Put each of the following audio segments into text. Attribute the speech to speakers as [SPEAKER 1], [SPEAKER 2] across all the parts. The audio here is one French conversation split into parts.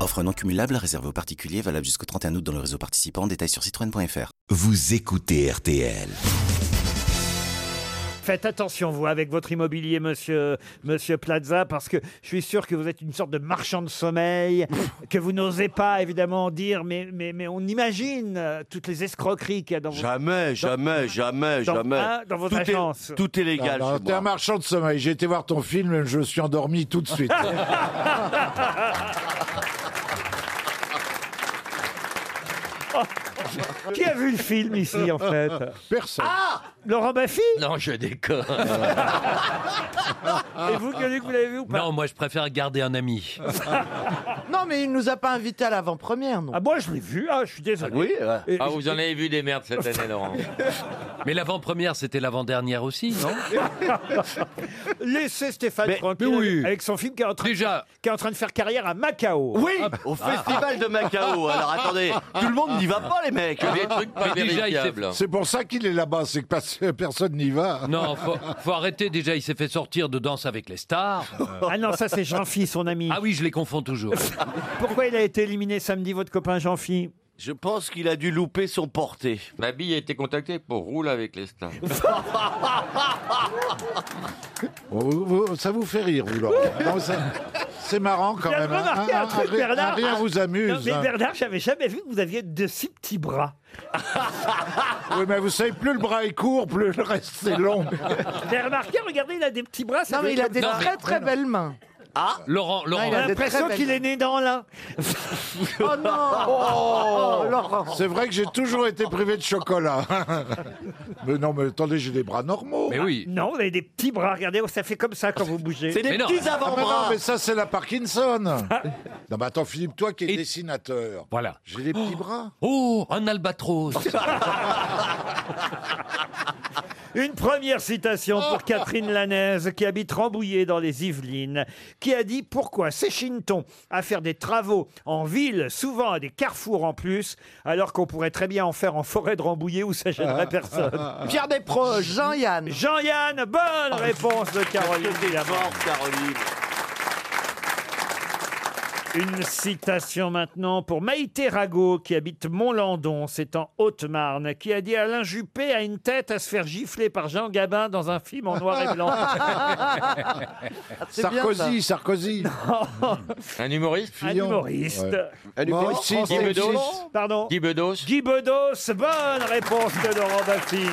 [SPEAKER 1] Offre non cumulable réservée aux particuliers valable jusqu'au 31 août dans le réseau participant. Détails sur citroën.fr.
[SPEAKER 2] Vous écoutez RTL.
[SPEAKER 3] Faites attention, vous, avec votre immobilier, monsieur, monsieur Plaza, parce que je suis sûr que vous êtes une sorte de marchand de sommeil, que vous n'osez pas, évidemment, dire, mais, mais, mais on imagine euh, toutes les escroqueries qu'il y a dans votre...
[SPEAKER 4] Jamais, jamais, jamais,
[SPEAKER 3] dans-
[SPEAKER 4] jamais.
[SPEAKER 3] ah, dans votre
[SPEAKER 4] tout
[SPEAKER 3] agence.
[SPEAKER 4] Est, tout est légal
[SPEAKER 5] Alors,
[SPEAKER 4] chez
[SPEAKER 5] T'es un
[SPEAKER 4] moi.
[SPEAKER 5] marchand de sommeil. J'ai été voir ton film et je suis endormi tout de suite.
[SPEAKER 3] Ah. Qui a vu le film ici, en fait
[SPEAKER 5] Personne.
[SPEAKER 3] Laurent Baffy Ah,
[SPEAKER 6] Non, je déconne.
[SPEAKER 3] Et vous, Gueuluc, vous l'avez vu ou pas
[SPEAKER 6] Non, moi, je préfère garder un ami.
[SPEAKER 3] Ah,
[SPEAKER 7] Non, mais il nous a pas invités à l'avant-première, non
[SPEAKER 3] Ah, moi, je l'ai vu. Ah, je suis désolé.
[SPEAKER 4] Oui, ouais.
[SPEAKER 3] Et-
[SPEAKER 8] Ah, vous en avez vu des merdes cette année, Laurent.
[SPEAKER 6] Mais l'avant-première, c'était l'avant-dernière aussi, non
[SPEAKER 3] Laissez Stéphane
[SPEAKER 4] Mais-
[SPEAKER 3] tranquille
[SPEAKER 6] mais oui.
[SPEAKER 3] avec son film qui est, en train,
[SPEAKER 6] Déjà,
[SPEAKER 3] qui est en train de faire carrière à Macao.
[SPEAKER 4] Oui, Ah, au festival de Macao. Alors attendez, tout le monde n'y va pas, les mecs.
[SPEAKER 8] Que des trucs pas
[SPEAKER 6] Mais déjà, il s'est-
[SPEAKER 8] vérifiables.
[SPEAKER 5] C'est pour ça qu'il est là-bas, c'est que parce que personne n'y va.
[SPEAKER 6] non, faut, faut arrêter. Déjà, il s'est fait sortir de Danse avec les stars.
[SPEAKER 3] Ah non, ça c'est Jean-Phi, son ami.
[SPEAKER 6] Ah oui, je les confonds toujours.
[SPEAKER 3] Pourquoi il a été éliminé samedi, votre copain Jean-Phi
[SPEAKER 4] Je pense qu'il a dû louper son porté.
[SPEAKER 8] Ma bille a été contactée pour rouler avec les stars.
[SPEAKER 5] Oh, Vous- vous- ça vous fait rire, vous, Laurent. Non, ça- C'est marrant quand
[SPEAKER 3] Bien
[SPEAKER 5] même. hein.
[SPEAKER 3] remarqué un truc,
[SPEAKER 5] ri-
[SPEAKER 3] Bernard. Ah.
[SPEAKER 5] rien vous
[SPEAKER 3] Non,
[SPEAKER 5] amuse.
[SPEAKER 3] mais
[SPEAKER 5] hein.
[SPEAKER 3] Bernard, j'avais jamais vu que vous aviez de si petits bras.
[SPEAKER 5] Oui, mais vous savez, plus le bras est court, plus le reste c'est long.
[SPEAKER 3] Vous avez remarqué, regardez, il a des petits bras. ça
[SPEAKER 7] Non, mais
[SPEAKER 3] fait
[SPEAKER 7] il a
[SPEAKER 3] comme-
[SPEAKER 7] des
[SPEAKER 6] Non, mais-
[SPEAKER 7] très très belles mains.
[SPEAKER 4] Ah
[SPEAKER 6] Laurent, Laurent,
[SPEAKER 7] il a
[SPEAKER 3] J'ai
[SPEAKER 7] des
[SPEAKER 3] l'impression
[SPEAKER 7] très belles
[SPEAKER 3] qu'il est né dans là.
[SPEAKER 7] Oh non Oh, Laurent
[SPEAKER 5] C'est vrai que j'ai toujours été privé de chocolat. Mais non, mais attendez, j'ai des bras normaux.
[SPEAKER 6] mais oui.
[SPEAKER 3] Non, vous avez des petits bras. Regardez, ça fait comme ça quand vous bougez.
[SPEAKER 4] C'est des
[SPEAKER 6] Mais non.
[SPEAKER 4] petits
[SPEAKER 5] Ah, mais non,
[SPEAKER 4] avant-bras.
[SPEAKER 5] mais ça, c'est la Parkinson.
[SPEAKER 3] Ah.
[SPEAKER 5] non, mais attends, Philippe, toi qui es
[SPEAKER 6] Et-
[SPEAKER 5] dessinateur,
[SPEAKER 6] Voilà.
[SPEAKER 5] j'ai des petits bras.
[SPEAKER 6] Oh, un albatros.
[SPEAKER 3] Une première citation
[SPEAKER 7] Oh.
[SPEAKER 3] pour Catherine Lanaise, qui habite Rambouillet dans les Yvelines, qui a dit Pourquoi s'échine-t-on à faire des travaux en ville, souvent à des carrefours en plus, alors qu'on pourrait très bien en faire en forêt de Rambouillet où ça gênerait personne
[SPEAKER 7] Ah. Pierre Desproges, Jean-Yann.
[SPEAKER 3] Jean-Yann, bonne
[SPEAKER 4] Ah,
[SPEAKER 3] réponse de Caroline Diamant.
[SPEAKER 4] Fort, Caroline.
[SPEAKER 3] Une citation maintenant pour Maïté Rago, qui habite Montlandon, c'est en Haute-Marne, qui a dit Alain Juppé a une tête à se faire gifler par Jean Gabin dans un film en noir et blanc.
[SPEAKER 7] C'est bien,
[SPEAKER 5] Sarkozy, Sarkozy.
[SPEAKER 8] Un humoriste
[SPEAKER 3] Un
[SPEAKER 5] Fillon.
[SPEAKER 3] humoriste.
[SPEAKER 5] Ouais.
[SPEAKER 4] Bon,
[SPEAKER 5] Bon, si,
[SPEAKER 4] Franck
[SPEAKER 5] si,
[SPEAKER 4] Bedos.
[SPEAKER 5] si.
[SPEAKER 3] Pardon.
[SPEAKER 8] Guy Bedos
[SPEAKER 3] Guy Bedos, bonne réponse de Laurent Baffy.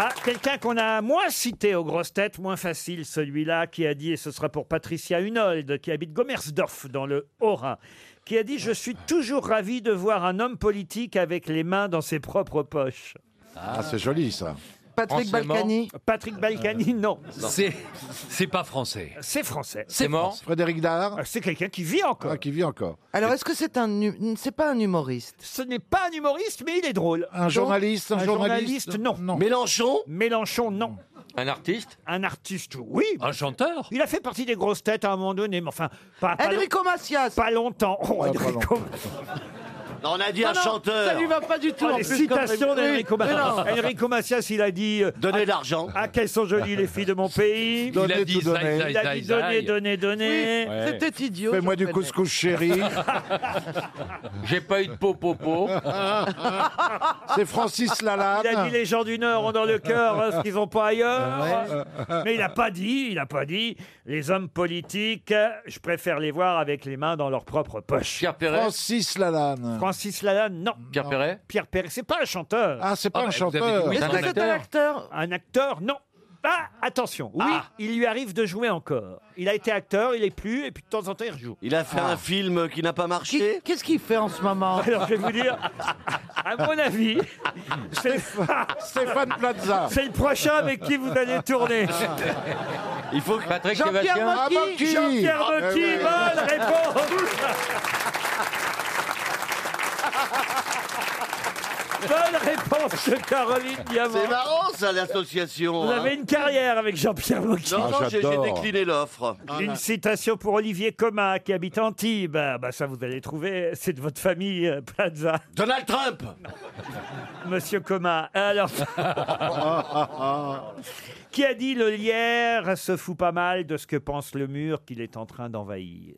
[SPEAKER 3] Ah, quelqu'un qu'on a moins cité aux grosses têtes, moins facile celui-là, qui a dit, et ce sera pour Patricia Hunold, qui habite Gomersdorf dans le Haut-Rhin, qui a dit Je suis toujours ravi de voir un homme politique avec les mains dans ses propres poches.
[SPEAKER 5] Ah, c'est joli, ça.
[SPEAKER 7] Patrick
[SPEAKER 8] Anciennement.
[SPEAKER 7] Balkany.
[SPEAKER 3] Patrick Balkany, non,
[SPEAKER 6] C'est, c'est pas français.
[SPEAKER 3] c'est français.
[SPEAKER 8] C'est mort
[SPEAKER 6] français.
[SPEAKER 5] Frédéric Dard,
[SPEAKER 3] Ah, C'est quelqu'un qui vit encore.
[SPEAKER 5] ah, qui vit encore.
[SPEAKER 7] Alors, est-ce que c'est un... hu- C'est pas un humoriste
[SPEAKER 3] Ce n'est pas un humoriste, mais il est drôle.
[SPEAKER 5] Un journaliste, un,
[SPEAKER 3] un
[SPEAKER 5] journaliste.
[SPEAKER 3] journaliste, non.
[SPEAKER 4] Mélenchon
[SPEAKER 3] Mélenchon, non.
[SPEAKER 8] Un artiste
[SPEAKER 3] Un artiste, oui.
[SPEAKER 6] Un chanteur
[SPEAKER 3] Il a fait partie des grosses têtes à un moment donné, mais enfin, Ah, pas, pas,
[SPEAKER 7] Enrico Macias.
[SPEAKER 3] pas longtemps. Oh,
[SPEAKER 5] Ah, pas
[SPEAKER 3] Enrico-
[SPEAKER 4] Non, On a dit
[SPEAKER 7] Non,
[SPEAKER 4] un
[SPEAKER 7] non,
[SPEAKER 4] chanteur.
[SPEAKER 7] Ça lui va pas du tout.
[SPEAKER 3] Oh,
[SPEAKER 7] en
[SPEAKER 3] les
[SPEAKER 7] plus,
[SPEAKER 3] citations
[SPEAKER 7] comme-
[SPEAKER 3] d'Enrico
[SPEAKER 7] Oui, mais non.
[SPEAKER 3] Macias. Enrico Macias, il a dit euh,
[SPEAKER 4] Donnez de l'argent.
[SPEAKER 3] Ah, qu'elles sont jolies les filles de mon pays.
[SPEAKER 6] Il a
[SPEAKER 5] Donnez,
[SPEAKER 6] dit
[SPEAKER 5] tout
[SPEAKER 6] zaï,
[SPEAKER 5] donnez.
[SPEAKER 6] zaï,
[SPEAKER 3] Il a
[SPEAKER 6] zaï,
[SPEAKER 3] dit donnez,
[SPEAKER 6] zaï.
[SPEAKER 3] donnez, donnez.
[SPEAKER 7] Oui, C'était idiot.
[SPEAKER 5] Fais-moi
[SPEAKER 7] je
[SPEAKER 5] du
[SPEAKER 7] reconnais.
[SPEAKER 5] couscous, chérie.
[SPEAKER 8] J'ai pas eu de popopo.
[SPEAKER 5] C'est Francis Lalanne.
[SPEAKER 3] Il a dit les gens du Nord ont dans le cœur hein, ce qu'ils n'ont pas
[SPEAKER 5] Euh,
[SPEAKER 3] ailleurs. Mais il n'a pas dit, il n'a pas dit, les hommes politiques, euh, je préfère les voir avec les mains dans leur propre poche.
[SPEAKER 8] Pierre Perret
[SPEAKER 5] Francis Lalanne.
[SPEAKER 3] Francis Lalanne, non.
[SPEAKER 8] Pierre Perret
[SPEAKER 3] Pierre Perret, c'est pas un chanteur.
[SPEAKER 5] Ah, c'est pas
[SPEAKER 6] Ah,
[SPEAKER 5] un
[SPEAKER 6] bah, vous avez dit
[SPEAKER 5] chanteur.
[SPEAKER 6] oui.
[SPEAKER 7] Est-ce
[SPEAKER 8] Un
[SPEAKER 7] que c'est un acteur
[SPEAKER 3] Un acteur, non. Ah, attention, oui, il lui arrive de jouer encore. Il a été acteur, il est plus, et puis de temps en temps, il rejoue.
[SPEAKER 4] Il a fait un film qui n'a pas
[SPEAKER 7] Ah. Qui-
[SPEAKER 4] marché.
[SPEAKER 7] Qu'est-ce qu'il fait en ce moment
[SPEAKER 3] Alors, je vais vous dire, à mon avis, c'est le,
[SPEAKER 5] Stéphane Plaza.
[SPEAKER 3] c'est le prochain avec qui vous allez tourner.
[SPEAKER 4] Il faut que...
[SPEAKER 8] Patrick
[SPEAKER 7] Jean-Pierre
[SPEAKER 8] Sébastien
[SPEAKER 5] Ah,
[SPEAKER 7] Mocky.
[SPEAKER 5] Mocky.
[SPEAKER 3] Jean-Pierre
[SPEAKER 5] Ah,
[SPEAKER 3] Mocky,
[SPEAKER 5] oui, oui.
[SPEAKER 3] bonne réponse Bonne réponse de Caroline Diamant.
[SPEAKER 7] C'est marrant ça, l'association.
[SPEAKER 3] Vous
[SPEAKER 7] hein.
[SPEAKER 3] avez une carrière avec Jean-Pierre Mocky.
[SPEAKER 7] Non, non,
[SPEAKER 5] Ah,
[SPEAKER 7] j'ai j'ai décliné l'offre.
[SPEAKER 6] Ah,
[SPEAKER 3] Une citation pour Olivier Coma qui habite Antibes. Ah, Bah, ça, vous allez trouver. C'est de votre famille, euh, Plaza.
[SPEAKER 7] Donald Trump
[SPEAKER 3] Monsieur Coma. Alors. qui a dit le lierre se fout pas mal de ce que pense le mur qu'il est en train d'envahir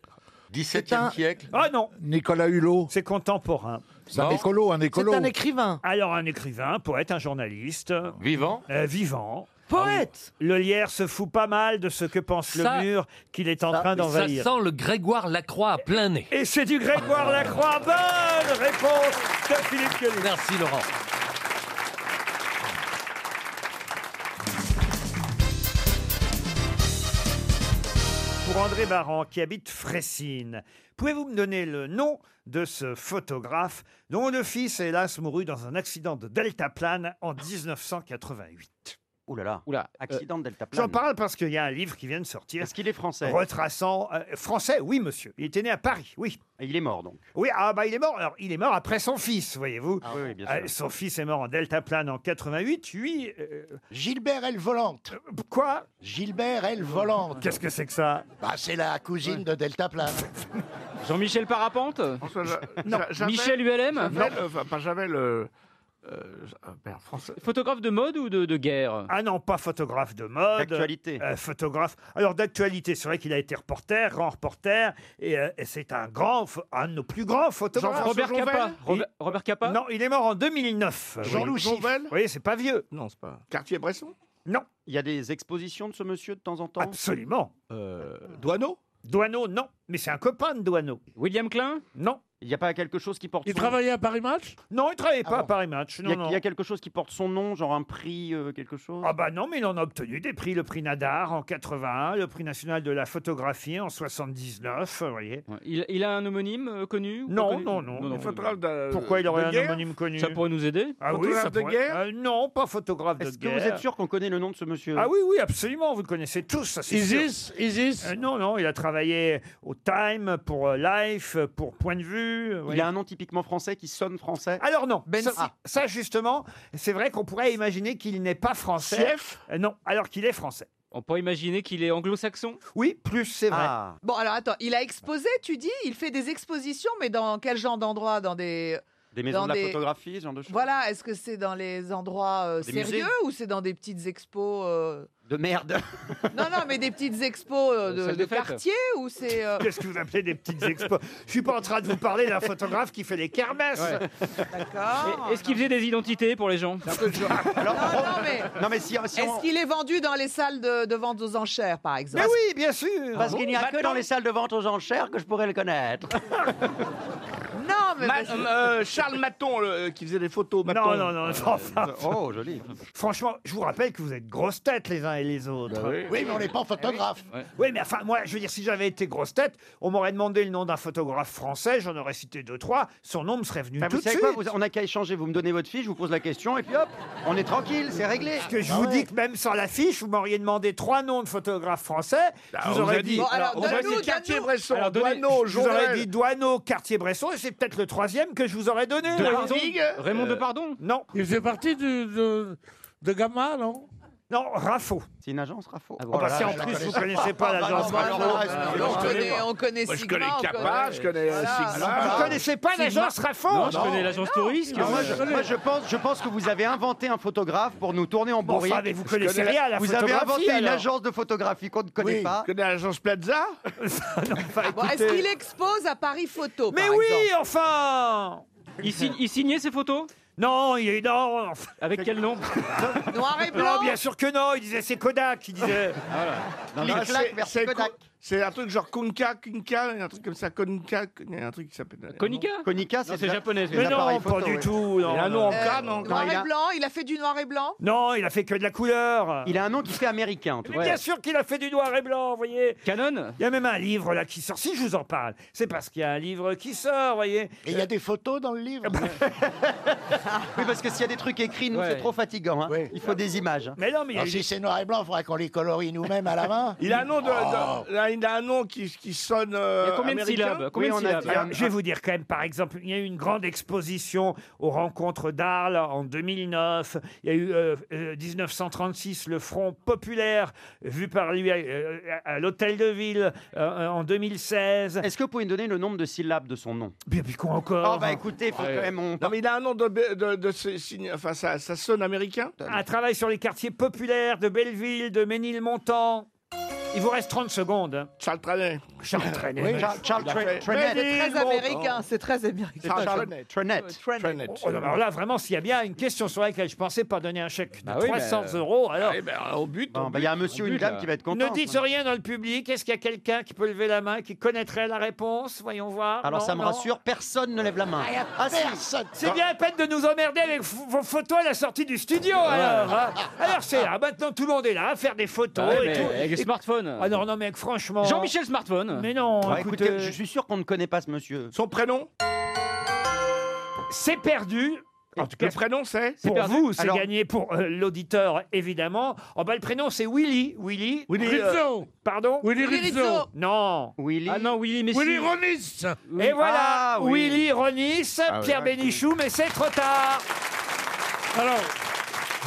[SPEAKER 9] 17e siècle.
[SPEAKER 3] Ah non,
[SPEAKER 10] Nicolas Hulot,
[SPEAKER 3] c'est contemporain.
[SPEAKER 10] c'est un
[SPEAKER 9] Non.
[SPEAKER 10] écolo, un
[SPEAKER 11] C'est
[SPEAKER 10] écolo.
[SPEAKER 11] un écrivain.
[SPEAKER 3] Alors, un écrivain, un poète, un journaliste,
[SPEAKER 9] Vivant.
[SPEAKER 3] euh, vivant.
[SPEAKER 11] Poète
[SPEAKER 3] Le lierre se fout pas mal de ce que pense
[SPEAKER 6] Ça-
[SPEAKER 3] le mur qu'il est en train
[SPEAKER 6] Ça
[SPEAKER 3] d'envahir.
[SPEAKER 6] sent le Grégoire Lacroix à plein nez.
[SPEAKER 3] Et c'est du Grégoire Lacroix. Bonne réponse de Philippe Gueluc.
[SPEAKER 6] Merci Laurent.
[SPEAKER 3] Pour André Baran, qui habite Fressines, pouvez-vous me donner le nom de ce photographe dont le fils, hélas, mourut dans un accident de deltaplane en 1988
[SPEAKER 7] Ouh là là,
[SPEAKER 8] Oula,
[SPEAKER 7] accident de Delta
[SPEAKER 3] J'en parle parce qu'il y a un livre qui vient de sortir.
[SPEAKER 7] Est-ce qu'il est français
[SPEAKER 3] Retraçant. euh, français, oui, monsieur. Il était né à Paris, oui.
[SPEAKER 7] Il est mort donc. Ah
[SPEAKER 3] Oui, ah bah il est mort. Alors, il est mort après son fils, voyez-vous.
[SPEAKER 7] oui, oui, bien
[SPEAKER 3] Euh, son fils est mort en deltaplane en 88. Lui. euh,
[SPEAKER 8] Gilbert elle volante.
[SPEAKER 3] quoi
[SPEAKER 8] Gilbert elle volante.
[SPEAKER 3] Qu'est-ce que c'est que ça
[SPEAKER 8] Bah, c'est la cousine de Delta Plane.
[SPEAKER 4] Jean-Michel Parapente Michel ULM
[SPEAKER 12] pas jamais le. euh, merde, français.
[SPEAKER 4] Photographe de mode ou de, de guerre
[SPEAKER 3] Ah non, pas photographe de mode.
[SPEAKER 7] D'actualité.
[SPEAKER 3] Euh, photographe. Alors d'actualité, c'est vrai qu'il a été reporter, grand reporter, et, euh, et c'est un grand, pho- un de nos plus grands photographes.
[SPEAKER 4] Robert Capa Robert, Robert Capa
[SPEAKER 3] Non, il est mort en 2009.
[SPEAKER 12] Jean-Louis Jouvel
[SPEAKER 3] Vous voyez, c'est pas vieux.
[SPEAKER 8] Non, c'est pas.
[SPEAKER 12] Cartier-Bresson
[SPEAKER 3] Non,
[SPEAKER 7] Il y a des expositions de ce monsieur de temps Euh, en temps
[SPEAKER 3] absolument.
[SPEAKER 8] Douaneau
[SPEAKER 3] Douaneau, non, mais c'est un copain de Douaneau.
[SPEAKER 4] William Klein
[SPEAKER 3] Non,
[SPEAKER 7] Il n'y a pas quelque chose qui porte son
[SPEAKER 8] à Paris Match
[SPEAKER 3] non, il travaillait pas
[SPEAKER 8] bon.
[SPEAKER 3] à Paris Match.
[SPEAKER 7] Il y,
[SPEAKER 3] Non,
[SPEAKER 7] a,
[SPEAKER 3] non.
[SPEAKER 7] il y a quelque chose qui porte son nom, genre un prix, euh, quelque chose
[SPEAKER 3] Ah bah non, mais il en a obtenu des prix, le prix Nadar en 81, le prix national de la photographie en 79, vous voyez.
[SPEAKER 4] Ouais. il, il a un homonyme euh, connu ou pas
[SPEAKER 3] Non,
[SPEAKER 4] connu
[SPEAKER 3] non, non.
[SPEAKER 12] Il faut parler de-
[SPEAKER 3] Euh, Pourquoi il aurait
[SPEAKER 12] de
[SPEAKER 3] un
[SPEAKER 12] guerre
[SPEAKER 3] homonyme connu
[SPEAKER 4] Ça pourrait nous aider
[SPEAKER 3] Ah oui,
[SPEAKER 12] Photographe
[SPEAKER 3] ça
[SPEAKER 12] de
[SPEAKER 3] pourrait-
[SPEAKER 12] guerre
[SPEAKER 3] Euh, Non, pas photographe de
[SPEAKER 7] Est-ce que
[SPEAKER 3] guerre.
[SPEAKER 7] vous êtes sûr qu'on connaît le nom de ce monsieur
[SPEAKER 3] Ah oui, oui, absolument, vous le connaissez tous, ça c'est sûr.
[SPEAKER 8] Isis
[SPEAKER 3] Euh, non, non, il a travaillé au Time, pour euh, Life, euh, pour Point de Vue. euh,
[SPEAKER 7] Il
[SPEAKER 3] oui.
[SPEAKER 7] a un nom typiquement français qui sonne français
[SPEAKER 3] Alors non,
[SPEAKER 8] Ben
[SPEAKER 3] ça,
[SPEAKER 8] Si.
[SPEAKER 3] ah, ça, justement, c'est vrai qu'on pourrait imaginer qu'il n'est pas français. Euh, non, alors qu'il est français.
[SPEAKER 4] On peut imaginer qu'il est anglo-saxon
[SPEAKER 3] Oui, plus c'est vrai.
[SPEAKER 7] Ah.
[SPEAKER 13] Bon, alors attends, il a exposé, tu dis Il fait des expositions, mais dans quel genre d'endroit Dans des.
[SPEAKER 7] Des maisons
[SPEAKER 13] Dans
[SPEAKER 7] de la
[SPEAKER 13] des-
[SPEAKER 7] photographie, ce genre de choses
[SPEAKER 13] Voilà, est-ce que c'est dans les endroits euh,
[SPEAKER 7] Des
[SPEAKER 13] sérieux
[SPEAKER 7] musées
[SPEAKER 13] ou c'est dans des petites expos euh,
[SPEAKER 7] De merde
[SPEAKER 13] Non, non, mais des petites expos euh, de,
[SPEAKER 4] Salle de
[SPEAKER 13] de
[SPEAKER 4] fête.
[SPEAKER 13] quartier ou c'est. euh,
[SPEAKER 3] Qu'est-ce que vous appelez des petites expos Je suis pas en train de vous parler d'un photographe qui fait les kermesses.
[SPEAKER 13] D'accord.
[SPEAKER 4] Et- Est-ce qu'il faisait des identités pour les gens
[SPEAKER 7] Alors,
[SPEAKER 13] Non,
[SPEAKER 7] on-
[SPEAKER 13] non, mais.
[SPEAKER 7] Non, mais si, si on-
[SPEAKER 13] Est-ce qu'il est vendu dans les salles de, de vente aux enchères, par exemple
[SPEAKER 3] Mais oui, bien sûr.
[SPEAKER 7] Parce qu'il n'y
[SPEAKER 13] Bah,
[SPEAKER 7] a que dans les salles de vente aux enchères que je pourrais le connaître.
[SPEAKER 13] Non, mais.
[SPEAKER 12] Ma-
[SPEAKER 13] parce-
[SPEAKER 12] euh, Charles Maton, le- qui faisait des photos. Maton.
[SPEAKER 3] Non, non, non, non, enfin,
[SPEAKER 7] Oh, joli.
[SPEAKER 3] franchement, je vous rappelle que vous êtes grosses têtes les uns et les autres.
[SPEAKER 8] Oui, mais on n'est pas photographe.
[SPEAKER 3] Oui, mais enfin, moi, je veux dire, si j'avais été grosse tête, on m'aurait demandé le nom d'un photographe français, j'en aurais cité deux, trois, son nom me serait venu
[SPEAKER 7] Enfin,
[SPEAKER 3] tout
[SPEAKER 7] Bah, vous
[SPEAKER 3] de suite.
[SPEAKER 7] savez quoi vous- On n'a qu'à échanger. Vous me donnez votre fiche, je vous pose la question, et puis hop, on est tranquille, c'est réglé. Bah
[SPEAKER 3] Parce que je vous dis que même sans l'affiche, vous m'auriez demandé trois noms de photographes français.
[SPEAKER 12] Bah,
[SPEAKER 3] je vous
[SPEAKER 12] on vous a
[SPEAKER 3] aurais
[SPEAKER 12] dit,
[SPEAKER 3] dit,
[SPEAKER 13] Bon, alors,
[SPEAKER 12] on m'a
[SPEAKER 13] donne-nous,
[SPEAKER 12] dit
[SPEAKER 13] donne-nous.
[SPEAKER 12] Cartier-Bresson,
[SPEAKER 4] Alors, donnez-
[SPEAKER 12] Douaneau,
[SPEAKER 3] je vous aurais
[SPEAKER 12] Jaurès,
[SPEAKER 3] dit Douaneau, Cartier-Bresson, et c'est peut-être le troisième que je vous aurais donné. Euh,
[SPEAKER 4] Raymond-
[SPEAKER 12] Ligue,
[SPEAKER 4] Raymond Depardon
[SPEAKER 3] Non,
[SPEAKER 8] Il faisait partie de, Gamma, non
[SPEAKER 3] non, Raffo.
[SPEAKER 7] C'est une agence, Raffo.
[SPEAKER 12] Ah,
[SPEAKER 13] Ah,
[SPEAKER 3] Oh, bah, si en plus vous connaissez pas l'agence
[SPEAKER 13] Bah,
[SPEAKER 3] Raffo.
[SPEAKER 13] non,
[SPEAKER 12] alors,
[SPEAKER 13] on,
[SPEAKER 12] alors,
[SPEAKER 13] connaît, on connaît
[SPEAKER 12] Moi, je
[SPEAKER 13] Sigma,
[SPEAKER 12] connais
[SPEAKER 13] on
[SPEAKER 12] Capa,
[SPEAKER 13] connaît-
[SPEAKER 12] je connais euh,
[SPEAKER 13] Voilà.
[SPEAKER 12] Sigma.
[SPEAKER 3] Vous connaissez pas l'agence Raffo
[SPEAKER 4] Je connais l'agence touriste.
[SPEAKER 7] Ah, moi, je, moi, je pense, je pense que vous avez inventé un photographe pour nous tourner en
[SPEAKER 3] Bon,
[SPEAKER 7] bourrique.
[SPEAKER 3] enfin, mais vous connaissez rien à la
[SPEAKER 7] vous avez
[SPEAKER 3] photographie,
[SPEAKER 7] inventé une
[SPEAKER 3] alors.
[SPEAKER 7] agence de photographie qu'on ne connaît
[SPEAKER 8] Oui.
[SPEAKER 7] pas.
[SPEAKER 12] Je connais l'agence Plaza.
[SPEAKER 13] Bon, est-ce qu'il expose à Paris Photo
[SPEAKER 3] Mais
[SPEAKER 13] par
[SPEAKER 3] oui,
[SPEAKER 13] exemple
[SPEAKER 3] enfin
[SPEAKER 4] Il, signe- il signait ses photos
[SPEAKER 3] Non, il est non. enfin,
[SPEAKER 4] Avec quel nom
[SPEAKER 13] Noir et blanc
[SPEAKER 3] Non, bien sûr que non. Il disait c'est Kodak. Il disait.
[SPEAKER 7] Non,
[SPEAKER 12] Ah,
[SPEAKER 7] non,
[SPEAKER 12] c'est-
[SPEAKER 7] claque, merci,
[SPEAKER 12] c'est
[SPEAKER 7] Kodak.
[SPEAKER 12] co- C'est un truc genre Kunka, Kunka, un truc comme ça, Konka, il y a un truc qui s'appelle.
[SPEAKER 4] Konica
[SPEAKER 7] Konica,
[SPEAKER 4] Non,
[SPEAKER 7] c'est
[SPEAKER 4] c'est
[SPEAKER 7] déjà-
[SPEAKER 4] japonais.
[SPEAKER 7] Les
[SPEAKER 3] Mais non,
[SPEAKER 7] appareils
[SPEAKER 3] pas
[SPEAKER 7] photo,
[SPEAKER 3] du
[SPEAKER 7] oui.
[SPEAKER 3] tout. Non,
[SPEAKER 12] a un nom
[SPEAKER 3] non.
[SPEAKER 12] en cas, non
[SPEAKER 13] Euh, Noir
[SPEAKER 7] il
[SPEAKER 13] et
[SPEAKER 7] a-
[SPEAKER 13] blanc, il a fait du noir et blanc
[SPEAKER 3] Non, il a fait que de la couleur.
[SPEAKER 7] Il a un nom qui fait américain, en tout
[SPEAKER 3] Mais
[SPEAKER 7] cas.
[SPEAKER 3] bien sûr qu'il a fait du noir et blanc, vous voyez.
[SPEAKER 4] Canon
[SPEAKER 3] Il y a même un livre là qui sort. Si je vous en parle, c'est parce qu'il y a un livre qui sort, vous voyez. Ah
[SPEAKER 8] Et
[SPEAKER 3] bah,
[SPEAKER 8] il y a des photos dans le livre
[SPEAKER 4] Oui, parce que s'il y a des trucs écrits, nous, c'est trop fatigant. hein. Il faut des images.
[SPEAKER 3] Mais non, mais
[SPEAKER 8] Alors, Ah, si c'est noir et blanc, il faudrait qu'on les colorie nous-mêmes à la main.
[SPEAKER 14] Il a un nom, de,
[SPEAKER 8] Oh.
[SPEAKER 14] de- là, il a un nom qui, qui sonne. euh, américain.
[SPEAKER 3] Alors, Je vais vous dire quand même, par exemple, il y a eu une grande exposition aux rencontres d'Arles en 2009. Il y a eu euh, euh, 1936 le Front populaire vu par lui euh, à, à l'Hôtel de Ville euh, en 2016. Est-ce que vous pouvez me donner le nombre de syllabes de son nom Ah, Mais puis quoi encore
[SPEAKER 4] Oh, bah, écoutez, faut quand même, on-
[SPEAKER 14] Non, mais il a un nom de. de, de ce signe- enfin, ça, ça sonne américain.
[SPEAKER 3] Un travail sur les quartiers populaires de Belleville, de Ménilmontant. Il vous reste 30 secondes. hein.
[SPEAKER 14] Charles Trenet.
[SPEAKER 3] Charles Trenet.
[SPEAKER 14] Oui, Charles- Charles Il a Tre- fait- Trenet.
[SPEAKER 15] C'est très
[SPEAKER 3] hein.
[SPEAKER 15] américain, c'est très américain.
[SPEAKER 3] Oh, non, alors là, vraiment, s'il y a bien une question sur laquelle je pensais pas donner un chèque de
[SPEAKER 4] oui,
[SPEAKER 3] 300
[SPEAKER 4] mais-
[SPEAKER 3] euros, alors.
[SPEAKER 14] au but.
[SPEAKER 4] Bon, au bah, il y a un but, monsieur, au une but, dame là. qui va être
[SPEAKER 3] euh, Ne
[SPEAKER 4] contente.
[SPEAKER 3] dites rien dans le public. Est-ce qu'il y a quelqu'un qui peut lever la main, qui connaîtrait la réponse Voyons voir.
[SPEAKER 4] Alors,
[SPEAKER 3] Non,
[SPEAKER 4] ça me
[SPEAKER 3] non.
[SPEAKER 4] rassure, personne ne lève la main.
[SPEAKER 3] Ah, si. C'est bien la peine de nous emmerder avec f- vos photos à la sortie du studio, alors. hein. Alors, c'est là. Maintenant, tout le monde est là à faire des photos
[SPEAKER 12] Ah ouais,
[SPEAKER 3] et
[SPEAKER 12] mais
[SPEAKER 3] tout.
[SPEAKER 12] avec le
[SPEAKER 3] Et-
[SPEAKER 12] smartphone.
[SPEAKER 3] Ah non, non, mec, franchement.
[SPEAKER 12] Jean-Michel Smartphone.
[SPEAKER 3] Mais non,
[SPEAKER 4] Bah,
[SPEAKER 3] écoute,
[SPEAKER 4] écoutez,
[SPEAKER 3] euh,
[SPEAKER 4] je suis sûr qu'on ne connaît pas ce monsieur.
[SPEAKER 14] Son prénom
[SPEAKER 3] C'est perdu. En tout
[SPEAKER 14] Le prénom, c'est
[SPEAKER 3] Pour
[SPEAKER 14] perdu.
[SPEAKER 3] vous, c'est
[SPEAKER 14] Alors-
[SPEAKER 3] gagné. Pour euh, l'auditeur, évidemment. En bas, le prénom, c'est Willy. Willy.
[SPEAKER 16] Willy, euh, Rizzo.
[SPEAKER 3] Pardon
[SPEAKER 16] Willy Willy Rizzo. Rizzo.
[SPEAKER 3] Non.
[SPEAKER 4] Willy.
[SPEAKER 12] Ah non, Willy Messi.
[SPEAKER 16] Willy Ronis
[SPEAKER 3] Et voilà,
[SPEAKER 16] Ah, oui.
[SPEAKER 3] Willy Ronis,
[SPEAKER 4] Ah
[SPEAKER 7] Ah,
[SPEAKER 16] oui.
[SPEAKER 3] Pierre Bénichou, mais c'est trop tard.
[SPEAKER 16] Alors,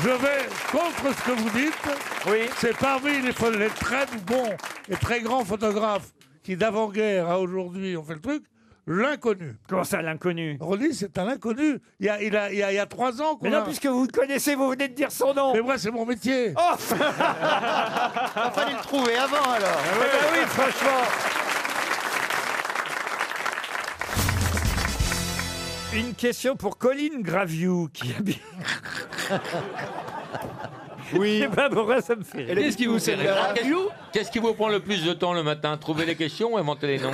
[SPEAKER 16] je vais contre ce que vous dites.
[SPEAKER 3] Oui.
[SPEAKER 16] C'est parmi les, pho- les très bons et très grands photographes qui, d'avant-guerre à aujourd'hui, ont fait le truc, l'inconnu.
[SPEAKER 3] Comment ça, l'inconnu
[SPEAKER 16] Roddy, c'est un inconnu. Il y a, il a- il y a- il y a trois ans qu'on
[SPEAKER 3] Mais non,
[SPEAKER 16] a-
[SPEAKER 3] puisque vous le connaissez, vous venez de dire son nom.
[SPEAKER 16] Mais moi, c'est mon métier.
[SPEAKER 3] Oh
[SPEAKER 4] Il fallait le trouver avant, alors.
[SPEAKER 3] Eh ben oui, franchement. Une question pour Colline Graviou qui habite. Oui. Je sais pas pourquoi ça me fait rire.
[SPEAKER 17] Qu'est-ce qui vous sert Qu'est-ce qui vous prend le plus de temps le matin Trouver les questions ou inventer les noms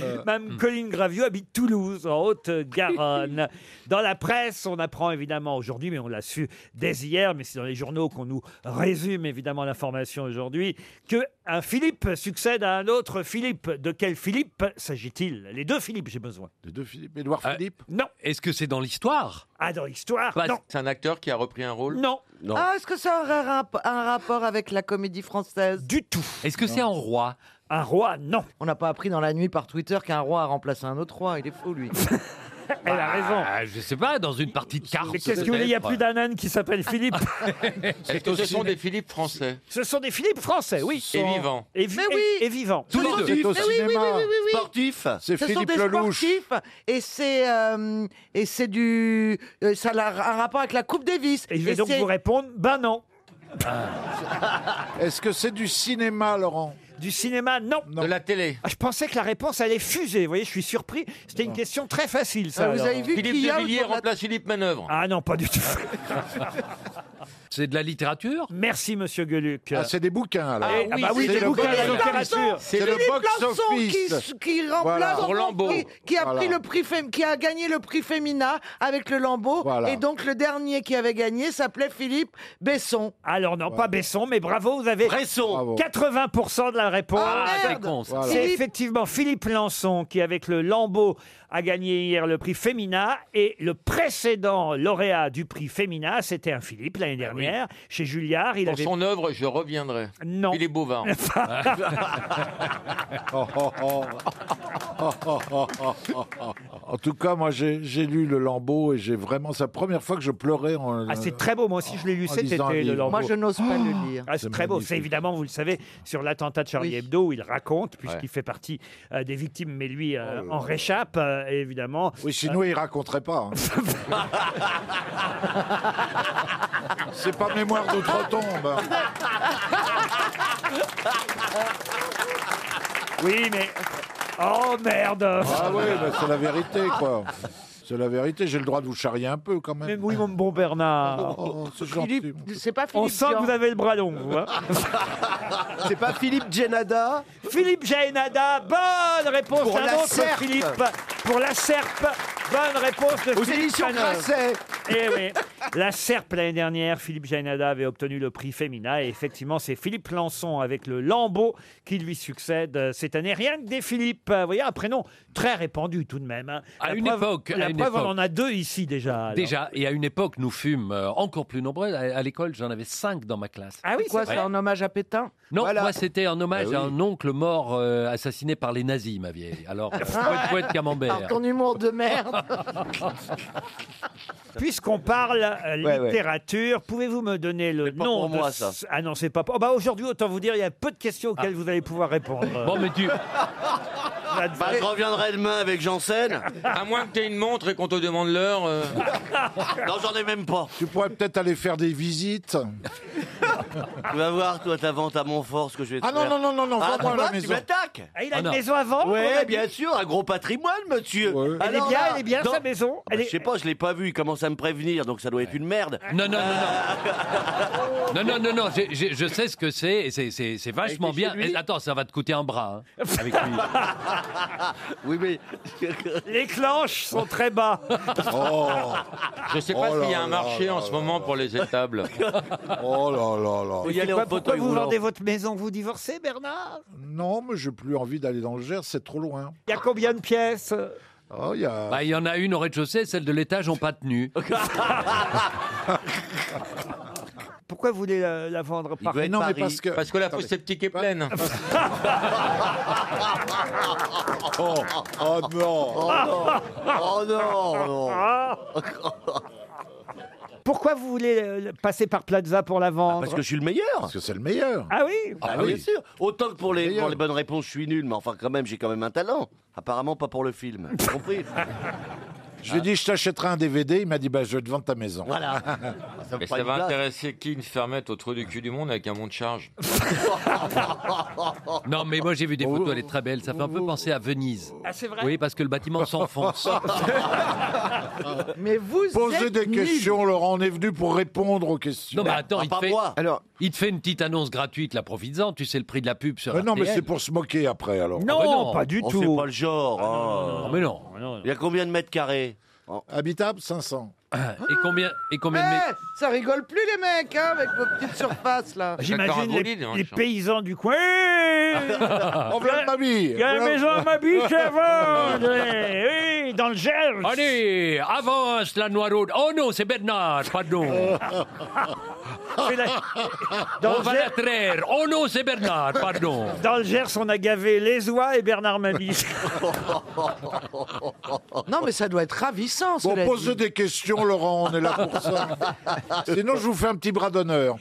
[SPEAKER 17] Euh, hmm.
[SPEAKER 3] Mme Colline Gravieux habite Toulouse, en Haute-Garonne. Dans la presse, on apprend évidemment aujourd'hui, mais on l'a su dès hier, mais c'est dans les journaux qu'on nous résume évidemment l'information aujourd'hui, que un Philippe succède à un autre Philippe. De quel Philippe s'agit-il Les deux Philippe, j'ai besoin.
[SPEAKER 5] Les deux Philippe, Édouard Philippe
[SPEAKER 3] Non.
[SPEAKER 17] Ah, Est-ce que c'est dans l'histoire
[SPEAKER 3] Ah, dans l'histoire
[SPEAKER 17] Bah, C'est un acteur qui a repris un rôle
[SPEAKER 3] Non.
[SPEAKER 7] Ah, est-ce que ça aurait rap- un rapport avec la comédie française
[SPEAKER 3] Du tout.
[SPEAKER 17] Est-ce que c'est un roi
[SPEAKER 3] Un roi, non.
[SPEAKER 7] On n'a pas appris dans la nuit par Twitter qu'un roi a remplacé un autre roi. Il est fou, lui. Ah,
[SPEAKER 3] Elle a raison.
[SPEAKER 17] Ah, je sais pas, dans une partie de carte.
[SPEAKER 3] Mais qu'est-ce que vous voulez Il n'y a plus
[SPEAKER 17] euh,
[SPEAKER 3] d'un âne qui s'appelle Philippe.
[SPEAKER 17] Est-ce que ce sont des Philippe français
[SPEAKER 3] Ce sont des Philippe français, oui.
[SPEAKER 17] Et vivants.
[SPEAKER 3] Et, vi- et- et vivants.
[SPEAKER 17] Tous les deux. Ah,
[SPEAKER 7] Mais oui, oui, oui, oui, oui, oui.
[SPEAKER 17] Sportif.
[SPEAKER 7] Ce sont des sportifs et c'est euh, et c'est du euh, ça a un rapport avec la Coupe Davis.
[SPEAKER 3] Et je vais donc
[SPEAKER 7] c'est-
[SPEAKER 3] vous répondre, ben non.
[SPEAKER 17] Ah.
[SPEAKER 5] Est-ce que c'est du cinéma, Laurent
[SPEAKER 3] Du cinéma, non.
[SPEAKER 17] De la télé.
[SPEAKER 3] Ah, je pensais que la réponse allait fuser, vous voyez, je suis surpris. C'était une question très facile,
[SPEAKER 6] Ah,
[SPEAKER 7] Ah,
[SPEAKER 3] ça. alors.
[SPEAKER 17] Philippe de Villiers remplace Philippe Manœuvre.
[SPEAKER 3] Ah non, pas du tout.
[SPEAKER 17] C'est de la littérature
[SPEAKER 3] Merci, monsieur Gueluc.
[SPEAKER 5] Ah, c'est des bouquins, alors.
[SPEAKER 3] Ah oui, c'est
[SPEAKER 5] c'est
[SPEAKER 3] des
[SPEAKER 5] le
[SPEAKER 3] bouquins à la
[SPEAKER 5] box-
[SPEAKER 3] littérature.
[SPEAKER 5] C'est
[SPEAKER 7] Philippe
[SPEAKER 5] le
[SPEAKER 7] Lançon qui,
[SPEAKER 5] box-office.
[SPEAKER 7] qui remplace
[SPEAKER 5] Voilà.
[SPEAKER 7] qui, qui a pris le prix fém- qui a gagné le prix Femina avec le Lambeau
[SPEAKER 3] Voilà.
[SPEAKER 7] et donc le dernier qui avait gagné s'appelait Philippe Besson.
[SPEAKER 3] Alors non, pas Besson, mais bravo, vous avez 80% de la réponse.
[SPEAKER 7] Ah, Ah, merde. c'est con,
[SPEAKER 3] C'est
[SPEAKER 7] ça. Voilà.
[SPEAKER 3] Philippe-
[SPEAKER 7] Philippe-
[SPEAKER 3] effectivement Philippe Lançon qui, avec le Lambeau, a gagné hier le prix Femina. Et le précédent lauréat du prix Femina, c'était un Philippe l'année dernière, chez Julliard. Il
[SPEAKER 17] Pour
[SPEAKER 3] avait...
[SPEAKER 17] son œuvre, je reviendrai.
[SPEAKER 3] Non.
[SPEAKER 17] Il est bovin.
[SPEAKER 7] Oh,
[SPEAKER 5] En tout cas, moi, j'ai j'ai lu Le Lambeau et j'ai vraiment. C'est la première fois que je pleurais en.
[SPEAKER 3] Ah, c'est très beau, moi aussi je l'ai lu
[SPEAKER 5] En
[SPEAKER 3] cet été,
[SPEAKER 5] lisant un
[SPEAKER 3] le
[SPEAKER 5] livre.
[SPEAKER 3] Lambeau.
[SPEAKER 5] Moi, je n'ose pas le
[SPEAKER 3] Oh,
[SPEAKER 5] lire.
[SPEAKER 3] ah, c'est
[SPEAKER 5] C'est
[SPEAKER 3] très beau,
[SPEAKER 5] magnifique.
[SPEAKER 3] c'est évidemment, vous le savez, sur l'attentat de Charlie Hebdo, où il raconte, puisqu'il fait partie euh, des victimes, mais lui euh, en réchappe, euh, évidemment. Euh,
[SPEAKER 5] Oui, sinon, il raconterait pas. hein. c'est pas Mémoire d'outre-tombe.
[SPEAKER 3] Oui, mais. Oh merde
[SPEAKER 5] Ah oui, bah, c'est la vérité, quoi. C'est la vérité, j'ai le droit de vous charrier un peu quand même.
[SPEAKER 3] Mais oui, mon bon Bernard.
[SPEAKER 5] Oh, c'est gentil.
[SPEAKER 7] C'est pas
[SPEAKER 3] On
[SPEAKER 7] Philippe.
[SPEAKER 3] sent que
[SPEAKER 7] Jean.
[SPEAKER 3] vous avez le bras long. vous, hein.
[SPEAKER 4] C'est pas Philippe Genada
[SPEAKER 3] Philippe Jaénada, bonne réponse
[SPEAKER 4] Pour
[SPEAKER 3] d'un
[SPEAKER 4] la
[SPEAKER 3] autre
[SPEAKER 4] Serpe.
[SPEAKER 3] Philippe. Pour la Serpe, bonne réponse de
[SPEAKER 4] Aux
[SPEAKER 3] Philippe
[SPEAKER 4] éditions
[SPEAKER 3] Manœuvre.
[SPEAKER 4] Grasset.
[SPEAKER 3] Eh oui. La Serpe, l'année dernière, Philippe Janada avait obtenu le prix Femina. Et effectivement, c'est Philippe Lançon avec le Lambeau qui lui succède euh, cette année. Rien que des Philippe. euh, Vous voyez, un prénom très répandu tout de même. hein.
[SPEAKER 6] À
[SPEAKER 3] La
[SPEAKER 6] une
[SPEAKER 3] preuve-
[SPEAKER 6] époque, à
[SPEAKER 3] La
[SPEAKER 6] une
[SPEAKER 3] preuve,
[SPEAKER 6] époque.
[SPEAKER 3] on en a deux ici déjà. alors.
[SPEAKER 6] Déjà, et à une époque, nous fûmes euh, encore plus nombreux. À, à l'école, j'en avais cinq dans ma classe.
[SPEAKER 7] Ah oui,
[SPEAKER 6] quoi
[SPEAKER 7] quoi, c'est en hommage à Pétain
[SPEAKER 6] Non,
[SPEAKER 7] Voilà.
[SPEAKER 6] moi, c'était en hommage
[SPEAKER 17] Eh
[SPEAKER 7] Ah oui.
[SPEAKER 6] à un oncle mort euh, assassiné par les nazis, ma vieille. Alors,
[SPEAKER 17] Ah.
[SPEAKER 6] euh, chouette, chouette camembert.
[SPEAKER 7] Alors, Ah, ton humour de merde.
[SPEAKER 3] Puisqu'on parle euh,
[SPEAKER 7] Ouais, ouais.
[SPEAKER 3] littérature, pouvez-vous me donner le
[SPEAKER 7] pas
[SPEAKER 3] nom
[SPEAKER 7] pour
[SPEAKER 3] de
[SPEAKER 7] moi,
[SPEAKER 3] ce- Ah non, c'est pas. pour- Oh, bah aujourd'hui, autant vous dire, il y a peu de questions auxquelles vous allez pouvoir répondre.
[SPEAKER 6] Ah. Bon, mais tu-
[SPEAKER 4] Bah, je reviendrai demain avec Janssen.
[SPEAKER 17] À moins que tu aies une montre et qu'on te demande l'heure. euh,
[SPEAKER 4] Non, j'en ai même pas.
[SPEAKER 5] Tu pourrais peut-être aller faire des visites.
[SPEAKER 4] Tu vas voir, toi, ta vente à Montfort, ce que je vais te
[SPEAKER 5] Ah non,
[SPEAKER 4] faire.
[SPEAKER 5] non, non, non, non,
[SPEAKER 4] ah,
[SPEAKER 5] vends-moi
[SPEAKER 4] tu
[SPEAKER 5] la
[SPEAKER 4] vois, Tu
[SPEAKER 5] maison.
[SPEAKER 4] m'attaques
[SPEAKER 3] Ah, il a une maison à vendre on a
[SPEAKER 4] Ouais,
[SPEAKER 3] dit.
[SPEAKER 4] bien sûr, un gros patrimoine, monsieur.
[SPEAKER 3] Elle est bien, elle est Ah, bien, sa maison.
[SPEAKER 4] Ah bah, Je sais pas, je l'ai pas vu, il commence à me prévenir, donc ça doit être une merde.
[SPEAKER 6] Non, non, non, non. Non, non, non, non, j'ai- j'ai- je sais ce que c'est, et c'est- c'est c'est vachement bien. Et Attends, ça va te coûter un bras, hein, avec lui.
[SPEAKER 4] oui, mais...
[SPEAKER 3] Les clanches sont très bas.
[SPEAKER 4] Oh.
[SPEAKER 17] Je sais pas
[SPEAKER 3] Oh
[SPEAKER 17] s'il y
[SPEAKER 3] là
[SPEAKER 17] a un
[SPEAKER 3] là
[SPEAKER 17] marché en ce moment pour les étables.
[SPEAKER 5] Oh là là là.
[SPEAKER 3] Mais c'est quoi, pourquoi vous vendez votre maison Vous divorcez, Bernard
[SPEAKER 5] Non, mais j'ai plus envie d'aller dans le Gers, c'est trop loin.
[SPEAKER 3] Il y a combien de pièces
[SPEAKER 5] Oh, il y a...
[SPEAKER 6] Bah, il y en a une au rez-de-chaussée, celle de l'étage n'ont pas tenu.
[SPEAKER 3] Pourquoi vous voulez la, la vendre par
[SPEAKER 17] Mais non, mais parce que- Parce que la Attendez. fosse septique
[SPEAKER 12] Ah.
[SPEAKER 17] est pleine.
[SPEAKER 5] Oh, oh non
[SPEAKER 4] Oh non Oh non,
[SPEAKER 3] Pourquoi vous voulez euh, passer par Plaza pour la vendre
[SPEAKER 4] Ah, Parce que je suis le meilleur
[SPEAKER 5] Parce que c'est le meilleur
[SPEAKER 3] Ah oui
[SPEAKER 4] Ah, bah, bien sûr Autant que pour les, pour les bonnes réponses, je suis nul, mais enfin, quand même, j'ai quand même un talent. Apparemment, pas pour le film. T'as compris
[SPEAKER 7] Eh,
[SPEAKER 5] Je lui ai dit, je t'achèterai un DVD. Il m'a dit, bah, je vais te vendre ta maison.
[SPEAKER 4] Voilà.
[SPEAKER 5] Ça
[SPEAKER 17] Et ça va intéresser qui une fermette au trou du cul du monde avec un mont de charge
[SPEAKER 6] Non, mais moi j'ai vu des photos, elle est très belle. Ça fait un peu penser à Venise.
[SPEAKER 3] Ah, c'est vrai
[SPEAKER 6] Oui, parce que le bâtiment s'enfonce.
[SPEAKER 7] Mais vous
[SPEAKER 5] Posez
[SPEAKER 6] êtes
[SPEAKER 5] des
[SPEAKER 6] nuls.
[SPEAKER 5] questions, Laurent. On est venu pour répondre aux questions.
[SPEAKER 6] Non, mais
[SPEAKER 3] Ah,
[SPEAKER 6] attends, il, te fait, il te fait une petite annonce gratuite, la profites-en. Tu sais le prix de la pub sur
[SPEAKER 5] Mais Euh, Bah non, mais
[SPEAKER 6] RTL.
[SPEAKER 5] c'est pour se moquer après, alors.
[SPEAKER 6] Non, Ah bah non. pas du
[SPEAKER 4] Oh,
[SPEAKER 6] tout.
[SPEAKER 4] C'est pas le genre.
[SPEAKER 6] Ah, non, mais non.
[SPEAKER 3] Ah,
[SPEAKER 4] Il y a combien de mètres carrés
[SPEAKER 5] Eh. Habitable, 500.
[SPEAKER 6] Et combien, et combien de mé-
[SPEAKER 7] Eh, ça rigole plus les mecs hein, avec vos petites surfaces là.
[SPEAKER 3] J'imagine les,
[SPEAKER 17] hein.
[SPEAKER 3] les paysans du coin.
[SPEAKER 7] On vient de Mabille.
[SPEAKER 3] Il y a la
[SPEAKER 7] Voilà.
[SPEAKER 3] maison à Mabille qui est à vendre. Eh Oui, dans le Gers.
[SPEAKER 6] Allez, avance la noiraude. Oh non, c'est Bernard, pardon.
[SPEAKER 3] C'est la-
[SPEAKER 6] On va la traire. Oh non, c'est Bernard, pardon.
[SPEAKER 3] Dans le Gers, on a gavé les oies et Bernard Mabille.
[SPEAKER 7] Non mais ça doit être ravissant.
[SPEAKER 5] Eh. Oh. Bon,
[SPEAKER 7] cela
[SPEAKER 5] posez
[SPEAKER 7] dit.
[SPEAKER 5] des questions, Laurent. On est là pour ça. Sinon, je vous fais un petit bras d'honneur.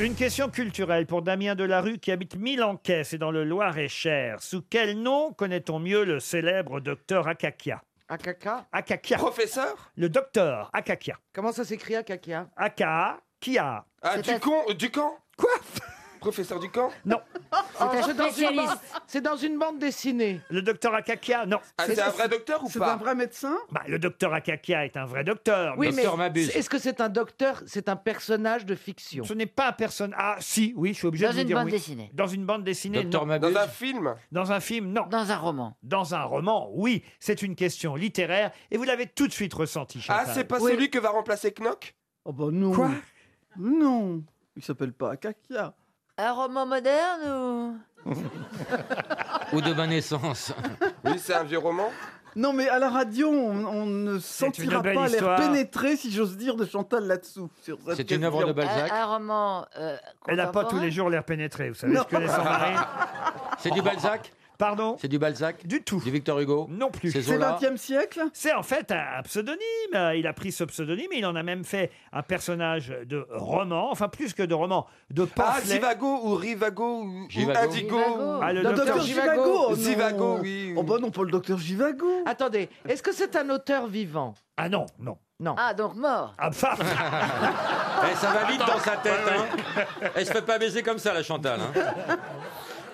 [SPEAKER 3] Une question culturelle pour Damien Delarue qui habite Milanquais, c'est dans le Loir-et-Cher. Sous quel nom connaît-on mieux le célèbre docteur Akakia
[SPEAKER 7] Akaka
[SPEAKER 3] Akakia. Professeur Le docteur Akakia.
[SPEAKER 7] Comment ça s'écrit Akakia
[SPEAKER 3] Aka, Kia.
[SPEAKER 14] Ah, du con, euh, du camp Quoi Professeur du camp
[SPEAKER 3] Non.
[SPEAKER 7] Ah,
[SPEAKER 14] un
[SPEAKER 7] C'est dans, une
[SPEAKER 14] spécialiste.
[SPEAKER 7] bande- c'est dans une bande dessinée.
[SPEAKER 3] Le docteur Akakia, non.
[SPEAKER 14] Ah, c'est un vrai docteur ou pas
[SPEAKER 7] médecin
[SPEAKER 3] Bah, le docteur Akakia est un vrai docteur.
[SPEAKER 7] Oui,
[SPEAKER 3] Docteur
[SPEAKER 7] mais c'est- est-ce que c'est un docteur C'est un personnage de fiction.
[SPEAKER 3] Ce n'est pas un personnage. Ah, si, oui, je suis obligé
[SPEAKER 7] Dans
[SPEAKER 3] de vous
[SPEAKER 7] une
[SPEAKER 3] dire
[SPEAKER 7] bande
[SPEAKER 3] oui.
[SPEAKER 7] dessinée.
[SPEAKER 3] Dans une bande dessinée.
[SPEAKER 17] Docteur
[SPEAKER 3] non.
[SPEAKER 17] Mabuse. Dans un
[SPEAKER 3] film. Dans un film, non. Dans un roman. Dans un roman, oui. C'est une question littéraire et vous l'avez tout de suite ressenti.
[SPEAKER 14] Ah,
[SPEAKER 3] Chantal.
[SPEAKER 14] c'est pas celui que va remplacer Knock
[SPEAKER 18] Oh bah non. Quoi Non. Il s'appelle pas Akakia.
[SPEAKER 19] Un roman moderne ou
[SPEAKER 17] Ou de ma naissance
[SPEAKER 14] Oui, c'est un vieux roman.
[SPEAKER 18] Non mais à la radio, on, on ne sentira
[SPEAKER 14] belle
[SPEAKER 18] pas l'air
[SPEAKER 14] histoire.
[SPEAKER 18] pénétré, si j'ose dire, de Chantal là-dessous. sur cette
[SPEAKER 17] C'est une œuvre
[SPEAKER 18] question.
[SPEAKER 17] de Balzac.
[SPEAKER 19] un roman. euh,
[SPEAKER 3] Elle n'a pas
[SPEAKER 19] contemporain
[SPEAKER 3] tous les jours l'air pénétrée, vous savez
[SPEAKER 19] Non.
[SPEAKER 3] ce que les sans-marines.
[SPEAKER 17] C'est du Balzac
[SPEAKER 3] Ah, Pardon
[SPEAKER 17] C'est du Balzac
[SPEAKER 3] Du tout.
[SPEAKER 17] Du Victor Hugo
[SPEAKER 3] Non plus.
[SPEAKER 17] C'est Zola
[SPEAKER 3] siècle C'est en fait un, un pseudonyme. Euh, Il a pris ce pseudonyme et il en a même fait un personnage de roman, enfin plus que de roman, de
[SPEAKER 14] Ah,
[SPEAKER 3] pamphlet.
[SPEAKER 14] Zivago ou Rivago ou, ou
[SPEAKER 3] Givago.
[SPEAKER 14] Indigo ou-
[SPEAKER 3] Ah, le
[SPEAKER 18] Le docteur Givago.
[SPEAKER 14] Zivago,
[SPEAKER 18] non.
[SPEAKER 14] oui.
[SPEAKER 18] Oh bah non, pas le docteur Givago.
[SPEAKER 7] Attendez, est-ce que c'est un auteur vivant
[SPEAKER 3] Ah non, non.
[SPEAKER 7] Non.
[SPEAKER 19] Ah, donc mort.
[SPEAKER 3] Ah, ça
[SPEAKER 17] Eh, Ça va vite dans sa tête. Hein. Elle se fait pas baiser comme ça, la Chantal. hein.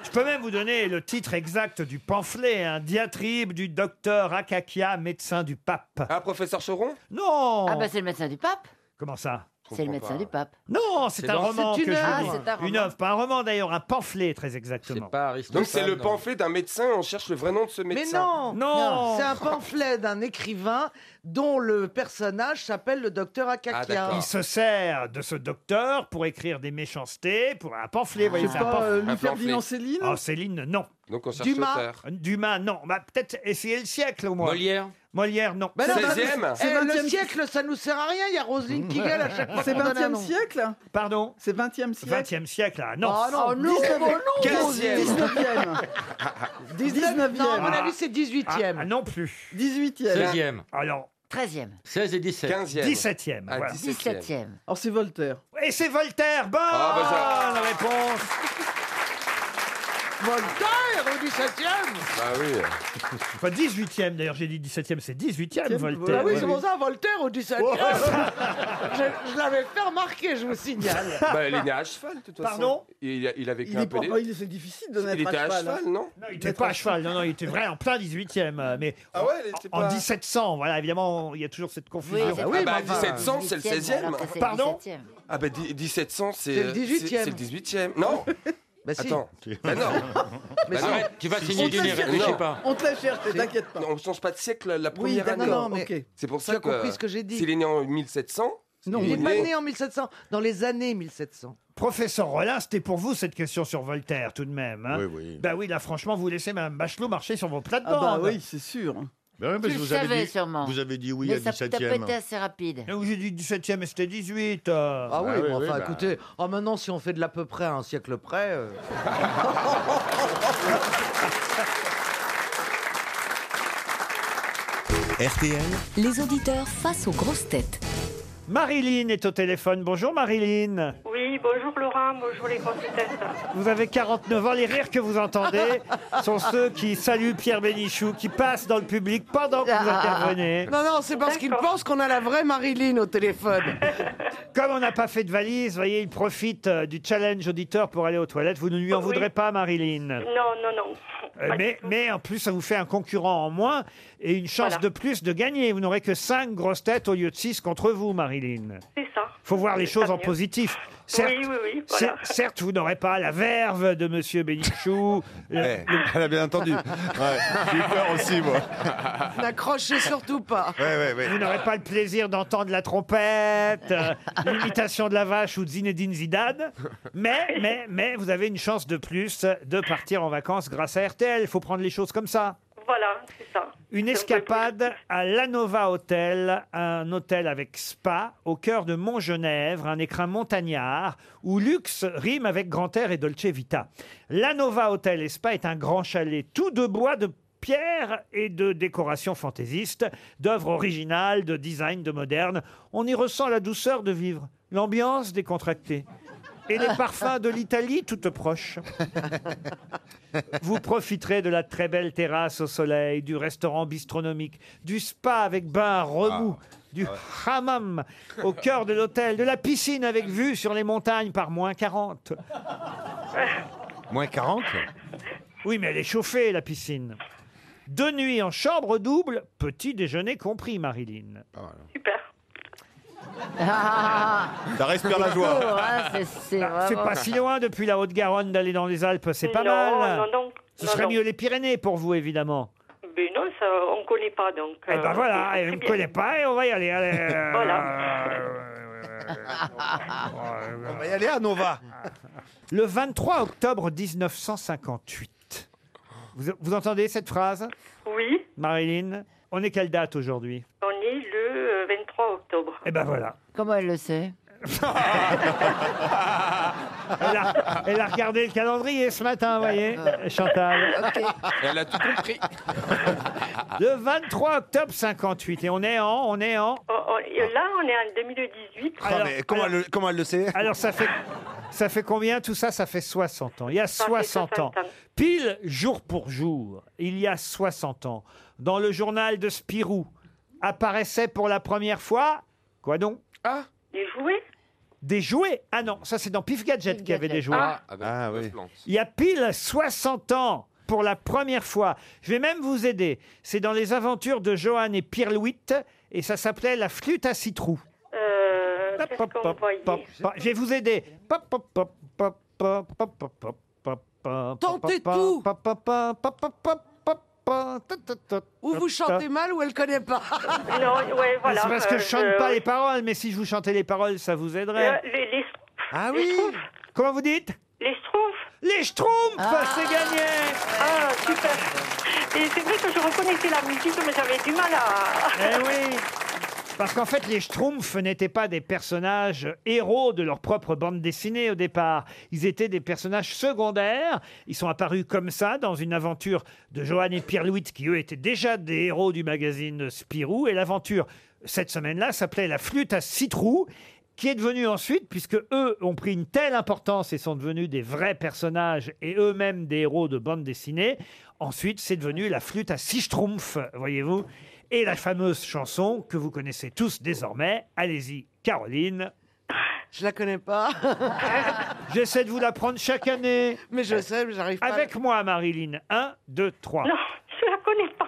[SPEAKER 3] Je peux même vous donner le titre exact du pamphlet, un diatribe du docteur Akakia, médecin du pape.
[SPEAKER 14] Ah, professeur Choron
[SPEAKER 3] Non
[SPEAKER 19] Ah bah c'est le médecin du pape.
[SPEAKER 3] Comment ça
[SPEAKER 19] C'est le médecin du pape.
[SPEAKER 3] Non, c'est
[SPEAKER 19] C'est
[SPEAKER 3] un
[SPEAKER 19] dans-
[SPEAKER 3] roman
[SPEAKER 19] C'est
[SPEAKER 3] que
[SPEAKER 19] une
[SPEAKER 3] je
[SPEAKER 19] œuvre.
[SPEAKER 3] vous lis.
[SPEAKER 19] Ah, c'est un
[SPEAKER 3] Une
[SPEAKER 19] roman.
[SPEAKER 3] œuvre, pas un roman d'ailleurs, un pamphlet très exactement.
[SPEAKER 20] Donc c'est le pamphlet d'un médecin, on cherche le vrai nom de ce
[SPEAKER 7] Mais
[SPEAKER 20] médecin.
[SPEAKER 7] non,
[SPEAKER 3] Non.
[SPEAKER 7] C'est un pamphlet d'un écrivain dont le personnage s'appelle le docteur
[SPEAKER 20] Ah,
[SPEAKER 17] Ah,
[SPEAKER 7] Akakia. Eh,
[SPEAKER 3] Il se sert de ce docteur pour écrire des méchancetés, pour un pamphlet,
[SPEAKER 7] Ah.
[SPEAKER 3] voyez,
[SPEAKER 7] C'est
[SPEAKER 3] c'est un
[SPEAKER 7] pas,
[SPEAKER 3] pamphlet.
[SPEAKER 7] euh, Louis Un Ferdinand pamphlet. Céline
[SPEAKER 3] Ah, Céline, non.
[SPEAKER 20] Donc on cherche
[SPEAKER 3] Dumas,
[SPEAKER 20] l'auteur.
[SPEAKER 3] Dumas, non. Bah, peut-être essayer le siècle au moins.
[SPEAKER 20] Molière
[SPEAKER 3] Molière, non.
[SPEAKER 7] Ben non,
[SPEAKER 20] C'est-
[SPEAKER 7] bah,
[SPEAKER 20] Seizième.
[SPEAKER 7] le-
[SPEAKER 20] C'est
[SPEAKER 7] eh, le
[SPEAKER 3] 20e.
[SPEAKER 7] siècle, ça nous sert à rien. Il y a Roselyne Kigel à chaque fois.
[SPEAKER 18] C'est
[SPEAKER 7] qu'on donne un
[SPEAKER 18] 20e
[SPEAKER 7] nom.
[SPEAKER 18] siècle
[SPEAKER 3] Pardon
[SPEAKER 18] C'est 20e siècle
[SPEAKER 3] 20e siècle, ah non.
[SPEAKER 7] Ah
[SPEAKER 20] Oh,
[SPEAKER 7] non, non,
[SPEAKER 18] Quinzième. 19e. 19e.
[SPEAKER 7] Non, à mon avis, c'est 18e.
[SPEAKER 3] Ah, non plus.
[SPEAKER 18] 18e.
[SPEAKER 17] 16e.
[SPEAKER 3] Alors.
[SPEAKER 19] 13e.
[SPEAKER 17] 16 et 17.
[SPEAKER 20] 15e.
[SPEAKER 3] 17e.
[SPEAKER 20] Ah,
[SPEAKER 3] voilà.
[SPEAKER 20] 17e.
[SPEAKER 18] Alors Oh, c'est Voltaire.
[SPEAKER 3] Et c'est Voltaire, bonne
[SPEAKER 20] Ah,
[SPEAKER 7] bah,
[SPEAKER 3] réponse
[SPEAKER 7] Voltaire au 17e
[SPEAKER 20] Bah oui.
[SPEAKER 3] Enfin, 18e d'ailleurs, j'ai dit 17e, c'est 18e Voltaire.
[SPEAKER 7] Bah oui, Oh,
[SPEAKER 3] Ouais.
[SPEAKER 7] c'est pour ça, Voltaire au 17e. je je l'avais fait remarquer, je vous signale.
[SPEAKER 20] Bah, il est né à cheval, de toute façon.
[SPEAKER 3] Pardon
[SPEAKER 20] Il a, il a vécu
[SPEAKER 18] Il
[SPEAKER 20] un
[SPEAKER 18] est
[SPEAKER 20] peu
[SPEAKER 18] pas-
[SPEAKER 20] les-
[SPEAKER 7] bah,
[SPEAKER 18] oh, il- c'est difficile de
[SPEAKER 20] Il
[SPEAKER 18] naître
[SPEAKER 20] était à cheval,
[SPEAKER 18] hein.
[SPEAKER 20] non
[SPEAKER 3] Il était pas à cheval, non, non, il était vrai en plein 18e. euh, Mais
[SPEAKER 20] Ah ouais, il était
[SPEAKER 3] en
[SPEAKER 20] pas-
[SPEAKER 3] 1700, voilà, évidemment, il y a toujours cette confusion.
[SPEAKER 20] Ah bah, 1700, c'est le 16e.
[SPEAKER 3] Pardon
[SPEAKER 20] Ah bah, dix- 1700, c'est...
[SPEAKER 3] C'est le 18e.
[SPEAKER 20] C'est c'est le 18e. Non
[SPEAKER 7] Bah si.
[SPEAKER 20] Attends. Bah non.
[SPEAKER 17] Mais si. Bah, Arrête, tu vas signer
[SPEAKER 20] On
[SPEAKER 17] du
[SPEAKER 20] te
[SPEAKER 17] nez,
[SPEAKER 20] la cherche.
[SPEAKER 17] réfléchis
[SPEAKER 20] Non.
[SPEAKER 17] pas.
[SPEAKER 18] On te la cherche,
[SPEAKER 20] C'est-
[SPEAKER 18] t'inquiète pas.
[SPEAKER 20] Non, On change pas de siècle la première
[SPEAKER 7] d'accord,
[SPEAKER 20] année.
[SPEAKER 7] bah, non, mais ok.
[SPEAKER 20] C'est pour
[SPEAKER 7] Tu
[SPEAKER 20] ça
[SPEAKER 7] as compris ce que j'ai dit.
[SPEAKER 20] S'il est né en 1700.
[SPEAKER 7] Non, il n'est pas né en 1700, dans les années 1700.
[SPEAKER 3] Professeur Rollin, c'était pour vous cette question sur Voltaire, tout de même. hein.
[SPEAKER 21] Oui, oui.
[SPEAKER 3] Bah oui, là, franchement, vous laissez Mme Bachelot marcher sur vos plates-bandes.
[SPEAKER 18] Ah bah oui, c'est sûr.
[SPEAKER 21] Ben oui, parce
[SPEAKER 19] Tu
[SPEAKER 21] que
[SPEAKER 19] le
[SPEAKER 21] vous avez
[SPEAKER 19] savais
[SPEAKER 21] dit-
[SPEAKER 19] sûrement.
[SPEAKER 21] Vous avez dit oui
[SPEAKER 19] Mais
[SPEAKER 21] à
[SPEAKER 19] ça
[SPEAKER 21] 17
[SPEAKER 19] tapait
[SPEAKER 21] e
[SPEAKER 19] assez rapide.
[SPEAKER 3] Et J'ai dit 17e et c'était 18. euh.
[SPEAKER 7] Ah oui,
[SPEAKER 21] Ah oui,
[SPEAKER 7] bon,
[SPEAKER 21] oui,
[SPEAKER 7] enfin
[SPEAKER 21] bah.
[SPEAKER 7] écoutez, oh, maintenant si on fait de l'à peu près à un siècle près. euh,
[SPEAKER 2] RTL,
[SPEAKER 22] Les auditeurs face aux grosses têtes.
[SPEAKER 3] Marilyn est au téléphone. Bonjour Marilyn.
[SPEAKER 23] Oui, bonjour Laurent, bonjour les consultantes.
[SPEAKER 3] Vous avez 49 ans. Les rires que vous entendez sont ceux qui saluent Pierre Bénichou, qui passent dans le public pendant
[SPEAKER 7] Ah,
[SPEAKER 3] que vous intervenez.
[SPEAKER 7] Non, non, c'est parce qu'il pense qu'on a la vraie Marilyn au téléphone.
[SPEAKER 3] Comme on n'a pas fait de valise, vous voyez, il profite euh, du challenge auditeur pour aller aux toilettes. Vous ne lui en
[SPEAKER 23] Oui.
[SPEAKER 3] voudrez pas, Marilyn.
[SPEAKER 23] Non, non, non.
[SPEAKER 3] Euh, Mais, mais en plus, ça vous fait un concurrent en moins et une chance
[SPEAKER 23] Voilà.
[SPEAKER 3] de plus de gagner. Vous n'aurez que 5 grosses têtes au lieu de 6 contre vous, Marilyn.
[SPEAKER 23] C'est ça.
[SPEAKER 3] faut voir les
[SPEAKER 23] C'est
[SPEAKER 3] choses
[SPEAKER 23] pas
[SPEAKER 3] en
[SPEAKER 23] mieux.
[SPEAKER 3] positif. Certes,
[SPEAKER 23] Oui, oui, oui, voilà.
[SPEAKER 3] cer- certes, vous n'aurez pas la verve de Monsieur Bénichou.
[SPEAKER 21] Eh, elle a bien entendu. Ouais, j'ai eu peur aussi, moi.
[SPEAKER 20] Ah,
[SPEAKER 7] N'accrochez surtout pas.
[SPEAKER 21] Ouais, ouais, ouais.
[SPEAKER 3] Vous n'aurez pas le plaisir d'entendre la trompette, euh, l'imitation de la vache ou de Zinedine Zidane. Mais, mais, mais, vous avez une chance de plus de partir en vacances grâce à RTL. Il faut prendre les choses comme ça.
[SPEAKER 23] Voilà, c'est ça.
[SPEAKER 3] Une escapade à l'Anova Hotel, un hôtel avec spa au cœur de Montgenèvre, un écrin montagnard où luxe rime avec grand air et Dolce Vita. L'Anova Hotel et Spa est un grand chalet tout de bois de pierre et de décorations fantaisistes, d'œuvres originales, de design, de moderne. On y ressent la douceur de vivre, l'ambiance décontractée et les parfums de l'Italie toute proche. Vous profiterez de la très belle terrasse au soleil, du restaurant bistronomique, du spa avec bain à remous, du hammam au cœur de l'hôtel, de la piscine avec vue sur les montagnes par moins 40.
[SPEAKER 8] Ah
[SPEAKER 21] Moins 40
[SPEAKER 3] Oui, mais elle est chauffée, la piscine. Deux nuits en chambre double, petit déjeuner compris, Marilyn.
[SPEAKER 21] hein. Ça respire la joie.
[SPEAKER 19] Oh, ah, c'est- c'est
[SPEAKER 3] Bah, C'est
[SPEAKER 19] vraiment-
[SPEAKER 3] pas si loin depuis la Haute-Garonne d'aller dans les Alpes, c'est pas
[SPEAKER 23] Non,
[SPEAKER 3] mal.
[SPEAKER 23] non, non.
[SPEAKER 3] Ce
[SPEAKER 23] Non,
[SPEAKER 3] serait
[SPEAKER 23] non.
[SPEAKER 3] mieux les Pyrénées pour vous, évidemment.
[SPEAKER 23] Mais non, ça, euh, on ne connaît pas donc. euh,
[SPEAKER 3] Eh ben voilà, et on ne connaît pas et on va y aller. Allez, euh,
[SPEAKER 23] Voilà.
[SPEAKER 13] Ah,
[SPEAKER 21] On va y aller à Nova.
[SPEAKER 3] Le 23 octobre 1958. Vous, vous entendez cette phrase
[SPEAKER 23] Oui,
[SPEAKER 3] Marilyn On est quelle date aujourd'hui
[SPEAKER 23] on est le euh, 23 octobre.
[SPEAKER 3] Eh ben voilà.
[SPEAKER 19] Comment elle le sait
[SPEAKER 3] Elle a, elle a regardé le calendrier ce matin, vous voyez,
[SPEAKER 19] Ah.
[SPEAKER 7] Ah,
[SPEAKER 3] Chantal.
[SPEAKER 20] Elle a tout compris.
[SPEAKER 3] Le 23 octobre 58. Et on est en, on est en.
[SPEAKER 23] Oh, oh, et là, on est en 2018.
[SPEAKER 21] Ah, mais comment, elle, le- comment elle le sait
[SPEAKER 3] Alors ça fait ça fait combien tout ça Ça fait 60 ans. Il y a
[SPEAKER 23] Ça fait
[SPEAKER 3] 60 ans.
[SPEAKER 23] 60 ans.
[SPEAKER 3] Pile jour pour jour, il y a 60 ans, dans le journal de Spirou apparaissait pour la première fois quoi donc
[SPEAKER 23] Ah Les jouets
[SPEAKER 3] Des jouets. Ah non, ça c'est dans Pif Gadget qu'il y avait des jouets.
[SPEAKER 23] Ah.
[SPEAKER 20] Ah, bah, oui.
[SPEAKER 3] Il y a pile 60 ans pour la première fois. Je vais même vous aider. C'est dans les aventures de Johan et Pierre Louit et ça s'appelait la flûte à citrou.
[SPEAKER 23] Euh, euh, c'est ce qu'on voyait.
[SPEAKER 3] Pa- Je vais vous aider. Tentez
[SPEAKER 7] tout.
[SPEAKER 3] Ou
[SPEAKER 7] Ou vous chantez mal ou elle connaît pas.
[SPEAKER 23] Non, ouais, voilà.
[SPEAKER 3] C'est parce que je
[SPEAKER 23] euh,
[SPEAKER 3] chante
[SPEAKER 23] euh,
[SPEAKER 3] pas
[SPEAKER 23] oui.
[SPEAKER 3] les paroles, mais si je vous chantais les paroles, ça vous aiderait.
[SPEAKER 23] Le- Euh, les, les,
[SPEAKER 3] Ah
[SPEAKER 23] les
[SPEAKER 3] oui
[SPEAKER 23] schtroumpfs.
[SPEAKER 3] Comment vous dites
[SPEAKER 23] Les schtroumpfs.
[SPEAKER 3] Les schtroumpfs, Bah, c'est gagné
[SPEAKER 23] Ah, super Et c'est vrai que je reconnaissais la musique, mais j'avais du mal à...
[SPEAKER 3] Eh oui Parce qu'en fait, les Schtroumpfs n'étaient pas des personnages héros de leur propre bande dessinée au départ. Ils étaient des personnages secondaires. Ils sont apparus comme ça dans une aventure de Johan et Pierre Louis, qui eux étaient déjà des héros du magazine Spirou. Et l'aventure, cette semaine-là, s'appelait La flûte à six trous qui est devenu ensuite, puisque eux ont pris une telle importance et sont devenus des vrais personnages et eux-mêmes des héros de bande dessinée, ensuite c'est devenu la flûte à six schtroumpfs, voyez-vous, et la fameuse chanson que vous connaissez tous désormais. Allez-y, Caroline.
[SPEAKER 7] Je la connais pas.
[SPEAKER 3] J'essaie de vous la prendre chaque année.
[SPEAKER 7] Mais je sais, mais j'arrive pas.
[SPEAKER 3] Avec moi, Marilyn. 1, 2, 3. Non, je la connais pas.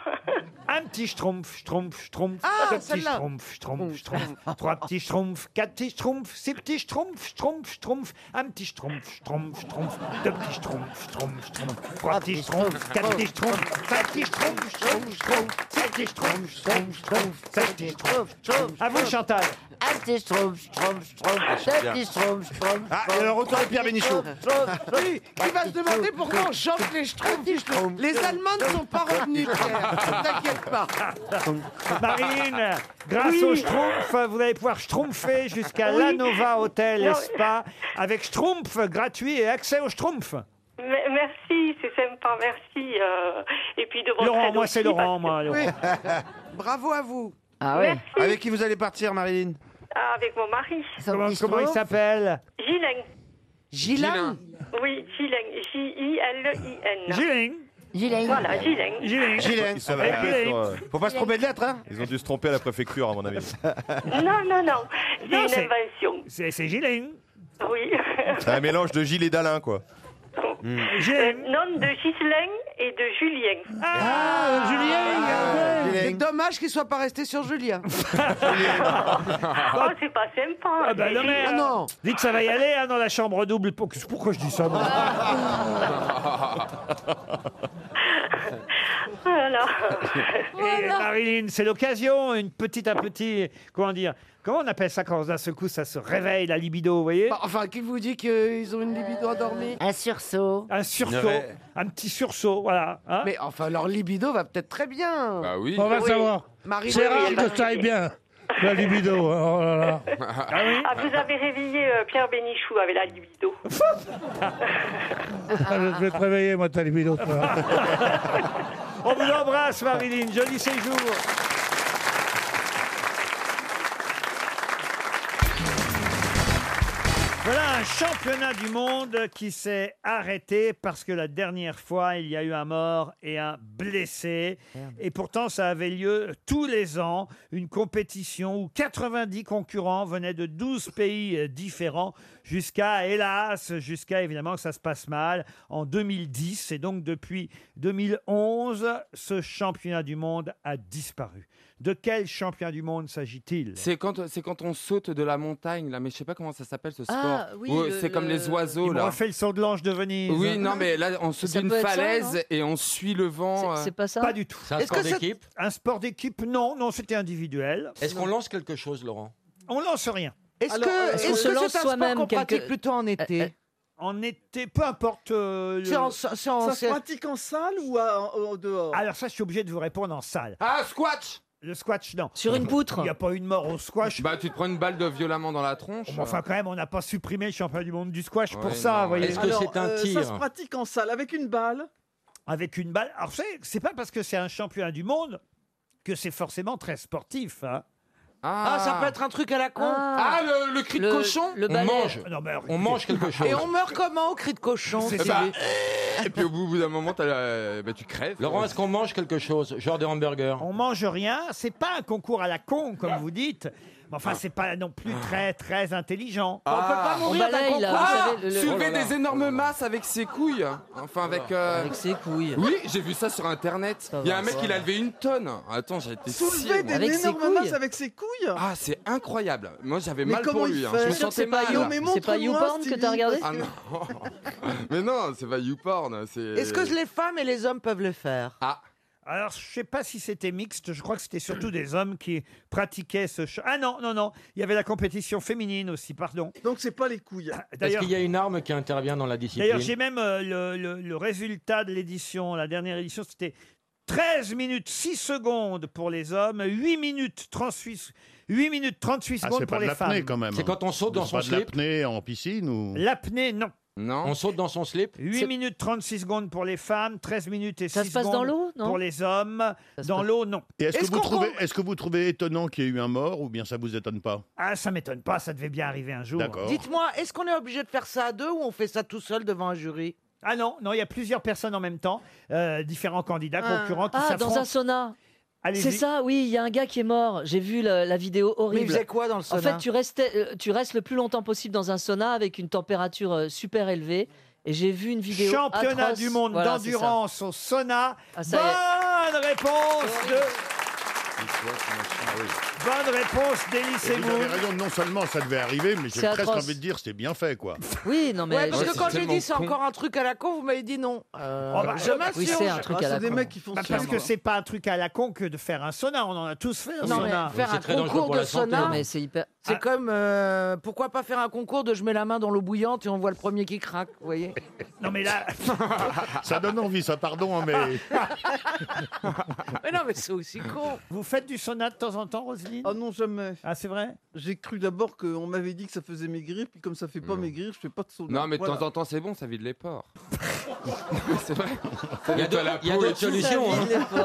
[SPEAKER 3] Un petit schtroumpf, schtroumpf, schtroumpf.
[SPEAKER 7] Ah,
[SPEAKER 3] deux petits
[SPEAKER 7] celle-là.
[SPEAKER 3] schtroumpfs, schtroumpf, schtroumpf. Trois petits schtroumpfs, quatre petits schtroumpfs, six petits schtroumpfs, schtroumpf, schtroumpf. Un petit schtroumpf, schtroumpf, schtroumpf. Deux petits schtroumpfs, schtroumpf, schtroumpf.
[SPEAKER 7] Ah,
[SPEAKER 3] Trois petits schtroumpfs, quatre petits schtroumpfs, cinq petits schtroumpfs, schtroumpf, schtroumpf. Sept petits schtroumpfs, schtroumpf, schtroumpf. Cinq petits schtroumpfs, schtroumpf. À vous, Chantal.
[SPEAKER 19] Un petit schtroumpf, schtroumpf, schtroumpf.
[SPEAKER 21] Ah, je sais
[SPEAKER 19] Deux
[SPEAKER 21] bien.
[SPEAKER 19] petits schtroumpfs, schtroumpf.
[SPEAKER 21] Ah, et
[SPEAKER 3] euh,
[SPEAKER 21] le retour de Pierre Bénichou.
[SPEAKER 7] Oui, il va se demander pourquoi on chante les schtroumpfs. Les Allemands ne sont pas revenus, Pierre. Ne t'inquiète pas.
[SPEAKER 3] Marine, grâce
[SPEAKER 7] Oui.
[SPEAKER 3] au Schtroumpf, vous allez pouvoir schtroumpfer jusqu'à
[SPEAKER 23] Oui.
[SPEAKER 3] l'Anova Hotel et
[SPEAKER 23] Non.
[SPEAKER 3] Spa avec Schtroumpf gratuit et accès au Schtroumpf.
[SPEAKER 23] Me- Merci, c'est sympa, merci. euh, Et puis de votre
[SPEAKER 3] Laurent,
[SPEAKER 23] aide
[SPEAKER 3] moi c'est
[SPEAKER 23] aussi, parce
[SPEAKER 3] Laurent,
[SPEAKER 23] que-
[SPEAKER 3] moi. Laurent.
[SPEAKER 7] Bravo à vous.
[SPEAKER 19] Ah ouais.
[SPEAKER 21] Avec qui vous allez partir, Marilyn
[SPEAKER 23] Ah, Avec mon mari.
[SPEAKER 3] Comment, comment il s'appelle
[SPEAKER 23] Gilin.
[SPEAKER 7] Gilan.
[SPEAKER 23] Oui, Gilin. J-I-L-I-N.
[SPEAKER 3] Gilin.
[SPEAKER 19] Gilin.
[SPEAKER 23] E Voilà, Gilin.
[SPEAKER 21] Gilles, ça va
[SPEAKER 3] Eh,
[SPEAKER 21] pas
[SPEAKER 3] Gilles.
[SPEAKER 21] sur, euh,
[SPEAKER 23] Faut pas se tromper de lettres, hein
[SPEAKER 21] Ils ont dû se tromper à la préfecture, à mon avis.
[SPEAKER 23] Non, non, non. C'est
[SPEAKER 3] Non,
[SPEAKER 23] une
[SPEAKER 3] c'est-
[SPEAKER 23] invention.
[SPEAKER 3] C'est c'est Gilin.
[SPEAKER 23] Oui.
[SPEAKER 21] C'est un mélange de Gilles et d'Alain, quoi.
[SPEAKER 23] Euh,
[SPEAKER 3] Gilin.
[SPEAKER 23] nom de Ghislain et de Julien.
[SPEAKER 3] Ah,
[SPEAKER 18] ah,
[SPEAKER 3] Julien
[SPEAKER 7] C'est dommage qu'il soit pas resté sur Julien.
[SPEAKER 23] Oh, c'est pas sympa.
[SPEAKER 3] Ah bah non, mais,
[SPEAKER 7] Ah
[SPEAKER 3] euh,
[SPEAKER 7] non.
[SPEAKER 3] Dites ça va y aller hein, dans la chambre double. Pour- Pourquoi je dis ça moi
[SPEAKER 20] Ah.
[SPEAKER 19] Oh
[SPEAKER 23] Voilà.
[SPEAKER 3] Et Marilyn, Eh, c'est l'occasion, une petite à petit, comment dire Comment on appelle ça quand d'un seul coup ça se réveille la libido, vous voyez
[SPEAKER 7] Bah, Enfin, qui vous dit qu'ils ont une libido endormie
[SPEAKER 19] Un sursaut.
[SPEAKER 3] Un sursaut,
[SPEAKER 20] Ouais.
[SPEAKER 3] un petit sursaut, voilà. hein.
[SPEAKER 7] Mais enfin, leur libido va peut-être très bien.
[SPEAKER 17] Ah
[SPEAKER 20] Bah oui.
[SPEAKER 16] On va savoir.
[SPEAKER 7] Marie
[SPEAKER 16] C'est rare
[SPEAKER 7] Marie-
[SPEAKER 16] que ça aille bien. La libido, hein, oh là là.
[SPEAKER 3] Ah oui
[SPEAKER 23] Ah, vous avez réveillé euh, Pierre Bénichou avec la libido.
[SPEAKER 16] Ah, je vais te réveiller, moi, ta libido.
[SPEAKER 17] Ah
[SPEAKER 16] toi.
[SPEAKER 3] On vous embrasse, Marilyn, joli séjour. Voilà un championnat du monde qui s'est arrêté parce que la dernière fois, il y a eu un mort et un blessé. Et pourtant, ça avait lieu tous les ans, une compétition où 90 concurrents venaient de 12 pays euh, différents jusqu'à, hélas, jusqu'à évidemment que ça se passe mal en 2010. Et donc, depuis 2011, ce championnat du monde a disparu. De quel championnat du monde s'agit-il
[SPEAKER 20] C'est quand, c'est quand on saute de la montagne, là, mais je sais pas comment ça s'appelle ce sport.
[SPEAKER 19] Ah, oui,
[SPEAKER 20] Où
[SPEAKER 19] le-
[SPEAKER 20] c'est comme les
[SPEAKER 19] le-
[SPEAKER 20] oiseaux,
[SPEAKER 3] Il me
[SPEAKER 20] là.
[SPEAKER 3] refait le son de l'ange de Venise.
[SPEAKER 20] Oui, non, mais là, on saute
[SPEAKER 19] Ça
[SPEAKER 20] d'une
[SPEAKER 19] peut être ça,
[SPEAKER 20] falaise
[SPEAKER 19] non
[SPEAKER 20] et on suit le vent.
[SPEAKER 19] C'est
[SPEAKER 20] euh.
[SPEAKER 19] pas ça
[SPEAKER 3] Pas du tout.
[SPEAKER 6] C'est un
[SPEAKER 7] Est-ce
[SPEAKER 6] sport
[SPEAKER 7] que ça-
[SPEAKER 6] d'équipe
[SPEAKER 3] Un sport d'équipe, non, non, c'était individuel.
[SPEAKER 17] Est-ce qu'on lance quelque chose, Laurent
[SPEAKER 3] On lance rien.
[SPEAKER 7] Est-ce
[SPEAKER 19] Alors,
[SPEAKER 7] que
[SPEAKER 19] est-ce qu'on
[SPEAKER 7] est-ce que
[SPEAKER 19] se
[SPEAKER 7] c'est un
[SPEAKER 19] lance
[SPEAKER 7] sport
[SPEAKER 19] soi-même
[SPEAKER 7] qu'on pratique
[SPEAKER 19] quelque-
[SPEAKER 7] plutôt en été
[SPEAKER 19] Euh, euh,
[SPEAKER 3] En été, peu importe. euh, le-
[SPEAKER 7] C'est en, c'est en-
[SPEAKER 18] Ça se
[SPEAKER 7] c'est-
[SPEAKER 18] pratique en salle ou à- en, en dehors
[SPEAKER 3] Alors ça, je suis obligé de vous répondre en salle.
[SPEAKER 20] Ah, squat
[SPEAKER 3] Le squash, non.
[SPEAKER 19] Sur une poutre
[SPEAKER 3] Il n'y a pas eu de mort au squash.
[SPEAKER 20] Bah, tu te prends une balle de violemment dans la tronche.
[SPEAKER 3] Bon, enfin, quand même, on n'a pas supprimé le championnat du monde du squash
[SPEAKER 20] Ouais,
[SPEAKER 3] pour ça,
[SPEAKER 20] non.
[SPEAKER 3] vous voyez.
[SPEAKER 17] Est-ce que
[SPEAKER 18] Alors,
[SPEAKER 17] c'est un
[SPEAKER 18] euh,
[SPEAKER 17] tir
[SPEAKER 18] Ça se pratique en salle avec une balle.
[SPEAKER 3] Avec une balle. Alors, c'est, c'est pas parce que c'est un championnat du monde que c'est forcément très sportif. hein.
[SPEAKER 7] Ah, ça peut être un truc à la con.
[SPEAKER 20] Ah, le, le cri de
[SPEAKER 19] Le-
[SPEAKER 20] cochon
[SPEAKER 19] le
[SPEAKER 20] On
[SPEAKER 19] balai.
[SPEAKER 20] mange
[SPEAKER 3] Non, mais alors,
[SPEAKER 20] On mange quelque chose.
[SPEAKER 7] Et on meurt comment au cri de cochon
[SPEAKER 3] C'est
[SPEAKER 20] Eh
[SPEAKER 3] ça.
[SPEAKER 20] ben, et puis au bout, au bout d'un moment, t'as la- bah, tu crèves.
[SPEAKER 17] Laurent, est-ce qu'on mange quelque chose Genre des hamburgers
[SPEAKER 3] On mange rien. C'est pas un concours à la con, comme vous dites. Mais Enfin, c'est pas non plus très, très intelligent.
[SPEAKER 18] Bah,
[SPEAKER 20] On peut
[SPEAKER 18] Ah,
[SPEAKER 20] pas mourir d'un concours. Oh
[SPEAKER 3] Ah,
[SPEAKER 18] Oh
[SPEAKER 20] soulever des énormes masses avec ses couilles. Enfin, avec.
[SPEAKER 3] Avec
[SPEAKER 20] ses couilles. Oui, j'ai vu ça sur internet. Il y a un mec
[SPEAKER 18] va.
[SPEAKER 20] qui a levé une tonne. Attends, j'ai été
[SPEAKER 18] Soulever
[SPEAKER 20] scié,
[SPEAKER 18] des
[SPEAKER 20] moi.
[SPEAKER 18] énormes masses avec ses couilles
[SPEAKER 20] Ah, c'est incroyable. Moi, j'avais
[SPEAKER 18] Mais
[SPEAKER 20] mal
[SPEAKER 18] comment
[SPEAKER 20] pour
[SPEAKER 18] il
[SPEAKER 20] lui. hein.
[SPEAKER 18] fait
[SPEAKER 20] Je me
[SPEAKER 18] Sûr que
[SPEAKER 20] sentais
[SPEAKER 18] c'est pas
[SPEAKER 20] mal.
[SPEAKER 18] You- mais C'est pas montre-moi, YouPorn que t'as regardé
[SPEAKER 20] Ah non. Mais non, c'est pas YouPorn. c'est-
[SPEAKER 7] Est-ce que les femmes et les hommes peuvent le faire
[SPEAKER 20] Euh. Ah.
[SPEAKER 3] Alors, je sais pas si c'était mixte, je crois que c'était surtout des hommes qui pratiquaient ce ch- Ah non, non, non, il y avait la compétition féminine aussi, pardon.
[SPEAKER 18] Donc c'est pas les couilles.
[SPEAKER 17] Est-ce
[SPEAKER 3] D'ailleurs,
[SPEAKER 17] qu'il y a une arme qui intervient dans la discipline
[SPEAKER 3] d'ailleurs, j'ai même euh, le, le- le résultat de l'édition, la dernière édition, c'était 13 minutes 6 secondes pour les hommes, 8 minutes 38, 8 minutes 38
[SPEAKER 24] Ah,
[SPEAKER 3] secondes
[SPEAKER 24] c'est
[SPEAKER 3] pour
[SPEAKER 24] pas de
[SPEAKER 3] les
[SPEAKER 24] l'apnée
[SPEAKER 3] femmes.
[SPEAKER 24] quand même. hein.
[SPEAKER 3] hein.
[SPEAKER 24] C'est pas de l'apnée en piscine ou
[SPEAKER 3] L'apnée, non.
[SPEAKER 20] Non.
[SPEAKER 17] On saute dans son slip
[SPEAKER 3] 8 minutes 36 secondes pour les femmes, 13 minutes et
[SPEAKER 24] Ça
[SPEAKER 3] 6
[SPEAKER 24] se passe dans
[SPEAKER 3] secondes
[SPEAKER 24] l'eau, non
[SPEAKER 3] pour les hommes. Dans l'eau, non.
[SPEAKER 24] Et est-ce, que vous trouvez, est-ce que vous trouvez étonnant qu'il y ait eu un mort ou bien ça vous étonne pas
[SPEAKER 3] Ah, ça m'étonne pas, ça devait bien arriver un jour.
[SPEAKER 24] D'accord.
[SPEAKER 7] Dites-moi, est-ce qu'on est obligé de faire ça à deux ou on fait ça tout seul devant un jury
[SPEAKER 3] Ah non, non, il y a plusieurs personnes en même temps, euh, différents candidats
[SPEAKER 25] Ah.
[SPEAKER 3] concurrents qui
[SPEAKER 25] Ah,
[SPEAKER 3] s'affrontent.
[SPEAKER 25] dans un sauna.
[SPEAKER 3] Allez-y.
[SPEAKER 25] C'est ça, oui, il y a un gars qui est mort. J'ai vu la, la vidéo horrible.
[SPEAKER 7] faisait quoi dans le
[SPEAKER 25] En
[SPEAKER 7] sauna
[SPEAKER 25] fait, tu, restais, euh, tu restes le plus longtemps possible dans un sauna avec une température euh, super élevée. Et j'ai vu une vidéo.
[SPEAKER 3] Championnat
[SPEAKER 25] atroce.
[SPEAKER 3] du monde
[SPEAKER 25] Voilà, c'est ça. Ah,
[SPEAKER 3] d'endurance au sauna.
[SPEAKER 25] ça y est.
[SPEAKER 3] Bonne réponse de...
[SPEAKER 13] Ah,
[SPEAKER 3] Bonne réponse d'Élie
[SPEAKER 24] Et Vous avez
[SPEAKER 3] Semoun.
[SPEAKER 24] raison, non seulement ça devait arriver, mais j'ai
[SPEAKER 25] C'est
[SPEAKER 24] presque
[SPEAKER 25] atroce.
[SPEAKER 24] envie de dire c'était bien fait quoi.
[SPEAKER 25] Oui, non, mais.
[SPEAKER 7] Ouais, parce
[SPEAKER 24] Ouais,
[SPEAKER 7] que
[SPEAKER 24] c'est
[SPEAKER 7] quand j'ai
[SPEAKER 24] tellement
[SPEAKER 7] dit c'est
[SPEAKER 24] con.
[SPEAKER 7] encore un truc à la con, vous m'avez dit non. Euh,
[SPEAKER 3] Oh, bah,
[SPEAKER 7] je m'assure.
[SPEAKER 18] Ah,
[SPEAKER 3] Bah, Parce que c'est pas un truc à la con que de faire un sauna. On en a tous fait un
[SPEAKER 7] Non, mais
[SPEAKER 3] sauna.
[SPEAKER 7] faire un concours de
[SPEAKER 24] hein.
[SPEAKER 7] sauna, c'est
[SPEAKER 3] Ah.
[SPEAKER 7] comme euh, pourquoi pas faire un concours de je mets la main dans l'eau bouillante et on voit le premier qui craque, vous voyez
[SPEAKER 3] Non mais là,
[SPEAKER 24] ça donne envie, ça pardon, hein, mais
[SPEAKER 7] Mais non, mais c'est aussi con.
[SPEAKER 3] Vous faites du sauna de temps en temps, Roselyne
[SPEAKER 18] Oh non, jamais.
[SPEAKER 3] Ah, c'est vrai
[SPEAKER 18] J'ai cru d'abord qu'on m'avait dit que ça faisait maigrir, puis comme ça fait pas maigrir, je fais pas de sauna.
[SPEAKER 20] Non, mais de
[SPEAKER 18] Voilà.
[SPEAKER 20] temps en temps, c'est bon, ça vide les pores. c'est vrai.
[SPEAKER 17] Il y a d'autres- il y a d'autres solutions, hein.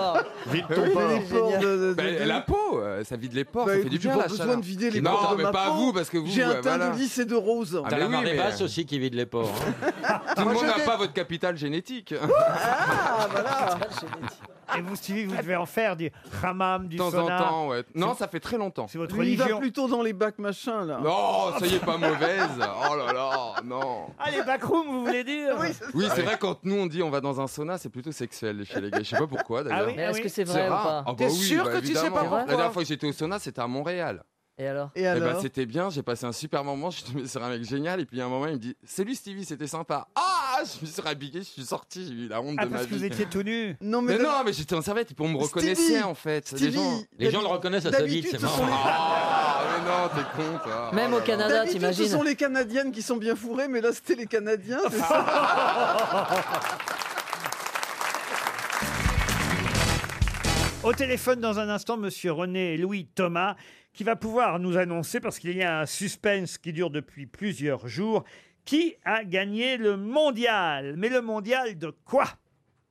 [SPEAKER 20] Vide
[SPEAKER 17] ton porc.
[SPEAKER 18] Les pores de- de- de-
[SPEAKER 20] La peau, euh, ça vide les pores,
[SPEAKER 18] Bah,
[SPEAKER 20] ça fait
[SPEAKER 18] écoute,
[SPEAKER 20] du bien
[SPEAKER 18] j'ai
[SPEAKER 20] la
[SPEAKER 18] pas besoin
[SPEAKER 20] chaleur.
[SPEAKER 18] de vider les
[SPEAKER 20] Non,
[SPEAKER 18] pores de
[SPEAKER 20] mais
[SPEAKER 18] ma
[SPEAKER 20] pas
[SPEAKER 18] peau.
[SPEAKER 20] vous, parce que vous.
[SPEAKER 18] J'ai un
[SPEAKER 20] euh,
[SPEAKER 18] teint
[SPEAKER 20] voilà.
[SPEAKER 18] de lisse et de rose.
[SPEAKER 20] Ah,
[SPEAKER 17] T'as
[SPEAKER 20] mais
[SPEAKER 17] la
[SPEAKER 20] oui,
[SPEAKER 17] marée
[SPEAKER 20] mais-
[SPEAKER 17] basse aussi qui vide les pores. hein.
[SPEAKER 20] Tout le
[SPEAKER 17] Moi,
[SPEAKER 20] monde
[SPEAKER 17] je
[SPEAKER 20] n'a
[SPEAKER 17] dé-
[SPEAKER 20] pas votre capital génétique.
[SPEAKER 18] Ah,
[SPEAKER 3] Et vous, Stevie, vous devez en faire du hammam, du
[SPEAKER 20] De temps
[SPEAKER 3] sauna.
[SPEAKER 20] en temps, ouais. Non,
[SPEAKER 3] C'est-
[SPEAKER 20] ça fait très longtemps.
[SPEAKER 3] C'est votre
[SPEAKER 18] Lui, il va
[SPEAKER 3] religion.
[SPEAKER 18] plutôt dans les bacs machin là.
[SPEAKER 20] Non, ça y est, pas mauvaise. Oh là là, non.
[SPEAKER 3] Ah, les backrooms, vous voulez dire
[SPEAKER 20] Oui,
[SPEAKER 17] Ah
[SPEAKER 20] c'est vrai, quand nous on dit on va dans un sauna, c'est plutôt sexuel chez les gays. Je sais pas pourquoi d'ailleurs.
[SPEAKER 25] Ah oui, Mais ah est-ce oui. que c'est vrai ou
[SPEAKER 20] rare.
[SPEAKER 25] pas
[SPEAKER 20] Ah bah
[SPEAKER 25] T'es
[SPEAKER 20] oui,
[SPEAKER 25] sûr
[SPEAKER 20] bah
[SPEAKER 25] que tu sais pas
[SPEAKER 20] évidemment.
[SPEAKER 25] pourquoi
[SPEAKER 20] La dernière fois que j'étais au sauna, c'était à Montréal.
[SPEAKER 25] Et alors
[SPEAKER 18] Et
[SPEAKER 20] Eh ben,
[SPEAKER 18] alors
[SPEAKER 20] c'était bien, j'ai passé un super moment, je suis tombé sur un mec génial, et puis à un moment il me dit Salut Stevie, c'était sympa. Ah Je me suis rabigué, je suis sorti, j'ai eu la honte
[SPEAKER 3] Ah,
[SPEAKER 20] de ma
[SPEAKER 3] parce
[SPEAKER 20] vie.
[SPEAKER 3] que vous étiez tout nu.
[SPEAKER 18] Non,
[SPEAKER 20] mais,
[SPEAKER 18] mais le-
[SPEAKER 20] non, mais j'étais en serviette, et puis on me reconnaissait en fait. les
[SPEAKER 18] Stevie,
[SPEAKER 20] gens,
[SPEAKER 17] Les gens le reconnaissent à sa bite, c'est marrant.
[SPEAKER 20] Ah, mais non, t'es con toi.
[SPEAKER 25] Même au
[SPEAKER 20] Oh là là.
[SPEAKER 25] Canada,
[SPEAKER 18] D'habitude,
[SPEAKER 25] t'imagines
[SPEAKER 18] Ce sont les Canadiennes qui sont bien fourrées, mais là c'était les Canadiens. c'est ça
[SPEAKER 3] Au téléphone dans un instant, Monsieur René Louis Thomas, qui va pouvoir nous annoncer, parce qu'il y a un suspense qui dure depuis plusieurs jours, qui a gagné le mondial. Mais le mondial de quoi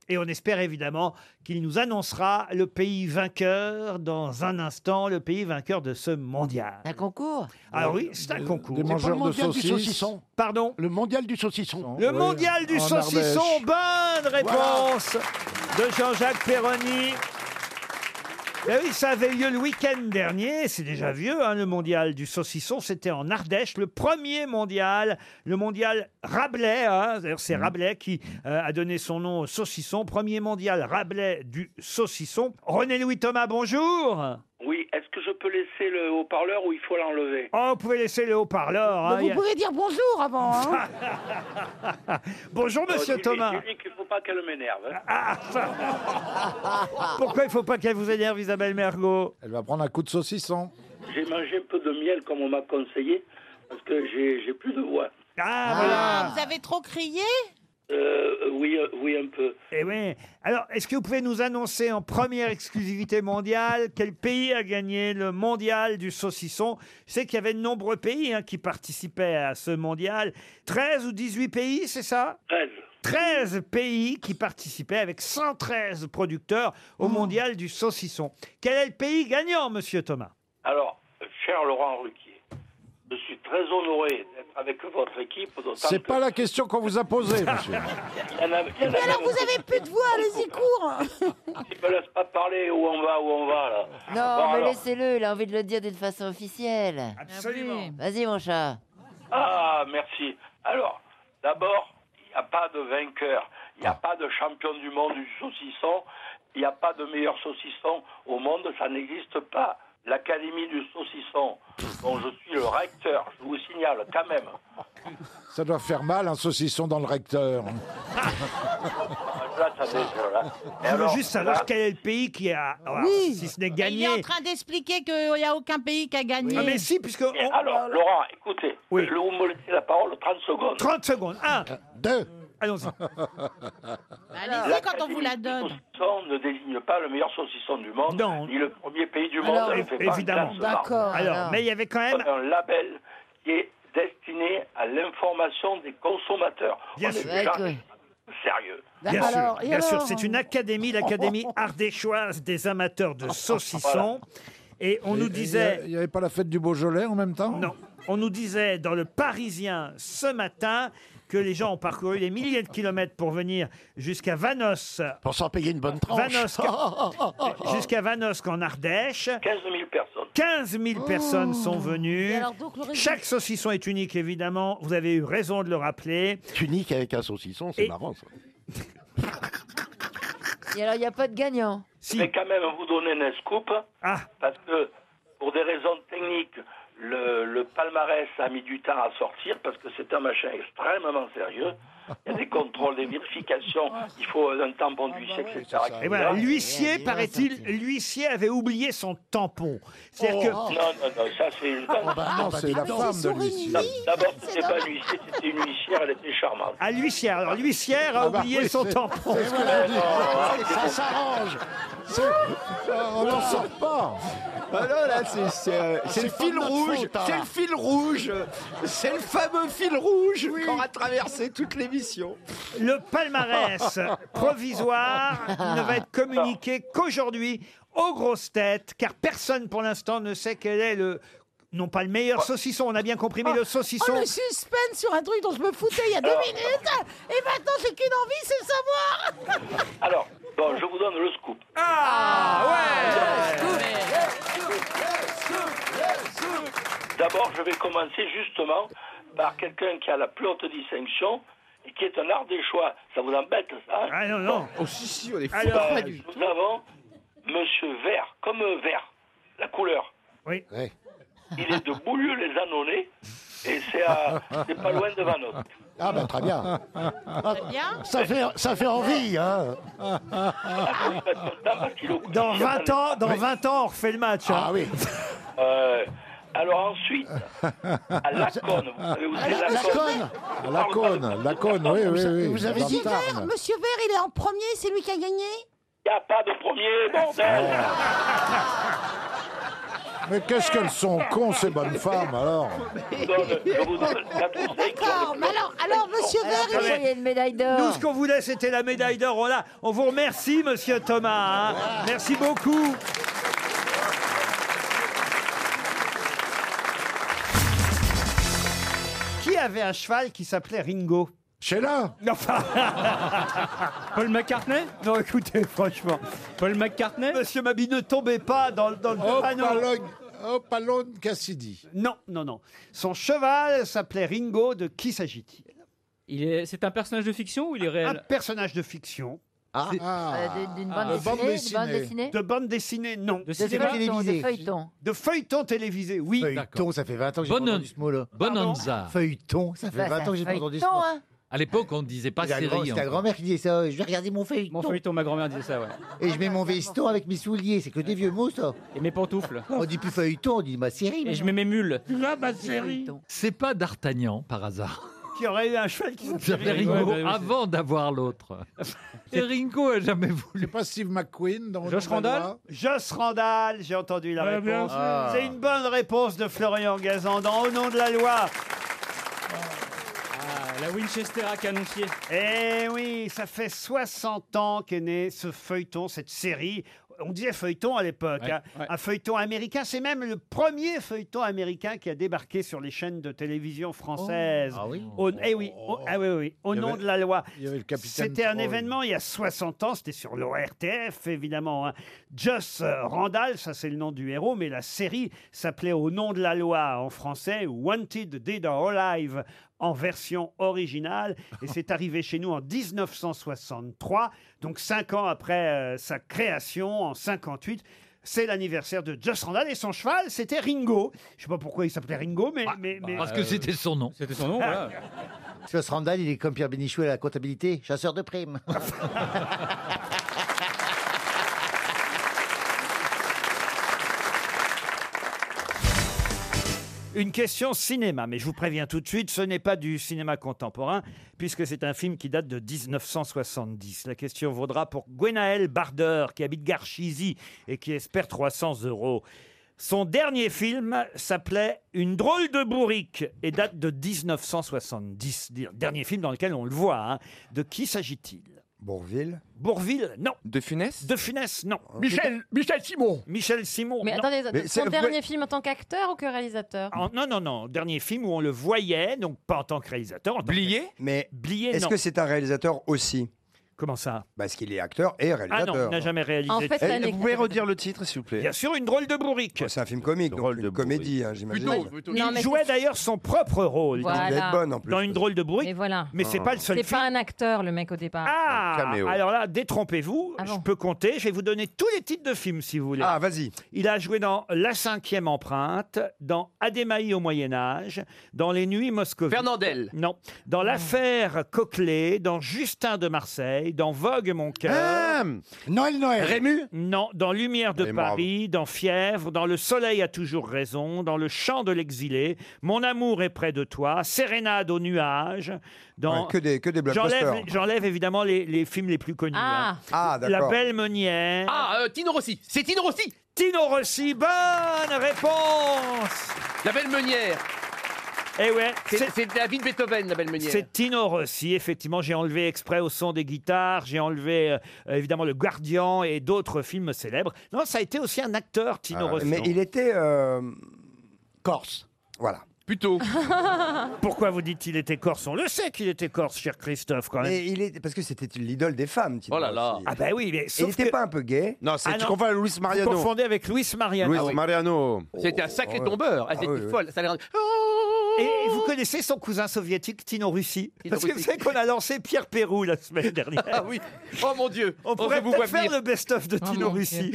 [SPEAKER 3] Et on espère évidemment qu'il nous annoncera le pays vainqueur dans un instant, le pays vainqueur de ce mondial.
[SPEAKER 19] Un concours
[SPEAKER 3] Alors oui, c'est un concours.
[SPEAKER 5] Euh, Des mangeurs de saucisses.
[SPEAKER 3] Pardon
[SPEAKER 5] Le mondial du saucisson.
[SPEAKER 3] Le mondial du saucisson, bonne réponse de Jean-Jacques Perroni. Ben oui, ça avait lieu le week-end dernier, c'est déjà vieux, hein, le mondial du saucisson, c'était en Ardèche, le premier mondial, le mondial Rabelais, hein. d'ailleurs c'est Rabelais qui euh, a donné son nom au saucisson, premier mondial Rabelais du saucisson. René-Louis Thomas, bonjour
[SPEAKER 26] Oui, est-ce que je peux laisser le haut-parleur ou il faut l'enlever
[SPEAKER 3] Oh, vous pouvez laisser le haut-parleur. hein, il y a-
[SPEAKER 26] dire bonjour avant.
[SPEAKER 27] hein.
[SPEAKER 3] Bonjour
[SPEAKER 26] Euh, Oh,
[SPEAKER 3] Monsieur Thomas Ah,
[SPEAKER 26] Je dis qu'il ne faut pas qu'elle m'énerve. hein.
[SPEAKER 3] Pourquoi il faut pas qu'elle vous énerve, Isabelle Mergot
[SPEAKER 5] Elle va prendre un coup de saucisson.
[SPEAKER 26] J'ai mangé un peu de miel comme on m'a conseillé parce que j'ai j'ai plus de voix.
[SPEAKER 3] Ah,
[SPEAKER 26] voilà.
[SPEAKER 28] Vous avez trop crié
[SPEAKER 26] Euh, oui, euh, oui, un peu.
[SPEAKER 3] Eh oui. Alors, est-ce que vous pouvez nous annoncer en première exclusivité mondiale quel pays a gagné le mondial du saucisson Je sais qu'il y avait de nombreux pays hein, qui participaient à ce mondial. 13 ou 18 pays, c'est ça
[SPEAKER 26] 13.
[SPEAKER 3] 13 pays qui participaient avec 113 producteurs
[SPEAKER 26] Oh.
[SPEAKER 3] au mondial du saucisson. Quel est le pays gagnant, monsieur Thomas
[SPEAKER 26] Alors, cher Laurent Ruquier, Je suis très honoré d'être avec votre équipe. d'autant
[SPEAKER 5] C'est
[SPEAKER 26] que-
[SPEAKER 5] pas la question qu'on vous a posée,
[SPEAKER 26] Il
[SPEAKER 5] monsieur.
[SPEAKER 26] y en a- il y en a même-
[SPEAKER 27] plus de voix, allez-y,
[SPEAKER 3] Oh,
[SPEAKER 27] cours
[SPEAKER 26] Ils me laissent pas parler où on va, où on va, là.
[SPEAKER 19] Non,
[SPEAKER 26] Bon,
[SPEAKER 19] mais
[SPEAKER 26] alors.
[SPEAKER 19] laissez-le, il a envie de le dire d'une façon officielle.
[SPEAKER 26] Absolument.
[SPEAKER 19] Vas-y, mon chat.
[SPEAKER 26] Ah, merci. Alors, d'abord, il n'y a pas de vainqueur. Il n'y a pas de champion du monde du saucisson. Il n'y a pas de meilleur saucisson au monde. Ça n'existe pas. L'Académie du saucisson, dont je suis le recteur, je vous signale quand même.
[SPEAKER 5] Ça doit faire mal, un saucisson dans le recteur.
[SPEAKER 26] Ah, Là, ça hein. dé- là. Et
[SPEAKER 3] Je veux
[SPEAKER 26] alors,
[SPEAKER 3] juste savoir
[SPEAKER 26] là,
[SPEAKER 3] quel est le pays qui a, alors, si ce n'est
[SPEAKER 27] Il est
[SPEAKER 3] gagné.
[SPEAKER 27] en train d'expliquer qu'il n'y a aucun pays qui a gagné.
[SPEAKER 3] Ah, mais si, puisque.
[SPEAKER 26] Mais alors, Laurent, écoutez,
[SPEAKER 3] Oui.
[SPEAKER 26] je vais vous me laisser la parole 30 secondes.
[SPEAKER 3] 30 secondes. 1,
[SPEAKER 5] Euh, 2.
[SPEAKER 3] Allons-y.
[SPEAKER 27] Bah, Allez-y quand on vous la donne.
[SPEAKER 26] Ah. saucisson ne désigne pas le meilleur saucisson du monde, ni le premier pays du monde.
[SPEAKER 3] Alors,
[SPEAKER 26] ne le fait pas
[SPEAKER 3] évidemment.
[SPEAKER 26] classement.
[SPEAKER 3] D'accord, Alors, alors. mais il y avait quand même-
[SPEAKER 26] un label qui est destiné à l'information des consommateurs.
[SPEAKER 3] Bien
[SPEAKER 26] On
[SPEAKER 3] sûr.
[SPEAKER 26] est déjà
[SPEAKER 3] Ouais,
[SPEAKER 26] sérieux.
[SPEAKER 3] Bien sûr, bien sûr. C'est une académie, l'Académie ardéchoise des amateurs de saucissons. Et on
[SPEAKER 5] Ah, Et-
[SPEAKER 3] nous
[SPEAKER 5] et
[SPEAKER 3] disait.
[SPEAKER 5] Il n'y avait pas la fête du Beaujolais en même temps
[SPEAKER 3] Non. On nous disait dans le Parisien ce matin que les gens ont parcouru des milliers de kilomètres pour venir jusqu'à Vanos. Pour s'en payer une bonne
[SPEAKER 1] tranche.
[SPEAKER 3] jusqu'à Vanosque en Ardèche.
[SPEAKER 26] 15 000 personnes.
[SPEAKER 3] 15 000 personnes
[SPEAKER 1] Oh.
[SPEAKER 3] sont venues. Chaque saucisson est unique, évidemment. Vous avez eu raison de le rappeler.
[SPEAKER 1] Unique avec un saucisson, c'est
[SPEAKER 3] Et-
[SPEAKER 1] marrant ça.
[SPEAKER 19] Et alors, il n'y a pas de gagnant.
[SPEAKER 3] Si. Ah.
[SPEAKER 26] Mais quand même, vous donnez un scoop. Parce que, pour des raisons techniques, le, le palmarès a mis du temps à sortir parce que c'est un machin extrêmement sérieux. Il y a des contrôles, des vérifications, il faut un tampon d'huissier,
[SPEAKER 3] Ah,
[SPEAKER 26] etc.
[SPEAKER 3] Et voilà, Eh ben, l'huissier, paraît-il, l'huissier avait oublié son tampon.
[SPEAKER 26] Oh. Non,
[SPEAKER 1] Oh.
[SPEAKER 3] C'est-à-dire que.
[SPEAKER 26] non, non, ça c'est une.
[SPEAKER 3] Oh, bah non, c'est la Ah, mais femme c'est de l'huissier. Sourigny,
[SPEAKER 26] D'abord, c'était pas un huissier, c'était une huissière, elle était charmante.
[SPEAKER 3] À l'huissière. Alors, l'huissière a
[SPEAKER 26] Ah bah
[SPEAKER 3] oublié
[SPEAKER 26] oui,
[SPEAKER 3] son
[SPEAKER 26] c'est-
[SPEAKER 3] tampon.
[SPEAKER 26] c'est ce que j'ai dit.
[SPEAKER 1] Ça s'arrange. C'est- euh, on n'en sort pas. Ah non, là, c'est- c'est euh,
[SPEAKER 18] Ah,
[SPEAKER 1] c'est le
[SPEAKER 18] c'est pas
[SPEAKER 1] fil
[SPEAKER 18] de notre
[SPEAKER 1] rouge.
[SPEAKER 18] faute, hein.
[SPEAKER 1] C'est le fil rouge. C'est le fameux fil rouge qu'on a traversé toute l'émission.
[SPEAKER 3] Le palmarès provisoire ne va être communiqué qu'aujourd'hui aux grosses têtes, car personne pour l'instant ne sait quel est le. Non pas le meilleur saucisson, on a bien compris,
[SPEAKER 13] Ah.
[SPEAKER 3] mais le saucisson. Ah.
[SPEAKER 27] Oh, le suspense sur un truc dont je me foutais il y a deux minutes Et maintenant, j'ai qu'une envie, c'est de savoir
[SPEAKER 26] Alors, bon, je vous donne le scoop.
[SPEAKER 3] Ah,
[SPEAKER 26] D'abord, je vais commencer justement par quelqu'un qui a la plus haute distinction et qui est un art des choix. Ça vous embête, ça hein
[SPEAKER 3] Ah non, non.
[SPEAKER 26] Oh, si, si, on
[SPEAKER 3] est fous, Alors- pas du
[SPEAKER 26] Nous avons Monsieur Vert, comme Vert, la couleur.
[SPEAKER 3] Oui.
[SPEAKER 26] Il est de Boulieu-les-Annonais et c'est à- c'est pas loin de Vanotte.
[SPEAKER 1] Ah bah très bien.
[SPEAKER 26] bien.
[SPEAKER 1] Ça fait ça fait envie hein.
[SPEAKER 26] Ah,
[SPEAKER 3] Dans 20 ans, dans 20 ans, on refait le match. Ah oui.
[SPEAKER 26] Euh, alors ensuite, à Laconne, vous savez où
[SPEAKER 1] Ah,
[SPEAKER 26] c'est
[SPEAKER 1] la-
[SPEAKER 26] Laconne
[SPEAKER 1] Laconne.
[SPEAKER 5] Ah, La cône, la cône, oui, oui, oui.
[SPEAKER 26] Vous avez
[SPEAKER 5] Dans
[SPEAKER 26] dit-
[SPEAKER 5] le Tarn.
[SPEAKER 27] Monsieur Vert, il est en premier, c'est lui qui a gagné
[SPEAKER 26] Il n'y a pas de premier, bordel
[SPEAKER 3] Ah.
[SPEAKER 5] Mais qu'est-ce qu'elles sont cons, ces bonnes femmes, alors
[SPEAKER 27] D'accord, mais alors, alors monsieur Vert, il est...
[SPEAKER 19] une médaille
[SPEAKER 3] Nous,
[SPEAKER 19] d'or.
[SPEAKER 3] ce qu'on voulait, c'était la médaille d'or. On l'a. On vous remercie, monsieur Thomas. hein. Merci beaucoup. Qui avait un cheval qui s'appelait Ringo
[SPEAKER 5] Sheila
[SPEAKER 3] Enfin Paul McCartney Non, écoutez, franchement. Paul McCartney Monsieur Mabi, ne tombez pas dans, le- dans le panneau.
[SPEAKER 5] Opalone, Opalone Cassidy.
[SPEAKER 3] Non, non, non. Son cheval s'appelait Ringo. De qui s'agit-il
[SPEAKER 12] Il est- C'est un personnage de fiction ou il est
[SPEAKER 3] Un
[SPEAKER 12] réel
[SPEAKER 3] personnage de fiction.
[SPEAKER 5] Ah,
[SPEAKER 12] C'est-
[SPEAKER 19] Euh, d'une- d'une bande Ah, dessinée, bande d'une bande dessinée. dessinée
[SPEAKER 3] De bande dessinée, non.
[SPEAKER 19] De cinéma feuilleton, télévisé. de feuilleton.
[SPEAKER 3] De feuilleton télévisé, oui.
[SPEAKER 8] Feuilleton, ça fait 20 ans que j'ai pas
[SPEAKER 6] Bonan-
[SPEAKER 8] entendu ce mot-là.
[SPEAKER 6] Bonanza.
[SPEAKER 8] Feuilleton, ça fait
[SPEAKER 6] Bah,
[SPEAKER 8] 20 ans que j'ai pas entendu ce mot.
[SPEAKER 13] hein.
[SPEAKER 6] À l'époque, on ne disait pas
[SPEAKER 8] C'est la
[SPEAKER 6] série. hein.
[SPEAKER 8] grand- c'est la grand-mère qui disait ça. Je vais regarder mon feuilleton.
[SPEAKER 12] Mon feuilleton, ma grand-mère disait ça, ouais.
[SPEAKER 8] Et je mets mon veston avec mes souliers. C'est que des vieux mots, ça.
[SPEAKER 12] Et mes pantoufles.
[SPEAKER 8] On dit plus feuilleton, on dit ma série.
[SPEAKER 12] Et je mets mes mules.
[SPEAKER 8] Ah,
[SPEAKER 16] Là,
[SPEAKER 8] bah,
[SPEAKER 16] ma série.
[SPEAKER 6] C'est pas D'Artagnan, par hasard.
[SPEAKER 3] Qui aurait eu un cheval qui
[SPEAKER 6] J'avais Ringo
[SPEAKER 3] bah
[SPEAKER 6] avant d'avoir l'autre. Et Ringo a jamais voulu.
[SPEAKER 5] C'est pas Steve McQueen dans
[SPEAKER 3] Josh
[SPEAKER 5] dans la
[SPEAKER 3] Randall
[SPEAKER 5] loi
[SPEAKER 3] Joss Randall, j'ai entendu la
[SPEAKER 5] Ouais, bien
[SPEAKER 3] réponse.
[SPEAKER 5] sûr. Ah.
[SPEAKER 3] C'est une bonne réponse de Florian Gazan dans Au nom de la loi.
[SPEAKER 1] Ah,
[SPEAKER 12] la Winchester à canoncier.
[SPEAKER 3] Eh oui, ça fait 60 ans qu'est né ce feuilleton, cette série. on disait feuilleton à l'époque, hein, un feuilleton américain. C'est même le premier feuilleton américain qui a débarqué sur les chaînes de télévision françaises.
[SPEAKER 1] Ah oui Oh.
[SPEAKER 3] Au, eh oui, au- ah oui, oui, oui, au
[SPEAKER 1] Il y
[SPEAKER 3] nom
[SPEAKER 1] avait-
[SPEAKER 3] de la loi.
[SPEAKER 1] il y avait le capitaine
[SPEAKER 3] C'était un
[SPEAKER 1] Troll.
[SPEAKER 3] événement il y a 60 ans, c'était sur l'ORTF évidemment. hein. Joss euh, Randall, ça c'est le nom du héros, mais la série s'appelait Au nom de la loi en français, Wanted Dead or Alive en version originale, et c'est arrivé chez nous en 1963, donc cinq ans après euh, sa création en 58. C'est l'anniversaire de Joss Randall et son cheval, c'était Ringo. Je sais pas pourquoi il s'appelait Ringo, mais, mais- mais-
[SPEAKER 8] Ah, bah, parce que c'était
[SPEAKER 6] son nom.
[SPEAKER 8] C'était
[SPEAKER 3] son nom, voilà.
[SPEAKER 8] Joss Randall, Euh, il est comme Pierre Bénichou à la comptabilité, chasseur de primes.
[SPEAKER 3] Une question cinéma, mais je vous préviens tout de suite, ce n'est pas du cinéma contemporain, puisque c'est un film qui date de 1970. La question vaudra pour Gwenaël Barder, qui habite Garchizy et qui espère 300 euros. Son dernier film s'appelait Une drôle de bourrique et date de 1970. Dire- Dernier film dans lequel on le voit. hein. De qui s'agit-il Bourville Bourville, non. De Funès De Funès, non.
[SPEAKER 4] Michel-
[SPEAKER 3] Michel Simon Michel Simon.
[SPEAKER 4] Mais
[SPEAKER 3] non.
[SPEAKER 4] attendez, attendez, son dernier film en tant qu'acteur ou que réalisateur
[SPEAKER 3] En- non, non, non. Dernier film où on le voyait, donc pas en tant que réalisateur. Blié
[SPEAKER 14] Mais
[SPEAKER 3] Blié,
[SPEAKER 14] est-ce
[SPEAKER 3] non.
[SPEAKER 14] que c'est un réalisateur aussi
[SPEAKER 3] Comment ça
[SPEAKER 14] Parce qu'il est acteur et
[SPEAKER 3] Ah
[SPEAKER 14] réalisateur.
[SPEAKER 3] non, il n'a jamais réalisé. de film.
[SPEAKER 14] Eh, redire le titre, s'il vous plaît Bien
[SPEAKER 3] sûr, une drôle de bourrique.
[SPEAKER 14] C'est un film comique, donc une comédie, hein, j'imagine.
[SPEAKER 4] Non, mais
[SPEAKER 3] il jouait d'ailleurs son propre rôle
[SPEAKER 4] Voilà.
[SPEAKER 3] dans-
[SPEAKER 4] Il devait être bonne, en
[SPEAKER 3] dans une drôle de bruit.
[SPEAKER 4] Mais voilà.
[SPEAKER 3] Mais c'est pas le seul
[SPEAKER 4] C'est
[SPEAKER 3] film.
[SPEAKER 4] pas un acteur, le mec, au départ.
[SPEAKER 3] Ah, alors là, détrompez-vous, je peux compter, je vais vous donner tous les titres de films si vous voulez. Ah,
[SPEAKER 14] vas-y.
[SPEAKER 3] Il a joué dans La cinquième empreinte, dans Adémaï au Moyen-Âge, dans Les Nuits Moscovites. Fernandel. Non. Dans L'affaire Coquelet, dans Justin de Marseille, dans Vogue mon cœur.
[SPEAKER 14] Ah,
[SPEAKER 3] Noël Noël. Rému Non, dans Lumière de
[SPEAKER 1] Elle est marrante.
[SPEAKER 3] Paris, dans Fièvre, dans Le Soleil a toujours raison, dans Le Chant de l'exilé, Mon amour est près de toi, Sérénade aux nuages, dans...
[SPEAKER 14] Ouais, que des- que des
[SPEAKER 3] J'enlève,
[SPEAKER 14] blockbusters.
[SPEAKER 3] j'enlève évidemment les, les films les plus connus.
[SPEAKER 14] Ah.
[SPEAKER 3] hein.
[SPEAKER 14] Ah,
[SPEAKER 3] La
[SPEAKER 14] d'accord.
[SPEAKER 3] Belle Meunière.
[SPEAKER 15] Ah, euh, Tino Rossi. C'est Tino Rossi.
[SPEAKER 3] Tino Rossi, bonne réponse
[SPEAKER 15] La belle meunière.
[SPEAKER 3] Eh ouais.
[SPEAKER 15] C'est c'est la vie de Beethoven, la belle meunière.
[SPEAKER 3] C'est Tino Rossi, effectivement. J'ai enlevé exprès au son des guitares, j'ai enlevé euh, évidemment Le Guardian et d'autres films célèbres. Non, ça a été aussi un acteur, Tino Rossi.
[SPEAKER 14] Ah Mais il était euh,
[SPEAKER 3] corse.
[SPEAKER 14] Voilà.
[SPEAKER 3] Plutôt. Pourquoi vous dites qu'il était corse On le sait qu'il était corse, cher Christophe, quand même.
[SPEAKER 14] Mais il est parce que c'était l'idole des femmes. Tino
[SPEAKER 3] Oh là là.
[SPEAKER 14] Rossi.
[SPEAKER 3] Ah bah oui, mais
[SPEAKER 14] Et il
[SPEAKER 3] sauf
[SPEAKER 14] n'était
[SPEAKER 3] que-
[SPEAKER 14] pas un peu gay
[SPEAKER 3] Non, c'est- Ah tu non. confonds avec Luis Vous Mariano. confondez avec Luis Mariano.
[SPEAKER 21] Luis
[SPEAKER 3] Ah oui.
[SPEAKER 21] Mariano.
[SPEAKER 15] C'était un sacré
[SPEAKER 14] Oh,
[SPEAKER 15] tombeur. Elle
[SPEAKER 3] Ah
[SPEAKER 15] était
[SPEAKER 3] oui, oui.
[SPEAKER 15] folle. Ça a l'air-
[SPEAKER 3] Et vous connaissez son cousin soviétique, Tino Russi Parce que vous savez qu'on a lancé Pierre Pérou la semaine dernière.
[SPEAKER 15] Ah oui. Oh mon Dieu.
[SPEAKER 3] On pourrait
[SPEAKER 15] vous
[SPEAKER 3] peut-être
[SPEAKER 15] voir
[SPEAKER 3] faire
[SPEAKER 15] venir.
[SPEAKER 3] le best-of de Tino Russi.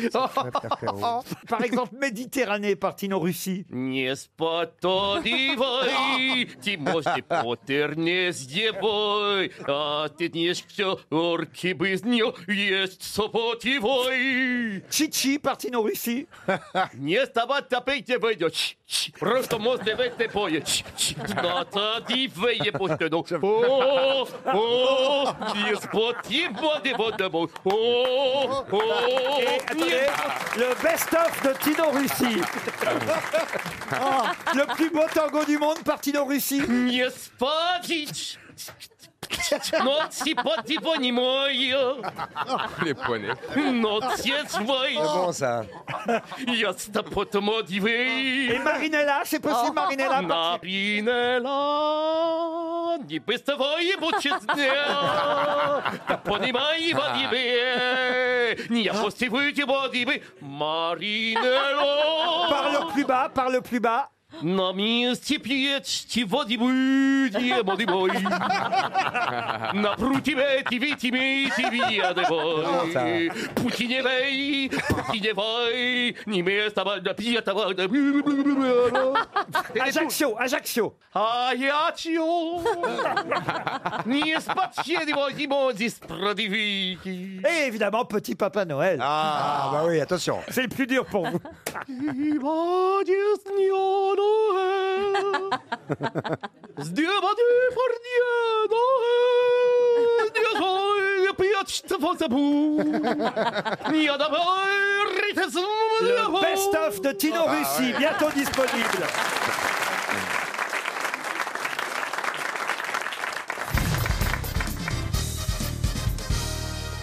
[SPEAKER 3] Par exemple, Méditerranée par Tino Russi.
[SPEAKER 15] N'est-ce pas то дивай, ты можешь потерне с девой, а ты не все орки бы с нее есть сопотевой.
[SPEAKER 3] Чичи parti на Руси.
[SPEAKER 15] Не с тобой топей не выйдешь. Просто мост не выйдет не поешь. Да-то дивее пустыну. О, о, не с потево не водому. О, о,
[SPEAKER 3] Et, attendez, le best-of de Tino Russi. Oh, le plus beau tango du monde par Tino Russi.
[SPEAKER 15] Не спать. Ночи потево Ну, а не мое.
[SPEAKER 21] Les poignets.
[SPEAKER 15] Non, tiens, voyons.
[SPEAKER 14] C'est Ah bon, ça.
[SPEAKER 15] Yasta potomo divi.
[SPEAKER 3] Et Marinella, c'est
[SPEAKER 15] Ah.
[SPEAKER 3] possible, Marinella, parce
[SPEAKER 15] Marinella, не приставай ему честня. Да понимай его тебе. Не я постивую его тебе. Маринелло.
[SPEAKER 3] Par le plus bas, par le plus bas.
[SPEAKER 15] На месте пьечти води будет, моди бой.
[SPEAKER 7] Ah,
[SPEAKER 15] Напру тебе, тебе, тебе, тебе, я девой. Пути не вей, пути не вей, не место вода, пьета вода.
[SPEAKER 3] Ajaccio, Ajaccio.
[SPEAKER 15] Ajaccio. Не спать, не води, моди, спродивики.
[SPEAKER 3] Et évidemment, Petit Papa Noël.
[SPEAKER 14] Ah, bah oui, attention.
[SPEAKER 3] C'est le plus dur pour vous. Le best-of de Tino
[SPEAKER 15] Ah,
[SPEAKER 3] Russi,
[SPEAKER 15] ouais.
[SPEAKER 3] bientôt disponible.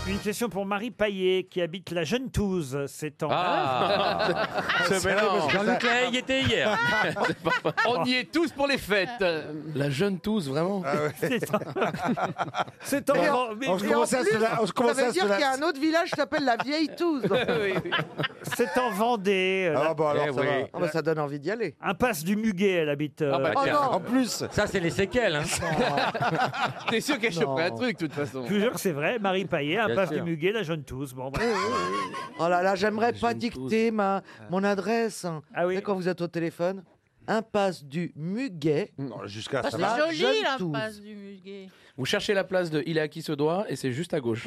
[SPEAKER 3] Une question pour Marie Paillet qui habite la Jeune Touze, c'est en.
[SPEAKER 17] Ah.
[SPEAKER 15] C'est
[SPEAKER 17] mélange. Jean-Luc Lahaye y était hier.
[SPEAKER 15] On y est tous pour les fêtes.
[SPEAKER 3] La Jeune Touze, vraiment C'est en. C'est en.
[SPEAKER 7] Et Ah en-
[SPEAKER 3] mais-
[SPEAKER 7] et en plus, Ça veut dire qu'il y a un autre village qui s'appelle la Vieille Touze.
[SPEAKER 3] C'est en Vendée. euh,
[SPEAKER 7] Ah
[SPEAKER 3] la-
[SPEAKER 7] bah, ça donne envie d'y aller.
[SPEAKER 3] Impasse du Muguet, elle habite. euh,
[SPEAKER 7] bah, Oh tiens. non. En
[SPEAKER 3] plus.
[SPEAKER 17] Ça, c'est les séquelles.
[SPEAKER 15] T'es sûr qu'elle
[SPEAKER 3] Non.
[SPEAKER 15] choperait un truc, de toute façon.
[SPEAKER 3] Toujours que c'est vrai, Marie Paillet,
[SPEAKER 15] Bien
[SPEAKER 3] Impasse
[SPEAKER 15] sûr.
[SPEAKER 3] du Muguet, la Jeune Touze. Bon, voilà.
[SPEAKER 7] Oh là là, j'aimerais pas dicter ma, mon adresse. Ah oui. Quand vous êtes au téléphone, impasse du Muguet.
[SPEAKER 22] jusqu'à
[SPEAKER 7] ça va.
[SPEAKER 22] c'est joli
[SPEAKER 7] Jeune Toulouse.
[SPEAKER 22] l'impasse du Muguet.
[SPEAKER 3] Vous cherchez la place de Il est à qui se doit et c'est juste à gauche.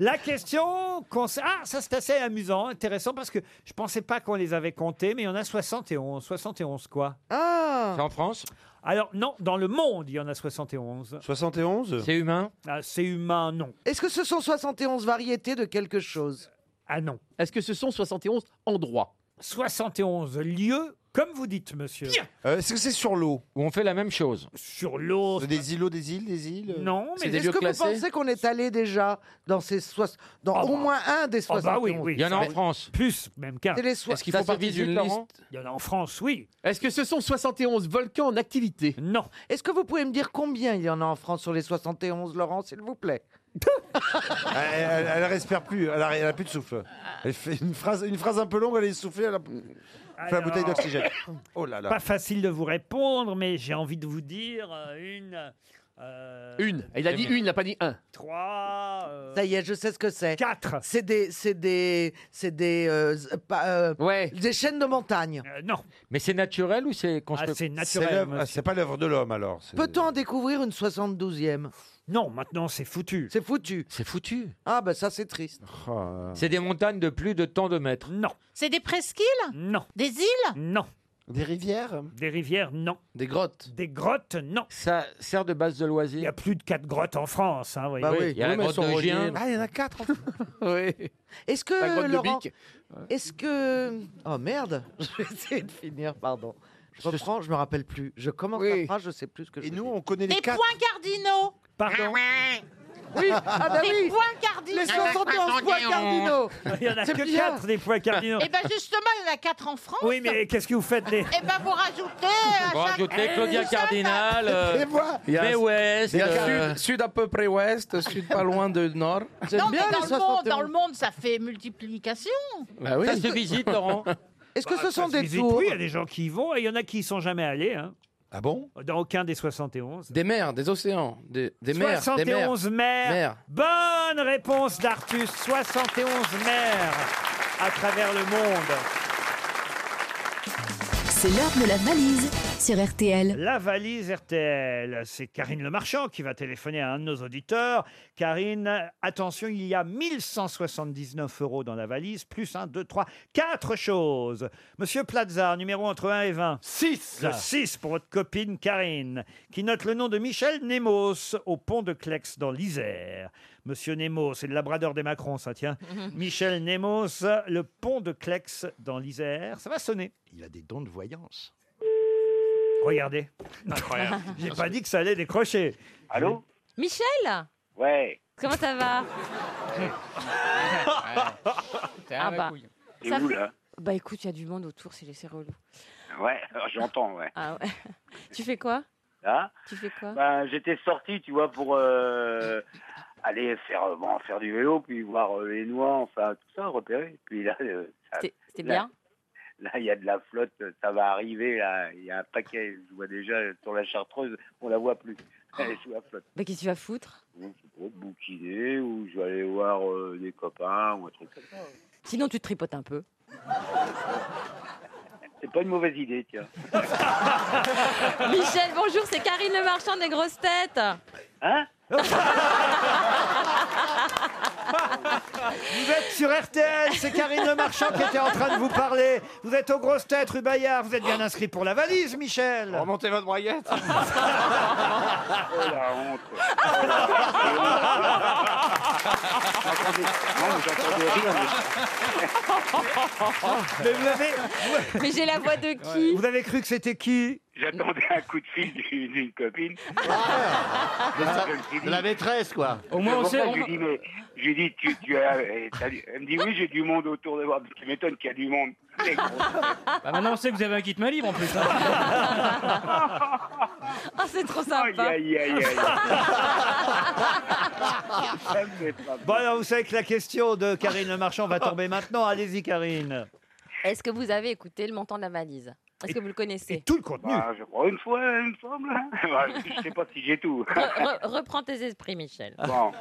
[SPEAKER 3] la question. concer- Ah, ça c'est assez amusant, intéressant parce que je pensais pas qu'on les avait comptés, mais il y en a 71. 71 quoi
[SPEAKER 7] Ah
[SPEAKER 3] C'est en France Alors non, dans le monde il y en a 71.
[SPEAKER 21] 71
[SPEAKER 3] C'est humain Ah, C'est humain, non.
[SPEAKER 7] Est-ce que ce sont 71 variétés de quelque chose
[SPEAKER 3] Ah non.
[SPEAKER 7] Est-ce que ce sont 71 endroits
[SPEAKER 3] 71 lieux, comme vous dites, monsieur.
[SPEAKER 21] Euh, Est-ce que c'est sur l'eau
[SPEAKER 17] Où on fait la même chose
[SPEAKER 3] Sur l'eau.
[SPEAKER 21] Des îlots, des îles, des îles euh,
[SPEAKER 3] Non,
[SPEAKER 7] Mais Est-ce que vous pensez qu'on est allé déjà dans, ces soix- dans au moins un des
[SPEAKER 3] Oh, Ah
[SPEAKER 7] 71
[SPEAKER 3] bah
[SPEAKER 17] Il y en a en France.
[SPEAKER 3] Plus, même qu'un.
[SPEAKER 7] C'est les soix- Est-ce qu'il faut partir d'une liste
[SPEAKER 3] Il y en a en France, oui.
[SPEAKER 7] Est-ce que ce sont 71 volcans en activité
[SPEAKER 3] Non.
[SPEAKER 7] Est-ce que vous pouvez me dire combien il y en a en France sur les 71, Laurent, s'il vous plaît
[SPEAKER 21] Elle, Ah, elle- elle respire plus, elle a, elle a plus de souffle. Elle fait une phrase, une phrase un peu longue, elle est soufflée, elle a elle fait la
[SPEAKER 3] Alors-
[SPEAKER 21] bouteille d'oxygène. Oh là là.
[SPEAKER 3] Pas facile de vous répondre, mais j'ai envie de vous dire euh, une. euh,
[SPEAKER 15] Une. Il a dit une, il n'a pas dit un.
[SPEAKER 3] Trois. euh,
[SPEAKER 7] Ça y est, je sais ce que c'est.
[SPEAKER 3] 4
[SPEAKER 7] C'est des, c'est des, c'est des, euh, z- pas, euh, des chaînes de montagne.
[SPEAKER 3] Euh, non.
[SPEAKER 17] Mais c'est naturel ou c'est construit
[SPEAKER 3] c'est
[SPEAKER 21] C'est l'œuvre- ah, C'est pas l'œuvre de l'homme alors. c'est-
[SPEAKER 7] Peut-on en découvrir une 72e
[SPEAKER 3] Non, maintenant c'est foutu.
[SPEAKER 7] C'est foutu.
[SPEAKER 17] C'est foutu.
[SPEAKER 7] Ah bah ça c'est triste.
[SPEAKER 15] Oh.
[SPEAKER 21] Ah,
[SPEAKER 17] Ah. C'est des montagnes de plus de tant de mètres.
[SPEAKER 3] Non.
[SPEAKER 22] C'est des presqu'îles
[SPEAKER 3] Non.
[SPEAKER 22] Des îles
[SPEAKER 3] Non.
[SPEAKER 21] Des rivières
[SPEAKER 3] Des rivières, non.
[SPEAKER 17] Des grottes
[SPEAKER 3] Des grottes, non.
[SPEAKER 17] Ça sert de base de loisirs. Il y
[SPEAKER 3] a plus de quatre grottes en France. Hein, vous
[SPEAKER 17] Bah
[SPEAKER 3] voyez.
[SPEAKER 17] oui, Il y a oui, la mais grotte elles sont de reliées. Gien.
[SPEAKER 21] Ah, il y en a quatre.
[SPEAKER 7] oui. Est-ce que
[SPEAKER 21] La grotte de
[SPEAKER 7] Laurent,
[SPEAKER 21] Bic.
[SPEAKER 7] est-ce que oh merde, je vais essayer de finir, pardon. Je reprends, je me rappelle plus. Je commence la phrase, je sais plus ce que je Et nous,
[SPEAKER 21] on connaît
[SPEAKER 22] Des points cardinaux
[SPEAKER 7] Ah
[SPEAKER 3] Pardon
[SPEAKER 7] Oui, ah bah
[SPEAKER 22] Des
[SPEAKER 7] oui.
[SPEAKER 22] points cardinaux
[SPEAKER 7] Les 71 points cardinaux.
[SPEAKER 3] Il y en a
[SPEAKER 7] C'est
[SPEAKER 3] que
[SPEAKER 7] bien.
[SPEAKER 3] quatre des points cardinaux.
[SPEAKER 13] Eh
[SPEAKER 28] Eh
[SPEAKER 13] ben,
[SPEAKER 28] ben,
[SPEAKER 22] Et bien justement, il y en a 4 en France.
[SPEAKER 3] Oui, mais qu'est-ce que vous faites les
[SPEAKER 22] Et bien vous rajoutez. à
[SPEAKER 17] Vous
[SPEAKER 22] chaque-
[SPEAKER 28] euh, Eh,
[SPEAKER 17] rajoutez Claudia
[SPEAKER 22] Tout ça,
[SPEAKER 17] Cardinal, euh,
[SPEAKER 22] t'as-
[SPEAKER 17] Il y a- Mais ouest,
[SPEAKER 22] Il y a
[SPEAKER 17] euh,
[SPEAKER 22] sud-
[SPEAKER 2] Sud à peu près ouest, sud pas loin de nord.
[SPEAKER 22] Non, mais dans le, monde, dans le monde, ça fait multiplication.
[SPEAKER 17] Bah oui. Ça se visite, Laurent.
[SPEAKER 7] Est-ce que
[SPEAKER 3] Bah,
[SPEAKER 7] ce sont
[SPEAKER 3] ça se
[SPEAKER 7] des
[SPEAKER 3] visite,
[SPEAKER 7] tours
[SPEAKER 3] Oui, il y a des gens qui y vont et il y en a qui y sont jamais allés. hein.
[SPEAKER 21] Ah bon
[SPEAKER 3] Dans aucun des 71.
[SPEAKER 2] Des mers, des océans, des, des mers. des mers.
[SPEAKER 3] 71 mers.
[SPEAKER 2] Mers.
[SPEAKER 3] Bonne réponse d'Artus. 71 mers à travers le monde.
[SPEAKER 23] C'est l'heure de la valise sur RTL.
[SPEAKER 3] La valise RTL. C'est Karine Le Marchand qui va téléphoner à un de nos auditeurs. Karine, attention, il y a 1179 euros dans la valise, plus 1, 2, 3, 4 choses. Monsieur Plaza, numéro entre 1 et 20. 6. 6 pour votre copine Karine, qui note le nom de Michel Nemos au pont de Clex dans l'Isère. Monsieur Nemos, c'est le labrador des Macrons, ça tient. Michel Nemos, le pont de Clex dans l'Isère. Ça va sonner.
[SPEAKER 8] Il a des dons de voyance.
[SPEAKER 3] Regardez. Incroyable. J'ai pas dit que ça allait décrocher. Allô
[SPEAKER 28] Michel
[SPEAKER 3] Ouais.
[SPEAKER 28] Comment ça va
[SPEAKER 29] Ah bah. T'es
[SPEAKER 28] Ça
[SPEAKER 29] où,
[SPEAKER 28] fait-
[SPEAKER 29] là
[SPEAKER 28] Bah écoute, il y a du monde autour, c'est c'est relou.
[SPEAKER 29] Ouais, j'entends, ouais.
[SPEAKER 28] Ah ouais. tu fais quoi
[SPEAKER 29] Là,
[SPEAKER 28] Tu fais quoi
[SPEAKER 29] Hein ben, j'étais sorti, tu vois, pour euh, aller faire, euh, bon, faire du vélo, puis voir euh, les noix, enfin, tout ça, repérer. Puis là, euh, ça-
[SPEAKER 28] C'était
[SPEAKER 29] là-
[SPEAKER 28] bien
[SPEAKER 29] Là, il y a de la flotte, ça va arriver, là. Il y a un paquet, je vois déjà euh, sur la chartreuse, on la voit plus. Elle est sous la flotte.
[SPEAKER 28] Bah qu'est-ce que tu vas foutre
[SPEAKER 29] Bon, je sais pas, bouquiner, ou je vais aller voir euh, des copains, ou un truc comme ça.
[SPEAKER 28] Sinon tu te tripotes un peu.
[SPEAKER 29] C'est pas une mauvaise idée, tiens.
[SPEAKER 28] Michel, bonjour, c'est Karine Le Marchand des grosses têtes.
[SPEAKER 29] Hein
[SPEAKER 3] Vous êtes sur RTL, c'est Karine Le Marchand qui était en train de vous parler. Vous êtes aux grosses têtes, rue Bayard. Vous êtes bien inscrit pour la valise, Michel. Ah,
[SPEAKER 2] Remontez votre braguette.
[SPEAKER 29] Oh la honte. Attendez. Non, mais j'entendais rien.
[SPEAKER 3] Mais vous avez.
[SPEAKER 28] Mais j'ai la voix de qui
[SPEAKER 3] Vous avez cru que c'était qui
[SPEAKER 29] J'attendais un coup de fil d'une d'une copine. Je me suis dit-
[SPEAKER 8] maîtresse, quoi.
[SPEAKER 29] Au moins, on sait. Je lui dis, mais, je lui dis, tu, tu as, eh, t'as du- elle me dit, oui, j'ai du monde autour de moi. Tu m'étonnes qu'il y a du monde. Les gros.
[SPEAKER 12] Bah, maintenant, on sait que vous avez un kit main libre en plus. hein.
[SPEAKER 28] Ah, c'est trop sympa.
[SPEAKER 29] Aïe, aïe, aïe.
[SPEAKER 3] Bon, alors vous savez que la question de Karine Le Marchand va tomber maintenant. Allez-y, Karine.
[SPEAKER 28] Est-ce que vous avez écouté le montant de la valise Est-ce que vous le connaissez
[SPEAKER 3] Tout le contenu.
[SPEAKER 29] Bah, je crois une fois, il me semble. Bah, je sais pas si j'ai tout.
[SPEAKER 28] Re- re- Reprends tes esprits, Michel.
[SPEAKER 29] Bon.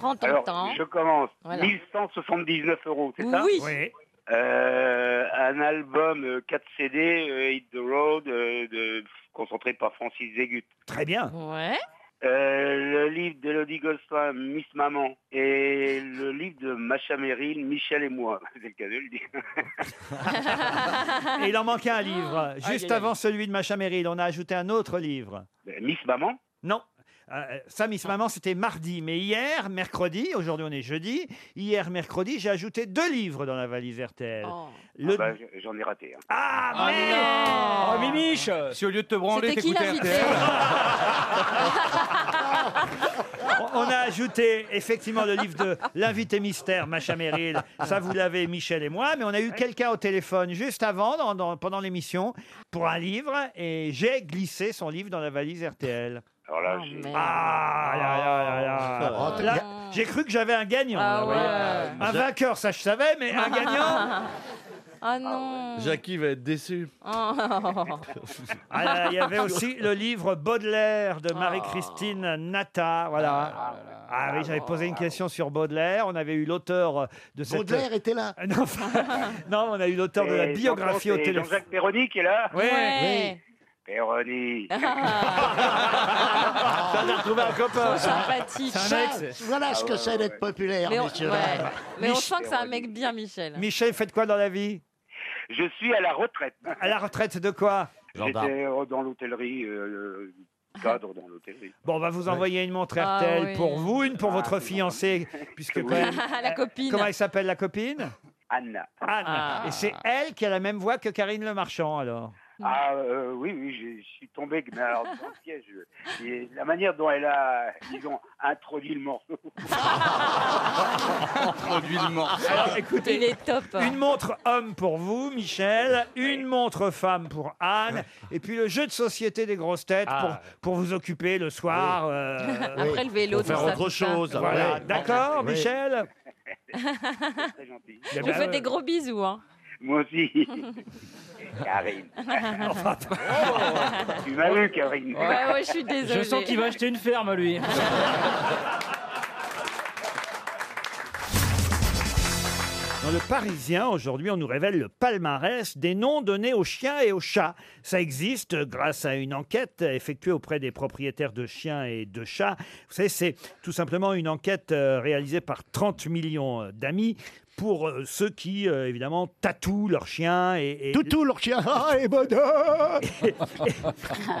[SPEAKER 28] Prends ton
[SPEAKER 29] Alors,
[SPEAKER 28] temps.
[SPEAKER 29] je commence.
[SPEAKER 28] Voilà.
[SPEAKER 29] 1179 euros, c'est ça
[SPEAKER 28] Oui. Oui.
[SPEAKER 29] Euh, un album euh, 4 CD, euh, Hit the Road, euh, de, concentré par Francis Zegut.
[SPEAKER 3] Très bien.
[SPEAKER 28] Ouais.
[SPEAKER 29] Euh, le livre d'Elodie Gosselin, Miss Maman, et le livre de Macha Merrill, Michel et moi. C'est le cas de le dire.
[SPEAKER 3] Et il en manquait un livre. Juste
[SPEAKER 29] aïe, aïe.
[SPEAKER 3] avant celui de Macha Meryl, on a ajouté un autre livre.
[SPEAKER 29] Miss Maman Ah.
[SPEAKER 3] Non. Euh, ça, Miss Maman, c'était mardi. Mais hier, mercredi, aujourd'hui on est jeudi, hier, mercredi, j'ai ajouté deux livres dans la valise RTL. Le...
[SPEAKER 29] Ah bah, j- J'en ai raté. hein.
[SPEAKER 3] Ah,
[SPEAKER 12] Oh, Mimiche Si au lieu de te branler,
[SPEAKER 3] C'était qui
[SPEAKER 12] t'écoutais
[SPEAKER 3] l'invité
[SPEAKER 12] RTL.
[SPEAKER 3] On a ajouté effectivement le livre de l'invité mystère, Macha Meryl. Ça, vous l'avez, Michel et moi. Mais on a eu quelqu'un au téléphone juste avant, dans- dans- pendant l'émission, pour un livre. Et j'ai glissé son livre dans la valise RTL.
[SPEAKER 29] Alors
[SPEAKER 3] Oh,
[SPEAKER 29] là, j'ai-
[SPEAKER 3] Ah là là là là.
[SPEAKER 7] Ah,
[SPEAKER 29] Oh, Ah, t'es-
[SPEAKER 3] Là, j'ai cru que j'avais un gagnant. là, vous voyez. Un vainqueur, ça je savais, mais un gagnant.
[SPEAKER 28] Ah non.
[SPEAKER 3] Jackie va être déçu.
[SPEAKER 28] Oh.
[SPEAKER 3] Ah là là, il y avait aussi le livre Baudelaire de Marie-Christine Natta. Voilà. Ah oui, j'avais posé une question sur Baudelaire. On avait eu l'auteur de cette.
[SPEAKER 8] Baudelaire était là.
[SPEAKER 12] Ah,
[SPEAKER 3] Non, enfin, non, on a eu l'auteur de la
[SPEAKER 29] Et
[SPEAKER 3] biographie au
[SPEAKER 29] j'entends, c'est
[SPEAKER 3] téléphone.
[SPEAKER 29] Jean-Jacques Perroni qui est là
[SPEAKER 3] Ouais. Ouais.
[SPEAKER 29] Perroni.
[SPEAKER 28] Ah,
[SPEAKER 7] Ah.
[SPEAKER 8] Ça, on a retrouvé un copain.
[SPEAKER 28] Trop sympathique.
[SPEAKER 8] Ça, Voilà ce
[SPEAKER 28] Ah
[SPEAKER 8] que
[SPEAKER 28] ouais,
[SPEAKER 8] c'est
[SPEAKER 28] ouais,
[SPEAKER 8] d'être populaire,
[SPEAKER 28] Mais on,
[SPEAKER 8] messieurs.
[SPEAKER 3] Ah,
[SPEAKER 28] ouais.
[SPEAKER 3] bah,
[SPEAKER 28] Mais on
[SPEAKER 8] Mich-
[SPEAKER 28] sent que c'est un mec bien, Michel.
[SPEAKER 3] Michel, faites quoi dans la vie
[SPEAKER 29] Je suis à la retraite.
[SPEAKER 3] À la retraite de quoi
[SPEAKER 29] J'étais euh, dans l'hôtellerie, euh, euh, cadre dans l'hôtellerie.
[SPEAKER 3] Bon, on va vous envoyer une montre
[SPEAKER 28] Ah
[SPEAKER 3] RTL
[SPEAKER 28] oui.
[SPEAKER 3] pour vous, une
[SPEAKER 29] Ah,
[SPEAKER 3] pour votre fiancée, puisque quand même-
[SPEAKER 28] la copine.
[SPEAKER 3] Comment elle s'appelle la copine
[SPEAKER 29] Euh, Anna.
[SPEAKER 3] Anne.
[SPEAKER 29] Ah.
[SPEAKER 3] Et c'est elle qui a la même voix que Karine Le Marchand, alors.
[SPEAKER 29] Ah euh, oui, oui, je- je suis tombé mais alors, dans le piège. Et la manière dont elle a, disons, introduit le morceau.
[SPEAKER 3] Introduit le morceau. Alors, écoutez,
[SPEAKER 28] Ah. Il est top.
[SPEAKER 3] Une montre homme pour vous, Michel. Une montre femme pour Anne. Et puis le jeu de société des grosses têtes
[SPEAKER 28] Ah.
[SPEAKER 3] pour, pour vous occuper le soir. euh,
[SPEAKER 28] Après le vélo,
[SPEAKER 3] pour
[SPEAKER 28] tout ça, tout ça.
[SPEAKER 3] Voilà.
[SPEAKER 28] Oui.
[SPEAKER 3] D'accord,
[SPEAKER 28] Oui.
[SPEAKER 3] Michel
[SPEAKER 29] Très gentil.
[SPEAKER 3] Eh
[SPEAKER 28] Je vous
[SPEAKER 3] ben,
[SPEAKER 28] fais
[SPEAKER 3] euh,
[SPEAKER 28] des gros bisous. Hein.
[SPEAKER 29] Moi aussi. Karine. Tu m'as eu, Karine.
[SPEAKER 28] Ouais, ouais, je suis désolée.
[SPEAKER 12] Je sens qu'il va acheter une ferme, lui.
[SPEAKER 3] Dans le Parisien, aujourd'hui, on nous révèle le palmarès des noms donnés aux chiens et aux chats. Ça existe euh, grâce à une enquête effectuée auprès des propriétaires de chiens et de chats. Vous savez, c'est tout simplement une enquête euh, réalisée par 30 millions euh, d'amis pour euh, ceux qui, euh, évidemment, tatouent leur chien et... et-
[SPEAKER 8] Toutou, leur chien. Ah, et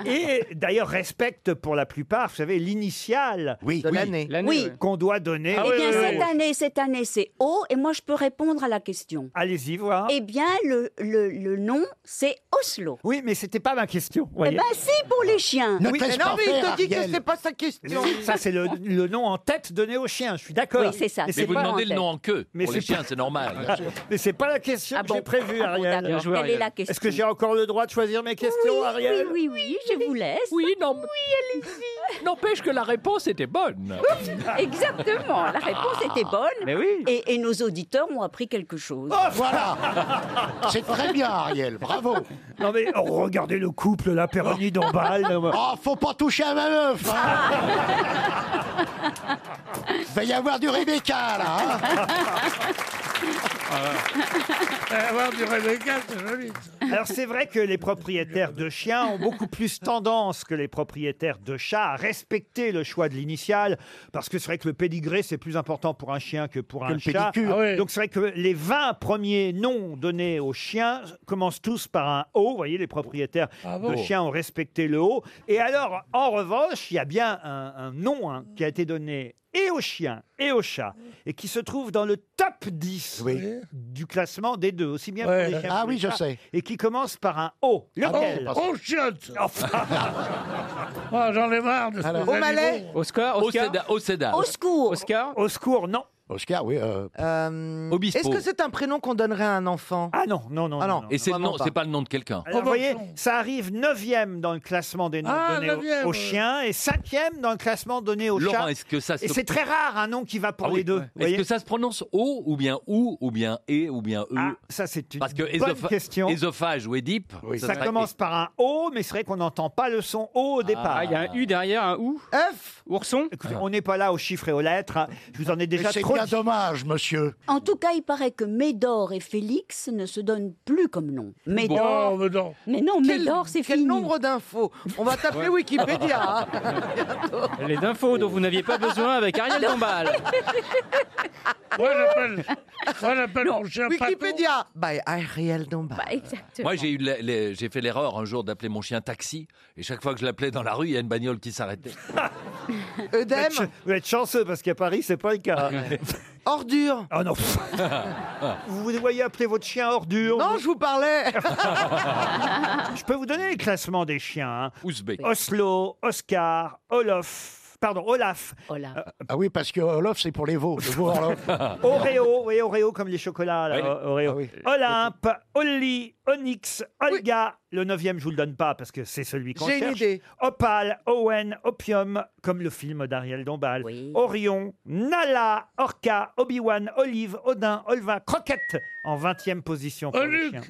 [SPEAKER 3] et d'ailleurs respectent pour la plupart, vous savez, l'initiale oui,
[SPEAKER 7] De l'année. l'année,
[SPEAKER 18] Oui. ouais.
[SPEAKER 3] qu'on doit donner.
[SPEAKER 18] eh bien, cette année, cette année, c'est O, et moi, je peux répondre à la question.
[SPEAKER 3] Allez-y, voir.
[SPEAKER 18] Eh bien, le, le, le nom, c'est Oslo.
[SPEAKER 3] Oui, mais c'était pas Ah, ma question.
[SPEAKER 18] Eh
[SPEAKER 3] voyez.
[SPEAKER 18] bien, si, pour les chiens.
[SPEAKER 3] Ne Ah. Oui, te laisse mais non, pas mais il faire, te dit Ariel. que c'est
[SPEAKER 18] pas sa question.
[SPEAKER 3] Ça, c'est le, le nom en tête donné au chien, je suis d'accord.
[SPEAKER 18] Oui, c'est ça,
[SPEAKER 6] Mais,
[SPEAKER 18] c'est
[SPEAKER 6] vous
[SPEAKER 18] pas
[SPEAKER 6] demandez
[SPEAKER 18] en
[SPEAKER 6] le nom en queue.
[SPEAKER 3] Mais
[SPEAKER 6] pour les
[SPEAKER 3] c'est pas-
[SPEAKER 6] chiens, c'est normal.
[SPEAKER 3] Mais c'est pas la question que j'ai prévue,
[SPEAKER 18] Ah bon,
[SPEAKER 3] Ariel.
[SPEAKER 18] d'accord. Bien joué, Quelle Ariel. est la question
[SPEAKER 3] Est-ce que j'ai encore le droit de choisir mes questions,
[SPEAKER 18] Oui,
[SPEAKER 3] Ariel
[SPEAKER 18] oui, oui, Eh oui, je vous laisse. Oui,
[SPEAKER 22] non. Oui, allez-y. N'empêche que la réponse était bonne.
[SPEAKER 18] Exactement, la réponse était
[SPEAKER 3] Ah,
[SPEAKER 18] bonne.
[SPEAKER 22] Mais oui.
[SPEAKER 18] Et, et nos auditeurs ont appris quelque chose.
[SPEAKER 8] Oh, voilà C'est très bien, Ariel, bravo
[SPEAKER 3] Non mais oh, regardez le couple, la péronie d'emballe.
[SPEAKER 8] Oh, faut pas toucher à ma meuf hein. Va y avoir du Rebecca, là hein.
[SPEAKER 17] Ah.
[SPEAKER 3] hein.
[SPEAKER 16] Eh, Avoir du Rebecca, c'est joli.
[SPEAKER 3] Alors c'est vrai que les propriétaires de chiens ont beaucoup plus tendance que les propriétaires de chats à respecter le choix de l'initiale, parce que c'est vrai que le pédigré c'est plus important pour un chien que pour
[SPEAKER 21] Que
[SPEAKER 3] un
[SPEAKER 21] le
[SPEAKER 3] chat.
[SPEAKER 21] pédicure. Ah ouais.
[SPEAKER 3] Donc c'est vrai que les 20 premiers noms donnés aux chiens commencent tous par un O. Vous voyez, les propriétaires
[SPEAKER 21] Ah bon
[SPEAKER 3] de chiens ont respecté le O. Et alors, en revanche, il y a bien un, un nom hein, qui a été donné et aux chiens et aux chats, et qui se trouve dans le top 10 du classement des deux, aussi bien
[SPEAKER 8] Ouais.
[SPEAKER 3] pour les chiens
[SPEAKER 8] Ah
[SPEAKER 3] que
[SPEAKER 8] oui,
[SPEAKER 3] les
[SPEAKER 8] je
[SPEAKER 3] chats,
[SPEAKER 8] sais.
[SPEAKER 3] Et qui commence par un O. Lequel
[SPEAKER 16] Oh, oh chiotte J'en ai marre de
[SPEAKER 3] Alors,
[SPEAKER 16] ces
[SPEAKER 3] au Malais
[SPEAKER 16] animaux.
[SPEAKER 6] Oscar, Oscar Au
[SPEAKER 3] secours Oscar Au secours, non
[SPEAKER 5] Oscar, oui.
[SPEAKER 7] Euh,
[SPEAKER 6] Obispo.
[SPEAKER 7] Est-ce que c'est un prénom qu'on donnerait à un enfant
[SPEAKER 3] Ah non, non, non.
[SPEAKER 7] Ah non,
[SPEAKER 6] Et c'est le
[SPEAKER 7] vraiment
[SPEAKER 6] nom- c'est pas le nom de quelqu'un. Ah
[SPEAKER 3] Alors, vous voyez, ça arrive 9e dans le classement des noms
[SPEAKER 7] Ah,
[SPEAKER 3] donnés aux-
[SPEAKER 7] neuvième,
[SPEAKER 3] aux
[SPEAKER 7] ouais.
[SPEAKER 3] chiens et 5e dans le classement donné aux
[SPEAKER 6] Laurent,
[SPEAKER 3] chats.
[SPEAKER 6] est-ce que ça se-
[SPEAKER 3] Et c'est très rare un nom qui va pour
[SPEAKER 6] Ah
[SPEAKER 3] les
[SPEAKER 6] oui.
[SPEAKER 3] deux. vous
[SPEAKER 6] Est-ce
[SPEAKER 3] voyez.
[SPEAKER 6] que ça se prononce O ou bien OU ou bien E ou bien E
[SPEAKER 3] Ah, Ça, c'est une
[SPEAKER 6] Parce que
[SPEAKER 3] bonne question.
[SPEAKER 6] Ésophage ou Édipe,
[SPEAKER 3] ça
[SPEAKER 6] serait-
[SPEAKER 3] commence par un O, mais c'est vrai qu'on n'entend pas le son O au départ.
[SPEAKER 6] Ah, il y a un
[SPEAKER 3] U derrière, un OU F Ourson On n'est pas là aux chiffres et aux lettres. hein. Je vous en ai déjà
[SPEAKER 5] c'est
[SPEAKER 3] trop
[SPEAKER 5] bien
[SPEAKER 3] dit.
[SPEAKER 5] dommage, monsieur.
[SPEAKER 18] En tout cas, il paraît que Médor et Félix ne se donnent plus comme nom. Médor.
[SPEAKER 16] Oh, mais non.
[SPEAKER 18] Mais non,
[SPEAKER 7] Quel-
[SPEAKER 18] Médor, c'est
[SPEAKER 7] Quel
[SPEAKER 18] fini. Ah,
[SPEAKER 7] nombre d'infos On va t'appeler
[SPEAKER 18] Ouais.
[SPEAKER 7] Wikipédia. hein.
[SPEAKER 12] Les infos dont vous n'aviez pas besoin avec Ariel Dombal.
[SPEAKER 16] Moi, j'appelle, moi, j'appelle mon chien
[SPEAKER 7] Wikipédia by Ariel Dombal.
[SPEAKER 6] Moi, j'ai eu les- les- j'ai fait l'erreur un jour d'appeler mon chien taxi, et chaque fois que je l'appelais dans la rue, il y a une bagnole qui s'arrêtait.
[SPEAKER 3] Vous êtes ch- Vous êtes chanceux parce qu'à Paris, c'est pas le cas. Ordure. Oh non. vous vous voyez appeler votre chien ordure
[SPEAKER 7] Non, je vous parlais.
[SPEAKER 3] Je peux vous donner les classements des chiens. hein. Oslo, Oscar, Olof. Pardon, Olaf. Euh,
[SPEAKER 5] Ah oui, parce que Olof, c'est pour les veaux. Le veau Orlof.
[SPEAKER 3] Oreo, oui, Oreo comme les chocolats, là, euh,
[SPEAKER 5] Oui.
[SPEAKER 7] Ah
[SPEAKER 3] O- Oreo. Olympe, Olli, Onyx, Olga. Le neuvième, je vous le donne pas parce que c'est celui qu'on
[SPEAKER 7] J'ai
[SPEAKER 3] cherche.
[SPEAKER 7] une idée.
[SPEAKER 3] Opal, Owen, Opium, comme le film d'Ariel Dombal. Orion, Nala, Orca, Obi-Wan, Olive, Odin, Olva, Croquette en 20e position. Pour les chiens.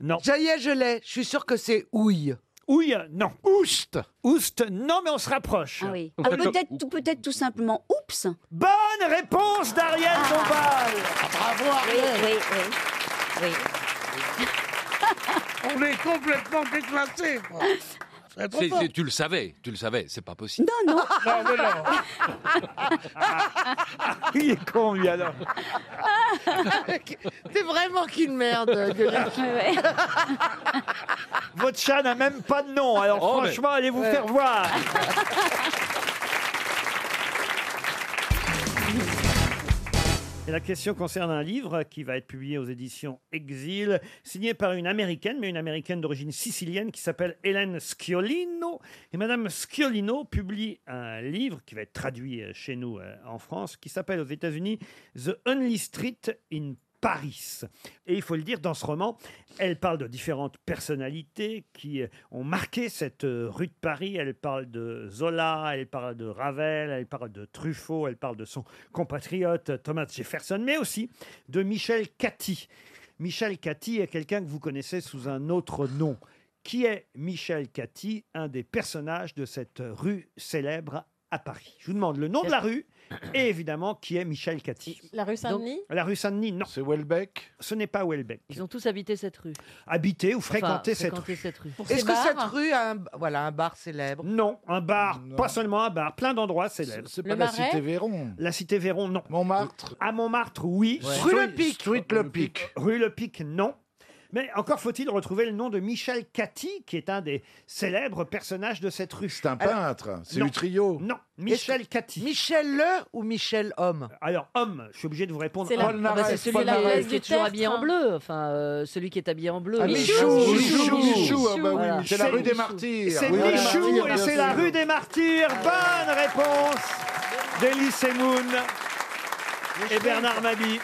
[SPEAKER 3] Non.
[SPEAKER 7] Jaillet, je l'ai. Je suis sûr que c'est Ouille.
[SPEAKER 3] Ouille, non. Oust. Oust, non, mais on se rapproche.
[SPEAKER 18] Ah oui. Ah, peut-être tout, peut-être tout simplement oups.
[SPEAKER 3] Bonne réponse d'Ariel
[SPEAKER 18] Ah.
[SPEAKER 3] Dombal.
[SPEAKER 18] Bravo
[SPEAKER 16] Ariel.
[SPEAKER 18] Oui, oui, oui.
[SPEAKER 16] On est complètement déclassés. quoi. C'est trop
[SPEAKER 6] C'est-
[SPEAKER 16] fort.
[SPEAKER 6] c'est- tu le savais, tu le savais, c'est pas possible.
[SPEAKER 18] Non, Ah, non.
[SPEAKER 16] Non, mais non.
[SPEAKER 3] Il est con, lui, alors.
[SPEAKER 28] Ah.
[SPEAKER 16] Ah
[SPEAKER 7] T'es vraiment qu'une merde, Gueuluc.
[SPEAKER 3] Votre chat n'a même pas de nom, alors
[SPEAKER 7] Oh, mais-
[SPEAKER 3] franchement, allez vous
[SPEAKER 7] Ouais.
[SPEAKER 3] faire voir. Et la question concerne un livre qui va être publié aux éditions Exil, signé par une américaine, mais une américaine d'origine sicilienne qui s'appelle Hélène Sciolino. Et Madame Sciolino publie un livre qui va être traduit euh, chez nous euh, en France, qui s'appelle aux États-Unis The Only Street in Paris. Et il faut le dire, dans ce roman, elle parle de différentes personnalités qui euh, ont marqué cette euh, rue de Paris. Elle parle de Zola, elle parle de Ravel, elle parle de Truffaut, elle parle de son compatriote euh, Thomas Jefferson, mais aussi de Michel Cathy. Michel Cathy est quelqu'un que vous connaissez sous un autre nom. Qui est Michel Cathy, un des personnages de cette euh, rue célèbre à Paris Je vous demande le nom de la rue et évidemment qui est Michel Cathy.
[SPEAKER 4] La rue Saint-Denis
[SPEAKER 3] La rue Saint-Denis, non. C'est Welbeck Ce n'est pas Welbeck.
[SPEAKER 27] Ils ont tous habité cette rue.
[SPEAKER 3] Habiter ou
[SPEAKER 27] Enfin,
[SPEAKER 3] fréquenter cette
[SPEAKER 27] fréquenter
[SPEAKER 3] rue.
[SPEAKER 27] cette rue. Pour
[SPEAKER 7] Est-ce
[SPEAKER 27] ses
[SPEAKER 7] que
[SPEAKER 27] bars
[SPEAKER 7] cette rue a un, voilà, un bar célèbre
[SPEAKER 3] Non, un bar, pas seulement un bar, plein d'endroits célèbres.
[SPEAKER 7] c'est pas Le la Marais cité
[SPEAKER 3] Véron. La cité Véron, non. Montmartre. À Montmartre, oui.
[SPEAKER 7] Ouais. Rue Le Pic.
[SPEAKER 3] Street Le Pic. Rue Le Pic, non. Mais encore faut-il retrouver le nom de Michel Cathy, qui est un des célèbres personnages de cette rue. C'est un
[SPEAKER 5] peintre, c'est
[SPEAKER 3] trio. Non, Michel Cathy. Michel Le ou Michel Homme Alors, Homme, je suis obligé de vous répondre.
[SPEAKER 27] C'est la- Ah bah, c'est celui là qui est toujours habillé en bleu. Enfin, euh, celui qui est habillé en bleu.
[SPEAKER 3] Ah, Michou, Michou, Michou, ah bah oui,
[SPEAKER 27] Voilà.
[SPEAKER 3] Michou. C'est la rue des
[SPEAKER 5] Martyrs.
[SPEAKER 3] C'est
[SPEAKER 5] Oui, voilà.
[SPEAKER 3] Michou et
[SPEAKER 5] Bien
[SPEAKER 3] c'est
[SPEAKER 5] sûr.
[SPEAKER 3] la rue des Martyrs. Bonne réponse d'Elie Semoun et Bernard Mabie.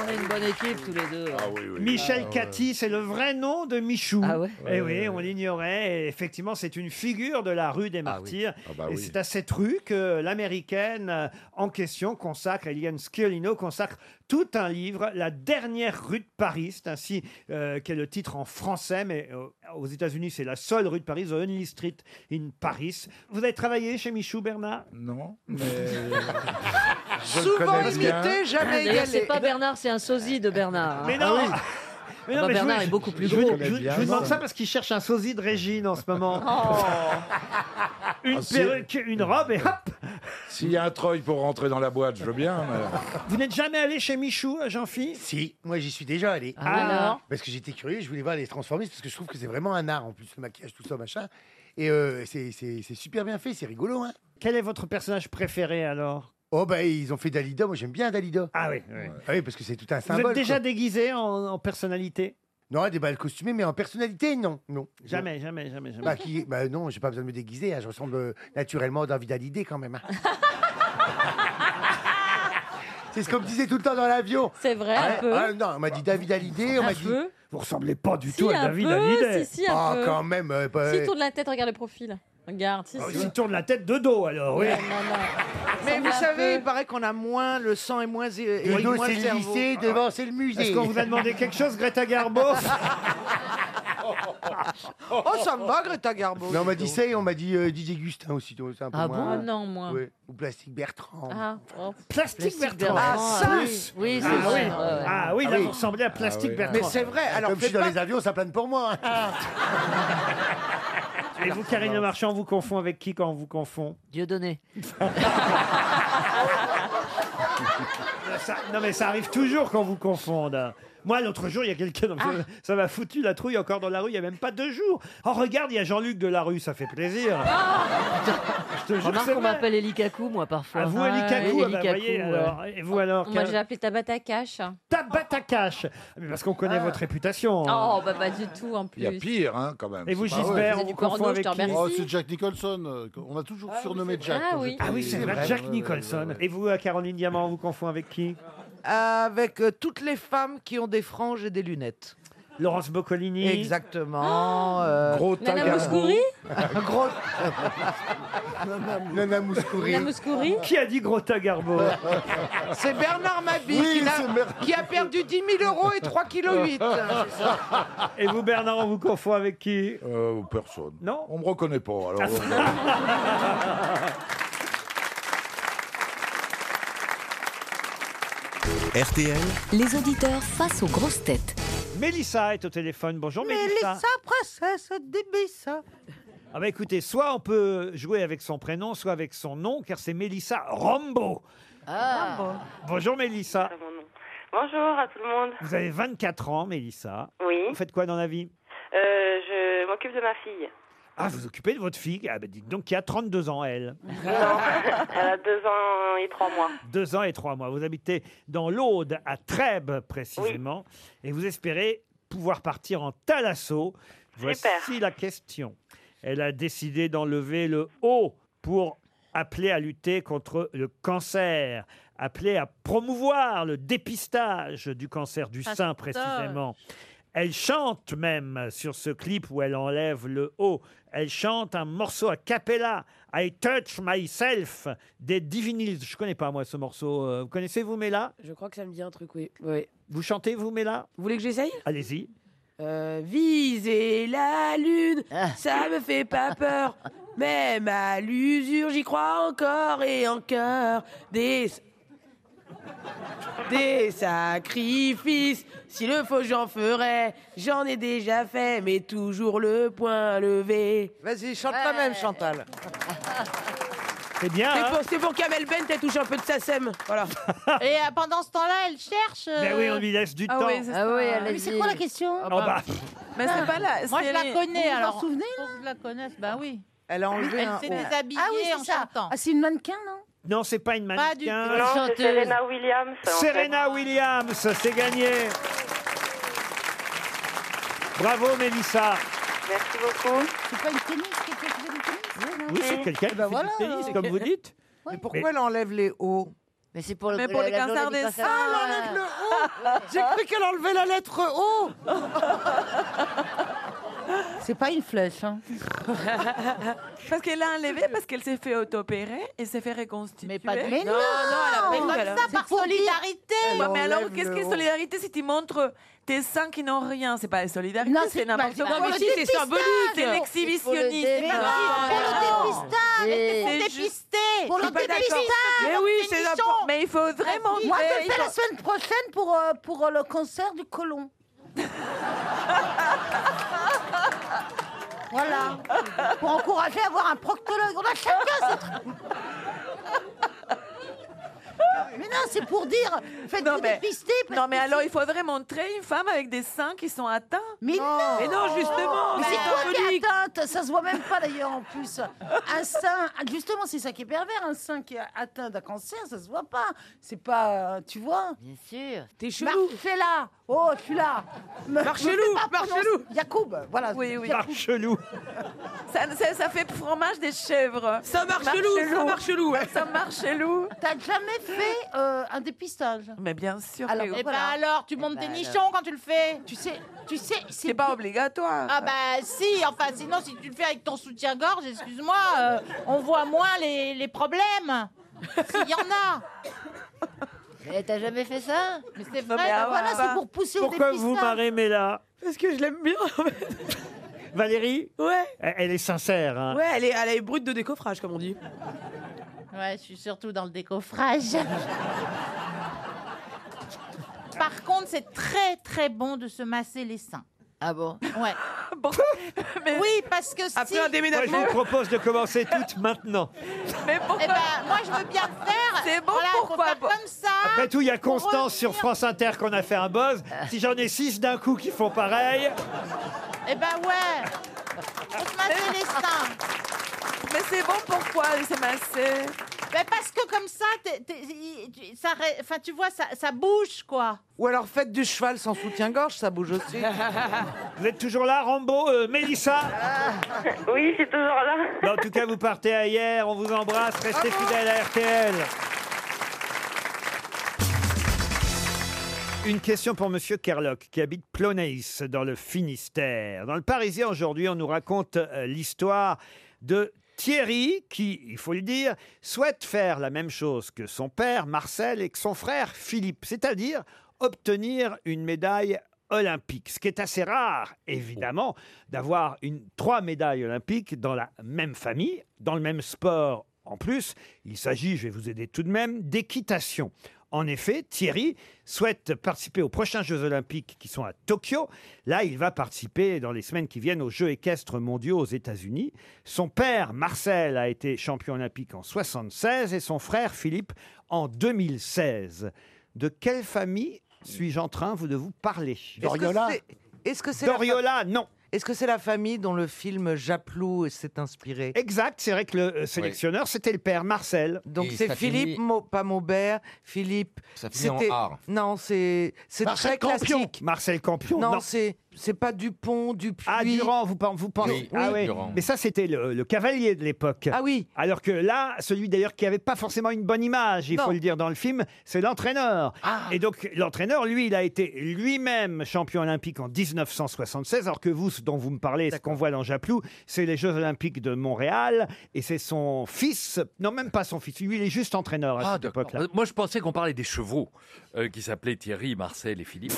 [SPEAKER 27] On est une bonne équipe tous les deux.
[SPEAKER 3] Michel
[SPEAKER 27] Ah, ouais.
[SPEAKER 3] Cathy, c'est le vrai nom de Michou.
[SPEAKER 27] Ah
[SPEAKER 3] Eh oui, on l'ignorait. Et Effectivement, c'est une figure de la rue des Martyrs.
[SPEAKER 5] bah
[SPEAKER 3] et
[SPEAKER 5] oui.
[SPEAKER 3] c'est à cette rue que l'américaine euh, en question consacre, Eliane Sciolino, consacre tout un livre, La dernière rue de Paris. C'est ainsi euh, qu'est le titre en français, mais euh, aux États-Unis, c'est la seule rue de Paris, The Only Street in Paris. Vous avez travaillé chez Michou, Bernard
[SPEAKER 5] Non, mais
[SPEAKER 7] Je le Souvent connais bien. imité, jamais
[SPEAKER 27] Ah, D'ailleurs,
[SPEAKER 7] égalé.
[SPEAKER 27] C'est pas Bernard, c'est un sosie de Bernard. hein.
[SPEAKER 7] Mais non. Ah oui.
[SPEAKER 27] Mais non, Bah, mais je Bernard vous- est beaucoup plus
[SPEAKER 19] je
[SPEAKER 27] gros.
[SPEAKER 19] vous- Je, vous- je vous demande ça parce qu'il cherche un sosie de Régine en ce moment.
[SPEAKER 3] Ah,
[SPEAKER 21] ah,
[SPEAKER 27] Ah,
[SPEAKER 3] Une perruque, une robe et hop
[SPEAKER 5] S'il y a un treuil pour rentrer dans la boîte, je veux bien. mais-
[SPEAKER 3] Vous n'êtes jamais allé chez Michou, jean philippe
[SPEAKER 8] Si, moi j'y suis déjà allé.
[SPEAKER 3] Ah, alors
[SPEAKER 8] Parce que j'étais curieux, je voulais voir les transformistes, parce que je trouve que c'est vraiment un art en plus, le maquillage, tout ça, machin. Et euh, c'est c'est- c'est super bien fait, c'est rigolo. Hein
[SPEAKER 3] Quel est votre personnage préféré alors
[SPEAKER 8] Oh, bah ils ont fait Dalida, moi j'aime bien Dalida.
[SPEAKER 3] Ah oui,
[SPEAKER 8] Ah oui, parce que c'est tout un
[SPEAKER 3] Vous
[SPEAKER 8] symbole.
[SPEAKER 3] êtes déjà
[SPEAKER 8] quoi.
[SPEAKER 3] déguisé en, en personnalité
[SPEAKER 8] Non, des balles costumées, mais en personnalité, non. non.
[SPEAKER 3] Jamais, jamais, jamais, jamais.
[SPEAKER 8] Bah, qui... bah non, j'ai pas besoin de me déguiser, hein, je ressemble euh, naturellement à David Hallyday quand même. hein. c'est ce qu'on me disait tout le temps dans l'avion. Ah,
[SPEAKER 28] C'est vrai, un peu.
[SPEAKER 8] non, on m'a dit David Hallyday, on
[SPEAKER 28] Un
[SPEAKER 8] m'a dit...
[SPEAKER 28] peu.
[SPEAKER 3] Vous ressemblez pas du
[SPEAKER 28] Si, tout à un David peu, Hallyday. si, si, un
[SPEAKER 8] Ah,
[SPEAKER 28] peu.
[SPEAKER 8] quand même. euh, bah,
[SPEAKER 28] S'il tourne la tête, regarde le profil. Regarde,
[SPEAKER 7] Ah
[SPEAKER 28] si, si.
[SPEAKER 3] S'il tourne la tête de dos alors, oui.
[SPEAKER 28] Ouais, non, non.
[SPEAKER 7] Mais
[SPEAKER 28] Ça
[SPEAKER 7] vous
[SPEAKER 28] me
[SPEAKER 7] savez,
[SPEAKER 28] un
[SPEAKER 7] il paraît qu'on a moins, le sang est moins.
[SPEAKER 8] Le dos, c'est le lycée, devant, c'est le musée.
[SPEAKER 3] Est-ce qu'on vous a demandé quelque chose, Greta Garbo
[SPEAKER 7] Oh, ça me va, Greta Garbo.
[SPEAKER 8] Non, on m'a
[SPEAKER 7] dis
[SPEAKER 8] dit ça et on m'a dit euh, Didier Gustin aussi. donc c'est un peu
[SPEAKER 7] Ah
[SPEAKER 8] moins-
[SPEAKER 7] bon Ah non, moins.
[SPEAKER 8] Ouais. Ou Plastique Bertrand.
[SPEAKER 28] Ah, oh.
[SPEAKER 3] Plastique Bertrand.
[SPEAKER 8] Ah, ça
[SPEAKER 3] oui, ah, oui. ah oui, là vous ressemblez à Plastique Bertrand.
[SPEAKER 8] Mais c'est vrai, alors Comme je suis dans les avions, ça plane pour moi.
[SPEAKER 3] hein. Ah, Et vous, Karine Le Marchand, on vous confond avec qui quand on vous confond
[SPEAKER 27] Dieu donné.
[SPEAKER 3] Ça- non mais ça arrive toujours qu'on vous confonde. Moi, l'autre jour, il y a quelqu'un,
[SPEAKER 27] Ah.
[SPEAKER 3] non, mais ça- ça m'a foutu la trouille encore dans la rue, il n'y a même pas deux jours. Oh, regarde, il y a Jean-Luc de la rue, ça fait plaisir. Je te jure,
[SPEAKER 27] Ah. Remarque
[SPEAKER 3] c'est
[SPEAKER 27] qu'on
[SPEAKER 3] vrai.
[SPEAKER 27] m'appelle Elikaku, moi, parfois.
[SPEAKER 3] Ah, vous,
[SPEAKER 27] Ah,
[SPEAKER 3] Elikaku,
[SPEAKER 27] oui,
[SPEAKER 3] ah bah,
[SPEAKER 27] Elikaku,
[SPEAKER 3] voyez,
[SPEAKER 27] ouais.
[SPEAKER 3] alors. Et vous, alors
[SPEAKER 28] Moi,
[SPEAKER 3] quel-
[SPEAKER 28] j'ai appelé Tabata Cash.
[SPEAKER 3] Tabata Cash Mais parce qu'on
[SPEAKER 27] Ah.
[SPEAKER 3] connaît votre réputation.
[SPEAKER 28] Oh, bah pas du tout, en plus.
[SPEAKER 5] Il y a pire, hein, quand même.
[SPEAKER 3] Et vous,
[SPEAKER 5] C'est pas
[SPEAKER 3] Gisbert,
[SPEAKER 5] vrai.
[SPEAKER 3] on Vous avez vous du porno, confond je te avec qui remercie.
[SPEAKER 5] Oh, c'est Jack Nicholson. euh, qu'on- On a toujours surnommé Jack.
[SPEAKER 28] Ah
[SPEAKER 5] quand
[SPEAKER 28] oui.
[SPEAKER 5] j'étais-
[SPEAKER 3] Ah oui, c'est vrai, Jack
[SPEAKER 5] ouais, ouais,
[SPEAKER 3] Nicholson. Et vous, euh, Caroline Diamant, on vous confond avec qui
[SPEAKER 7] Avec euh, toutes les femmes qui ont des franges et des lunettes.
[SPEAKER 3] Laurence Boccolini
[SPEAKER 7] Exactement. euh,
[SPEAKER 5] Gros
[SPEAKER 28] Nana tagarou. Mouskouri
[SPEAKER 7] Gros.
[SPEAKER 8] Nana Mouskouri.
[SPEAKER 28] Nana Mouskouri
[SPEAKER 3] Qui a dit Grota Garbo
[SPEAKER 7] C'est Bernard Mabie
[SPEAKER 3] Oui,
[SPEAKER 7] qui, l'a-
[SPEAKER 3] c'est Bernard-
[SPEAKER 7] qui a perdu 10 000 euros et 3,8 kg.
[SPEAKER 3] Et vous, Bernard, on vous confond avec qui
[SPEAKER 5] Euh, personne.
[SPEAKER 3] Non Ah,
[SPEAKER 5] On me reconnaît pas. Alors,
[SPEAKER 17] Ah,
[SPEAKER 20] RTL,
[SPEAKER 23] Les auditeurs face aux grosses têtes.
[SPEAKER 3] Mélissa est au téléphone. Bonjour Mélissa.
[SPEAKER 7] princesse d'Ibissa.
[SPEAKER 3] Ah bah écoutez, soit on peut jouer avec son prénom, soit avec son nom, car c'est Mélissa Rambo.
[SPEAKER 13] Ah.
[SPEAKER 3] Bonjour Mélissa.
[SPEAKER 24] Ah, Bonjour à tout le monde.
[SPEAKER 3] Vous avez 24 ans, Mélissa.
[SPEAKER 24] Oui.
[SPEAKER 3] Vous faites quoi dans la vie
[SPEAKER 24] Euh, je m'occupe de ma fille.
[SPEAKER 3] Ah, vous vous occupez de votre fille. Ah bah dites donc, qui a 32 ans, elle.
[SPEAKER 24] Non, elle a deux ans et trois mois.
[SPEAKER 3] Deux ans et trois mois. Vous habitez dans l'Aude, à Trèbes précisément, et vous espérez pouvoir partir en Thalasso. Voici la question. Elle a décidé d'enlever le O pour appeler à lutter contre le cancer, appeler à promouvoir le dépistage du cancer du sein
[SPEAKER 25] Pasteur.
[SPEAKER 3] précisément. Elle chante même sur ce clip où elle enlève le haut. Elle chante un morceau a cappella, I Touch Myself, des Divinyls. Je connais pas moi ce morceau. Euh, Vous connaissez vous Mela
[SPEAKER 26] Je crois que ça me dit un truc, oui. oui.
[SPEAKER 3] Vous chantez vous Mela
[SPEAKER 26] Vous voulez que j'essaye
[SPEAKER 3] Allez-y.
[SPEAKER 26] Euh, Viser la lune,
[SPEAKER 22] Ah.
[SPEAKER 26] ça me fait pas peur. Même à l'usure, j'y crois encore et encore. Des... Des sacrifices, s'il le faut, j'en ferai. J'en ai déjà fait, mais toujours le point levé.
[SPEAKER 7] Vas-y, chante la même, Chantal.
[SPEAKER 3] C'est bien.
[SPEAKER 26] C'est
[SPEAKER 3] hein
[SPEAKER 26] pour, c'est pour qu'Amel Bent, elle touche un peu de sa sème. Voilà.
[SPEAKER 22] Et euh, pendant ce temps-là, elle cherche.
[SPEAKER 3] Ben oui, on lui laisse du temps.
[SPEAKER 7] Ah
[SPEAKER 22] Mais Ah c'est quoi la question
[SPEAKER 3] Oh bah,
[SPEAKER 22] Mais
[SPEAKER 3] c'est
[SPEAKER 22] pas là. Moi, je
[SPEAKER 13] c'est
[SPEAKER 22] la
[SPEAKER 13] les-
[SPEAKER 22] connais
[SPEAKER 13] Vous vous en
[SPEAKER 22] alors.
[SPEAKER 13] souvenez,
[SPEAKER 22] Faut que je la connaisse, bah oui.
[SPEAKER 7] Elle a
[SPEAKER 22] enlevé Elle
[SPEAKER 13] un
[SPEAKER 22] s'est
[SPEAKER 13] haut.
[SPEAKER 22] déshabillée
[SPEAKER 13] Ah oui, c'est
[SPEAKER 22] en
[SPEAKER 13] ça.
[SPEAKER 22] chantant.
[SPEAKER 13] Ah, c'est une mannequin, non
[SPEAKER 3] non, c'est pas une mannequin.
[SPEAKER 13] Non, c'est Chanteuse. Serena
[SPEAKER 24] Williams.
[SPEAKER 3] Serena Williams, c'est gagné. Bravo Mélissa.
[SPEAKER 24] Merci beaucoup.
[SPEAKER 13] C'est pas une tennis qui fait du tennis
[SPEAKER 3] Oui, c'est quelqu'un qui
[SPEAKER 26] Ben
[SPEAKER 3] fait du tennis, comme vous dites.
[SPEAKER 7] Mais pourquoi elle enlève les hauts
[SPEAKER 27] Mais c'est pour le
[SPEAKER 26] Mais pour les cancers des seins.
[SPEAKER 7] Ah, elle enlève le haut J'ai cru qu'elle enlevait la lettre O
[SPEAKER 13] C'est pas une flèche. Hein.
[SPEAKER 26] Parce qu'elle a enlevé, parce qu'elle s'est fait auto-opérer et s'est fait reconstituer. Mais pas
[SPEAKER 22] Mais non, mais comme ça, par solidarité.
[SPEAKER 26] mais alors, Oh, qu'est-ce que solidarité si tu montres tes seins qui n'ont rien C'est pas la solidarité, c'est
[SPEAKER 13] Bah,
[SPEAKER 26] n'importe quoi.
[SPEAKER 13] Non, mais si, c'est symbolique.
[SPEAKER 26] C'est l'exhibitionnisme.
[SPEAKER 13] Mais non, pour le dépistage,
[SPEAKER 26] C'est
[SPEAKER 13] c'est pour
[SPEAKER 26] juste-
[SPEAKER 13] dépister. Pour
[SPEAKER 26] Je suis pas
[SPEAKER 13] l'antémission,
[SPEAKER 26] d'accord.
[SPEAKER 13] pour
[SPEAKER 26] Mais oui, c'est
[SPEAKER 13] l'antémission.
[SPEAKER 26] n'importe- Mais il faut vraiment.
[SPEAKER 13] Moi,
[SPEAKER 26] mais
[SPEAKER 13] je
[SPEAKER 26] il
[SPEAKER 13] le fais la
[SPEAKER 26] faut-
[SPEAKER 13] semaine prochaine pour, euh, pour euh, le cancer du côlon. voilà. Pour encourager à avoir un proctologue. On a chacun ce truc. Mais non, c'est pour dire, faites-vous dépister.
[SPEAKER 1] Non, mais alors, il faudrait montrer une femme avec des seins qui sont atteints.
[SPEAKER 13] Mais non
[SPEAKER 1] Mais non, justement
[SPEAKER 13] Mais c'est
[SPEAKER 1] bah,
[SPEAKER 13] toi qui es
[SPEAKER 1] Catholique.
[SPEAKER 13] atteinte Ça se voit même pas d'ailleurs en plus. Un sein, ah, justement, c'est ça qui est pervers. Un sein qui est atteint d'un cancer, ça se voit pas. C'est pas. euh, Tu vois Bien sûr. T'es chelou. là Oh, je suis là
[SPEAKER 26] Marchez-loup,
[SPEAKER 13] Marchelou Yacoub Voilà.
[SPEAKER 1] Oui, oui.
[SPEAKER 13] Yacoub.
[SPEAKER 3] Marchelou.
[SPEAKER 1] Ça, ça- ça fait fromage des chèvres.
[SPEAKER 13] Ça marche
[SPEAKER 1] Marchelou,
[SPEAKER 13] loup, ça marche
[SPEAKER 1] loup. Ça marche loup.
[SPEAKER 13] T'as jamais fait euh, un dépistage
[SPEAKER 1] Mais bien sûr.
[SPEAKER 13] Alors,
[SPEAKER 1] que-
[SPEAKER 13] eh ben
[SPEAKER 26] alors, tu montes
[SPEAKER 1] Eh
[SPEAKER 26] tes
[SPEAKER 1] ben
[SPEAKER 26] nichons quand tu le fais.
[SPEAKER 13] Tu sais, tu sais,
[SPEAKER 1] C'est pas obligatoire.
[SPEAKER 26] Ah bah si, enfin sinon si tu le fais avec ton soutien-gorge, excuse-moi, euh, on voit moins les, les problèmes. S'il y en a.
[SPEAKER 13] Eh,
[SPEAKER 18] Mais t'as jamais fait ça
[SPEAKER 26] Mais c'est
[SPEAKER 13] Non,
[SPEAKER 26] vrai.
[SPEAKER 13] mais ah
[SPEAKER 26] bah
[SPEAKER 13] avant,
[SPEAKER 26] voilà,
[SPEAKER 13] avant.
[SPEAKER 26] c'est pour pousser au
[SPEAKER 3] Pourquoi vous vous
[SPEAKER 26] dépistage.
[SPEAKER 3] marrez, Mela
[SPEAKER 13] Parce que je l'aime bien.
[SPEAKER 3] Valérie
[SPEAKER 13] Ouais.
[SPEAKER 3] Elle elle est sincère. hein.
[SPEAKER 26] Ouais,
[SPEAKER 13] elle est, elle est brute de décoffrage, comme on dit.
[SPEAKER 26] Ouais, je suis surtout dans le décoffrage. Par contre, c'est très très bon de se masser les seins.
[SPEAKER 18] Ah bon
[SPEAKER 26] Ouais. Oui, parce que
[SPEAKER 3] Après
[SPEAKER 26] si...
[SPEAKER 3] un Moi, je vous propose de commencer toutes maintenant.
[SPEAKER 26] Mais pourquoi Eh ben, Moi, je veux bien le faire. C'est bon, pourquoi Comme ça.
[SPEAKER 3] Après tout, il y a
[SPEAKER 26] pour
[SPEAKER 3] Constance sur France Inter qu'on a fait un buzz. Si j'en ai six d'un coup qui font pareil,
[SPEAKER 26] Eh ben ouais On se massait les seins
[SPEAKER 1] Mais c'est bon pourquoi c'est massé
[SPEAKER 26] ben Parce que comme ça, t'es- t'es- il- tu- ça ré- enfin, tu vois, ça, ça bouge, quoi
[SPEAKER 7] Ou alors faites du cheval sans soutien-gorge, ça bouge aussi.
[SPEAKER 3] vous êtes toujours là, Rambo, euh, Mélissa
[SPEAKER 24] Oui, c'est toujours là.
[SPEAKER 3] Bah, en tout cas, vous partez à hier. On vous embrasse. Restez fidèles à RTL. Une question pour Monsieur Kerlock, qui habite Plonéis, dans le Finistère. Dans le Parisien, aujourd'hui, on nous raconte euh, l'histoire de Thierry, qui, il faut le dire, souhaite faire la même chose que son père, Marcel, et que son frère, Philippe, c'est-à-dire obtenir une médaille olympique, ce qui est assez rare, évidemment, d'avoir une trois médailles olympiques dans la même famille, dans le même sport. En plus, il s'agit, je vais vous aider tout de même, d'équitation. En effet, Thierry souhaite participer aux prochains Jeux Olympiques qui sont à Tokyo. Là, il va participer dans les semaines qui viennent aux Jeux équestres mondiaux aux États-Unis. Son père, Marcel, a été champion olympique en 1976 et son frère, Philippe, en 2016. De quelle famille suis-je en train vous, de vous parler
[SPEAKER 7] Doriola Est-ce que c'est
[SPEAKER 3] Doriola, non.
[SPEAKER 7] Est-ce que c'est la famille dont le film Japlou s'est inspiré
[SPEAKER 3] Exact, c'est vrai que le euh, sélectionneur, c'était le père Marcel.
[SPEAKER 7] Donc c'est Philippe, Mau- pas Maubert, Philippe.
[SPEAKER 3] Ça finit en
[SPEAKER 7] c'était-
[SPEAKER 3] art.
[SPEAKER 7] Non, c'est c'est
[SPEAKER 3] Marcel
[SPEAKER 7] très
[SPEAKER 3] Campion.
[SPEAKER 7] classique.
[SPEAKER 3] Marcel Campion.
[SPEAKER 7] Non,
[SPEAKER 3] non.
[SPEAKER 7] c'est c'est pas Dupont, Dupuis.
[SPEAKER 3] Ah, Durand, vous, pen- vous pensez
[SPEAKER 7] Oui,
[SPEAKER 3] Ah
[SPEAKER 7] oui.
[SPEAKER 3] ouais.
[SPEAKER 7] Durand.
[SPEAKER 3] Mais ça, c'était le, le cavalier de l'époque.
[SPEAKER 7] Ah oui.
[SPEAKER 3] Alors que là, celui d'ailleurs qui avait pas forcément une bonne image, il
[SPEAKER 7] Non.
[SPEAKER 3] faut le dire dans le film, c'est l'entraîneur.
[SPEAKER 6] Ah.
[SPEAKER 3] Et donc, l'entraîneur, lui, il a été lui-même champion olympique en 1976, alors que vous, ce dont vous me parlez, ce qu'on voit dans Japlou, c'est les Jeux olympiques de Montréal, et c'est son fils, non, même pas son fils, lui, il est juste entraîneur à cette époque-là.
[SPEAKER 6] Ah, Euh, Moi, je pensais qu'on parlait des chevaux euh, qui s'appelaient Thierry, Marcel et Philippe.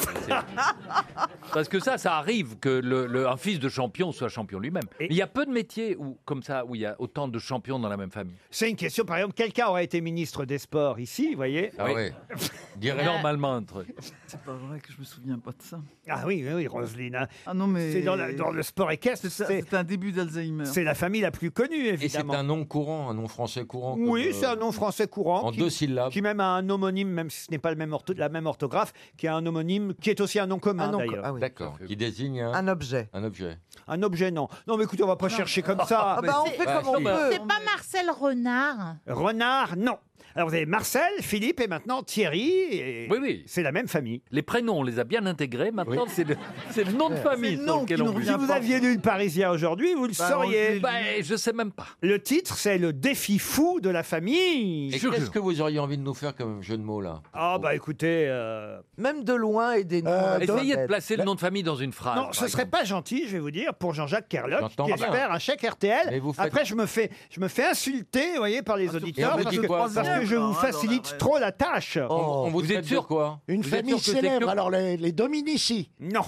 [SPEAKER 6] Parce que ça, ça arrive que le, le- un fils de champion soit champion lui-même. Mais Il y a peu de métiers où, comme ça où il y a autant de champions dans la même famille.
[SPEAKER 3] C'est une question, par exemple, quelqu'un aurait été ministre des Sports ici, vous voyez
[SPEAKER 6] Ah ouais. Dirait normalement un truc.
[SPEAKER 14] C'est pas vrai que je me souviens pas de ça.
[SPEAKER 3] Ah oui, oui, oui, Roselyne. hein.
[SPEAKER 14] Ah non, mais.
[SPEAKER 3] C'est dans, la- dans le sport équestre.
[SPEAKER 14] C'est ça,
[SPEAKER 3] c'est-
[SPEAKER 14] c'est un début d'Alzheimer.
[SPEAKER 3] C'est la famille la plus connue,
[SPEAKER 14] Et c'est
[SPEAKER 3] évidemment.
[SPEAKER 14] un nom courant, un nom français courant.
[SPEAKER 3] Oui,
[SPEAKER 14] comme, euh,
[SPEAKER 3] c'est un nom français courant.
[SPEAKER 14] En
[SPEAKER 3] qui,
[SPEAKER 14] deux syllabes.
[SPEAKER 3] Qui même a un homonyme, même si ce n'est pas le même ortho- la même orthographe, qui a un homonyme qui est aussi un nom commun
[SPEAKER 14] nom
[SPEAKER 3] d'ailleurs.
[SPEAKER 14] co- ah oui. D'accord. Qui désigne un,
[SPEAKER 3] objet.
[SPEAKER 14] un objet.
[SPEAKER 3] Un objet, non. Non, mais écoutez, on va pas chercher comme ça.
[SPEAKER 14] Ah bah, on fait comme on peut.
[SPEAKER 26] C'est pas Marcel Renard
[SPEAKER 3] Renard, non. Alors vous avez Marcel, Philippe et maintenant Thierry. et
[SPEAKER 6] Oui, oui.
[SPEAKER 3] C'est la même famille.
[SPEAKER 6] Les prénoms, on les a bien intégrés. Maintenant, c'est le, c'est le nom de famille
[SPEAKER 3] C'est le
[SPEAKER 6] sur
[SPEAKER 3] nom
[SPEAKER 6] lequel
[SPEAKER 3] qui
[SPEAKER 6] on
[SPEAKER 3] nous
[SPEAKER 6] vit.
[SPEAKER 3] revient Si vous pas. aviez lu le Parisien aujourd'hui, vous le Bah, on sauriez. le-
[SPEAKER 6] Bah, je sais même pas.
[SPEAKER 3] Le titre, c'est le défi fou de la famille.
[SPEAKER 14] Et qu'est-ce que vous auriez envie de nous faire comme jeu de mots là
[SPEAKER 3] Ah bah écoutez, euh,
[SPEAKER 7] Même de loin et des noms.
[SPEAKER 6] Euh, Essayez de placer le nom de famille dans une phrase.
[SPEAKER 3] Bah, non, ce serait pas gentil, je vais vous dire, pour Jean-Jacques Kerlock,
[SPEAKER 6] J'entends
[SPEAKER 3] qui
[SPEAKER 6] bien.
[SPEAKER 3] espère un chèque RTL.
[SPEAKER 6] Mais vous faites-
[SPEAKER 3] Après, je me fais, je me fais insulter, vous voyez, par les
[SPEAKER 6] Ah,
[SPEAKER 3] auditeurs,
[SPEAKER 14] Et on vous
[SPEAKER 3] parce
[SPEAKER 14] dit
[SPEAKER 3] que,
[SPEAKER 14] quoi, hein,
[SPEAKER 3] parce
[SPEAKER 14] ça
[SPEAKER 3] que je vous facilite trop la tâche.
[SPEAKER 7] Oh,
[SPEAKER 14] On- on vous Vous êtes traite de sûr- quoi
[SPEAKER 3] Une
[SPEAKER 14] Vous êtes famille sûr que c'est célèbre, que-
[SPEAKER 3] alors les, Dominici. Non.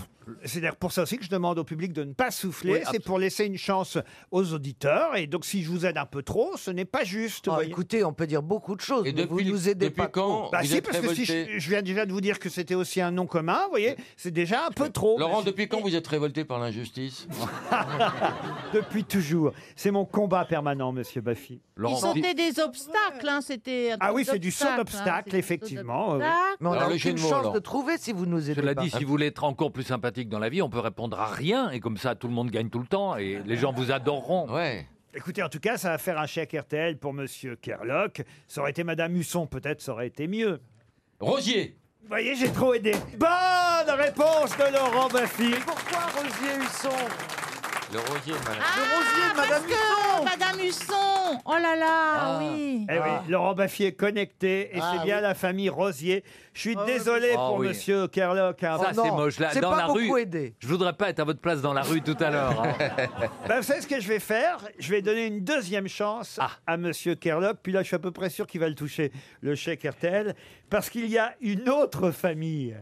[SPEAKER 3] C'est d'ailleurs pour ça aussi que je demande au public de ne pas souffler.
[SPEAKER 19] Oui,
[SPEAKER 3] c'est pour laisser une chance aux auditeurs. Et donc, si je vous aide un peu trop, ce n'est pas juste. écoutez, on peut dire beaucoup de choses.
[SPEAKER 19] mais vous nous aidez pas trop.
[SPEAKER 3] Bah
[SPEAKER 19] vous
[SPEAKER 3] si,
[SPEAKER 19] êtes
[SPEAKER 3] parce que si
[SPEAKER 19] révolté
[SPEAKER 3] je, je viens déjà de vous dire que c'était aussi un nom commun, vous voyez, c'est déjà un peu trop.
[SPEAKER 14] Laurent, depuis quand vous êtes révolté par l'injustice
[SPEAKER 3] Depuis toujours. C'est mon combat permanent, monsieur Baffy.
[SPEAKER 22] Ils sautaient des obstacles, hein, c'était. un
[SPEAKER 3] Ah
[SPEAKER 22] truc
[SPEAKER 3] oui, c'est du saut
[SPEAKER 22] d'obstacle, hein,
[SPEAKER 3] d'obstacle,
[SPEAKER 22] c'est-
[SPEAKER 3] effectivement. euh, oui.
[SPEAKER 22] d'obstacle.
[SPEAKER 7] Mais on
[SPEAKER 6] Alors,
[SPEAKER 7] n'a
[SPEAKER 6] le jeu
[SPEAKER 7] aucune
[SPEAKER 6] de mots,
[SPEAKER 7] chance
[SPEAKER 6] alors.
[SPEAKER 7] de trouver si vous nous aidez
[SPEAKER 6] Cela
[SPEAKER 7] pas.
[SPEAKER 6] dit, si vous voulez être encore plus sympathique dans la vie, on peut répondre à rien et comme ça, tout le monde gagne tout le temps et les gens vous adoreront.
[SPEAKER 14] Ouais.
[SPEAKER 3] Écoutez, en tout cas, ça va faire un chèque RTL pour monsieur Kerlock. Ça aurait été madame Husson, peut-être, ça aurait été mieux.
[SPEAKER 14] Rosier
[SPEAKER 3] Vous voyez, j'ai trop aidé. Bonne réponse de Laurent Baffy.
[SPEAKER 7] Pourquoi Rosier Husson
[SPEAKER 14] Le rosier, madame.
[SPEAKER 22] Ah, parce que Madame Husson Oh là
[SPEAKER 13] Ah.
[SPEAKER 22] là,
[SPEAKER 6] Ah.
[SPEAKER 22] oui.
[SPEAKER 3] Eh oui, Laurent Baffy est connecté et
[SPEAKER 22] Ah
[SPEAKER 3] c'est bien
[SPEAKER 22] oui.
[SPEAKER 3] la famille Rosier. Je suis
[SPEAKER 22] Ah oui.
[SPEAKER 3] désolé
[SPEAKER 6] Ah
[SPEAKER 3] pour
[SPEAKER 6] oui.
[SPEAKER 3] monsieur Kerlock. hein.
[SPEAKER 6] Ça, Oh c'est moche. Là, dans la rue,
[SPEAKER 7] aidé.
[SPEAKER 6] je voudrais pas être à votre place dans la rue tout à l'heure. hein.
[SPEAKER 3] Ben, vous savez ce que je vais faire Je vais donner une deuxième chance à Monsieur Kerlop. Puis là, je suis à peu près sûr qu'il va le toucher, le chèque RTL, parce qu'il y a une autre famille,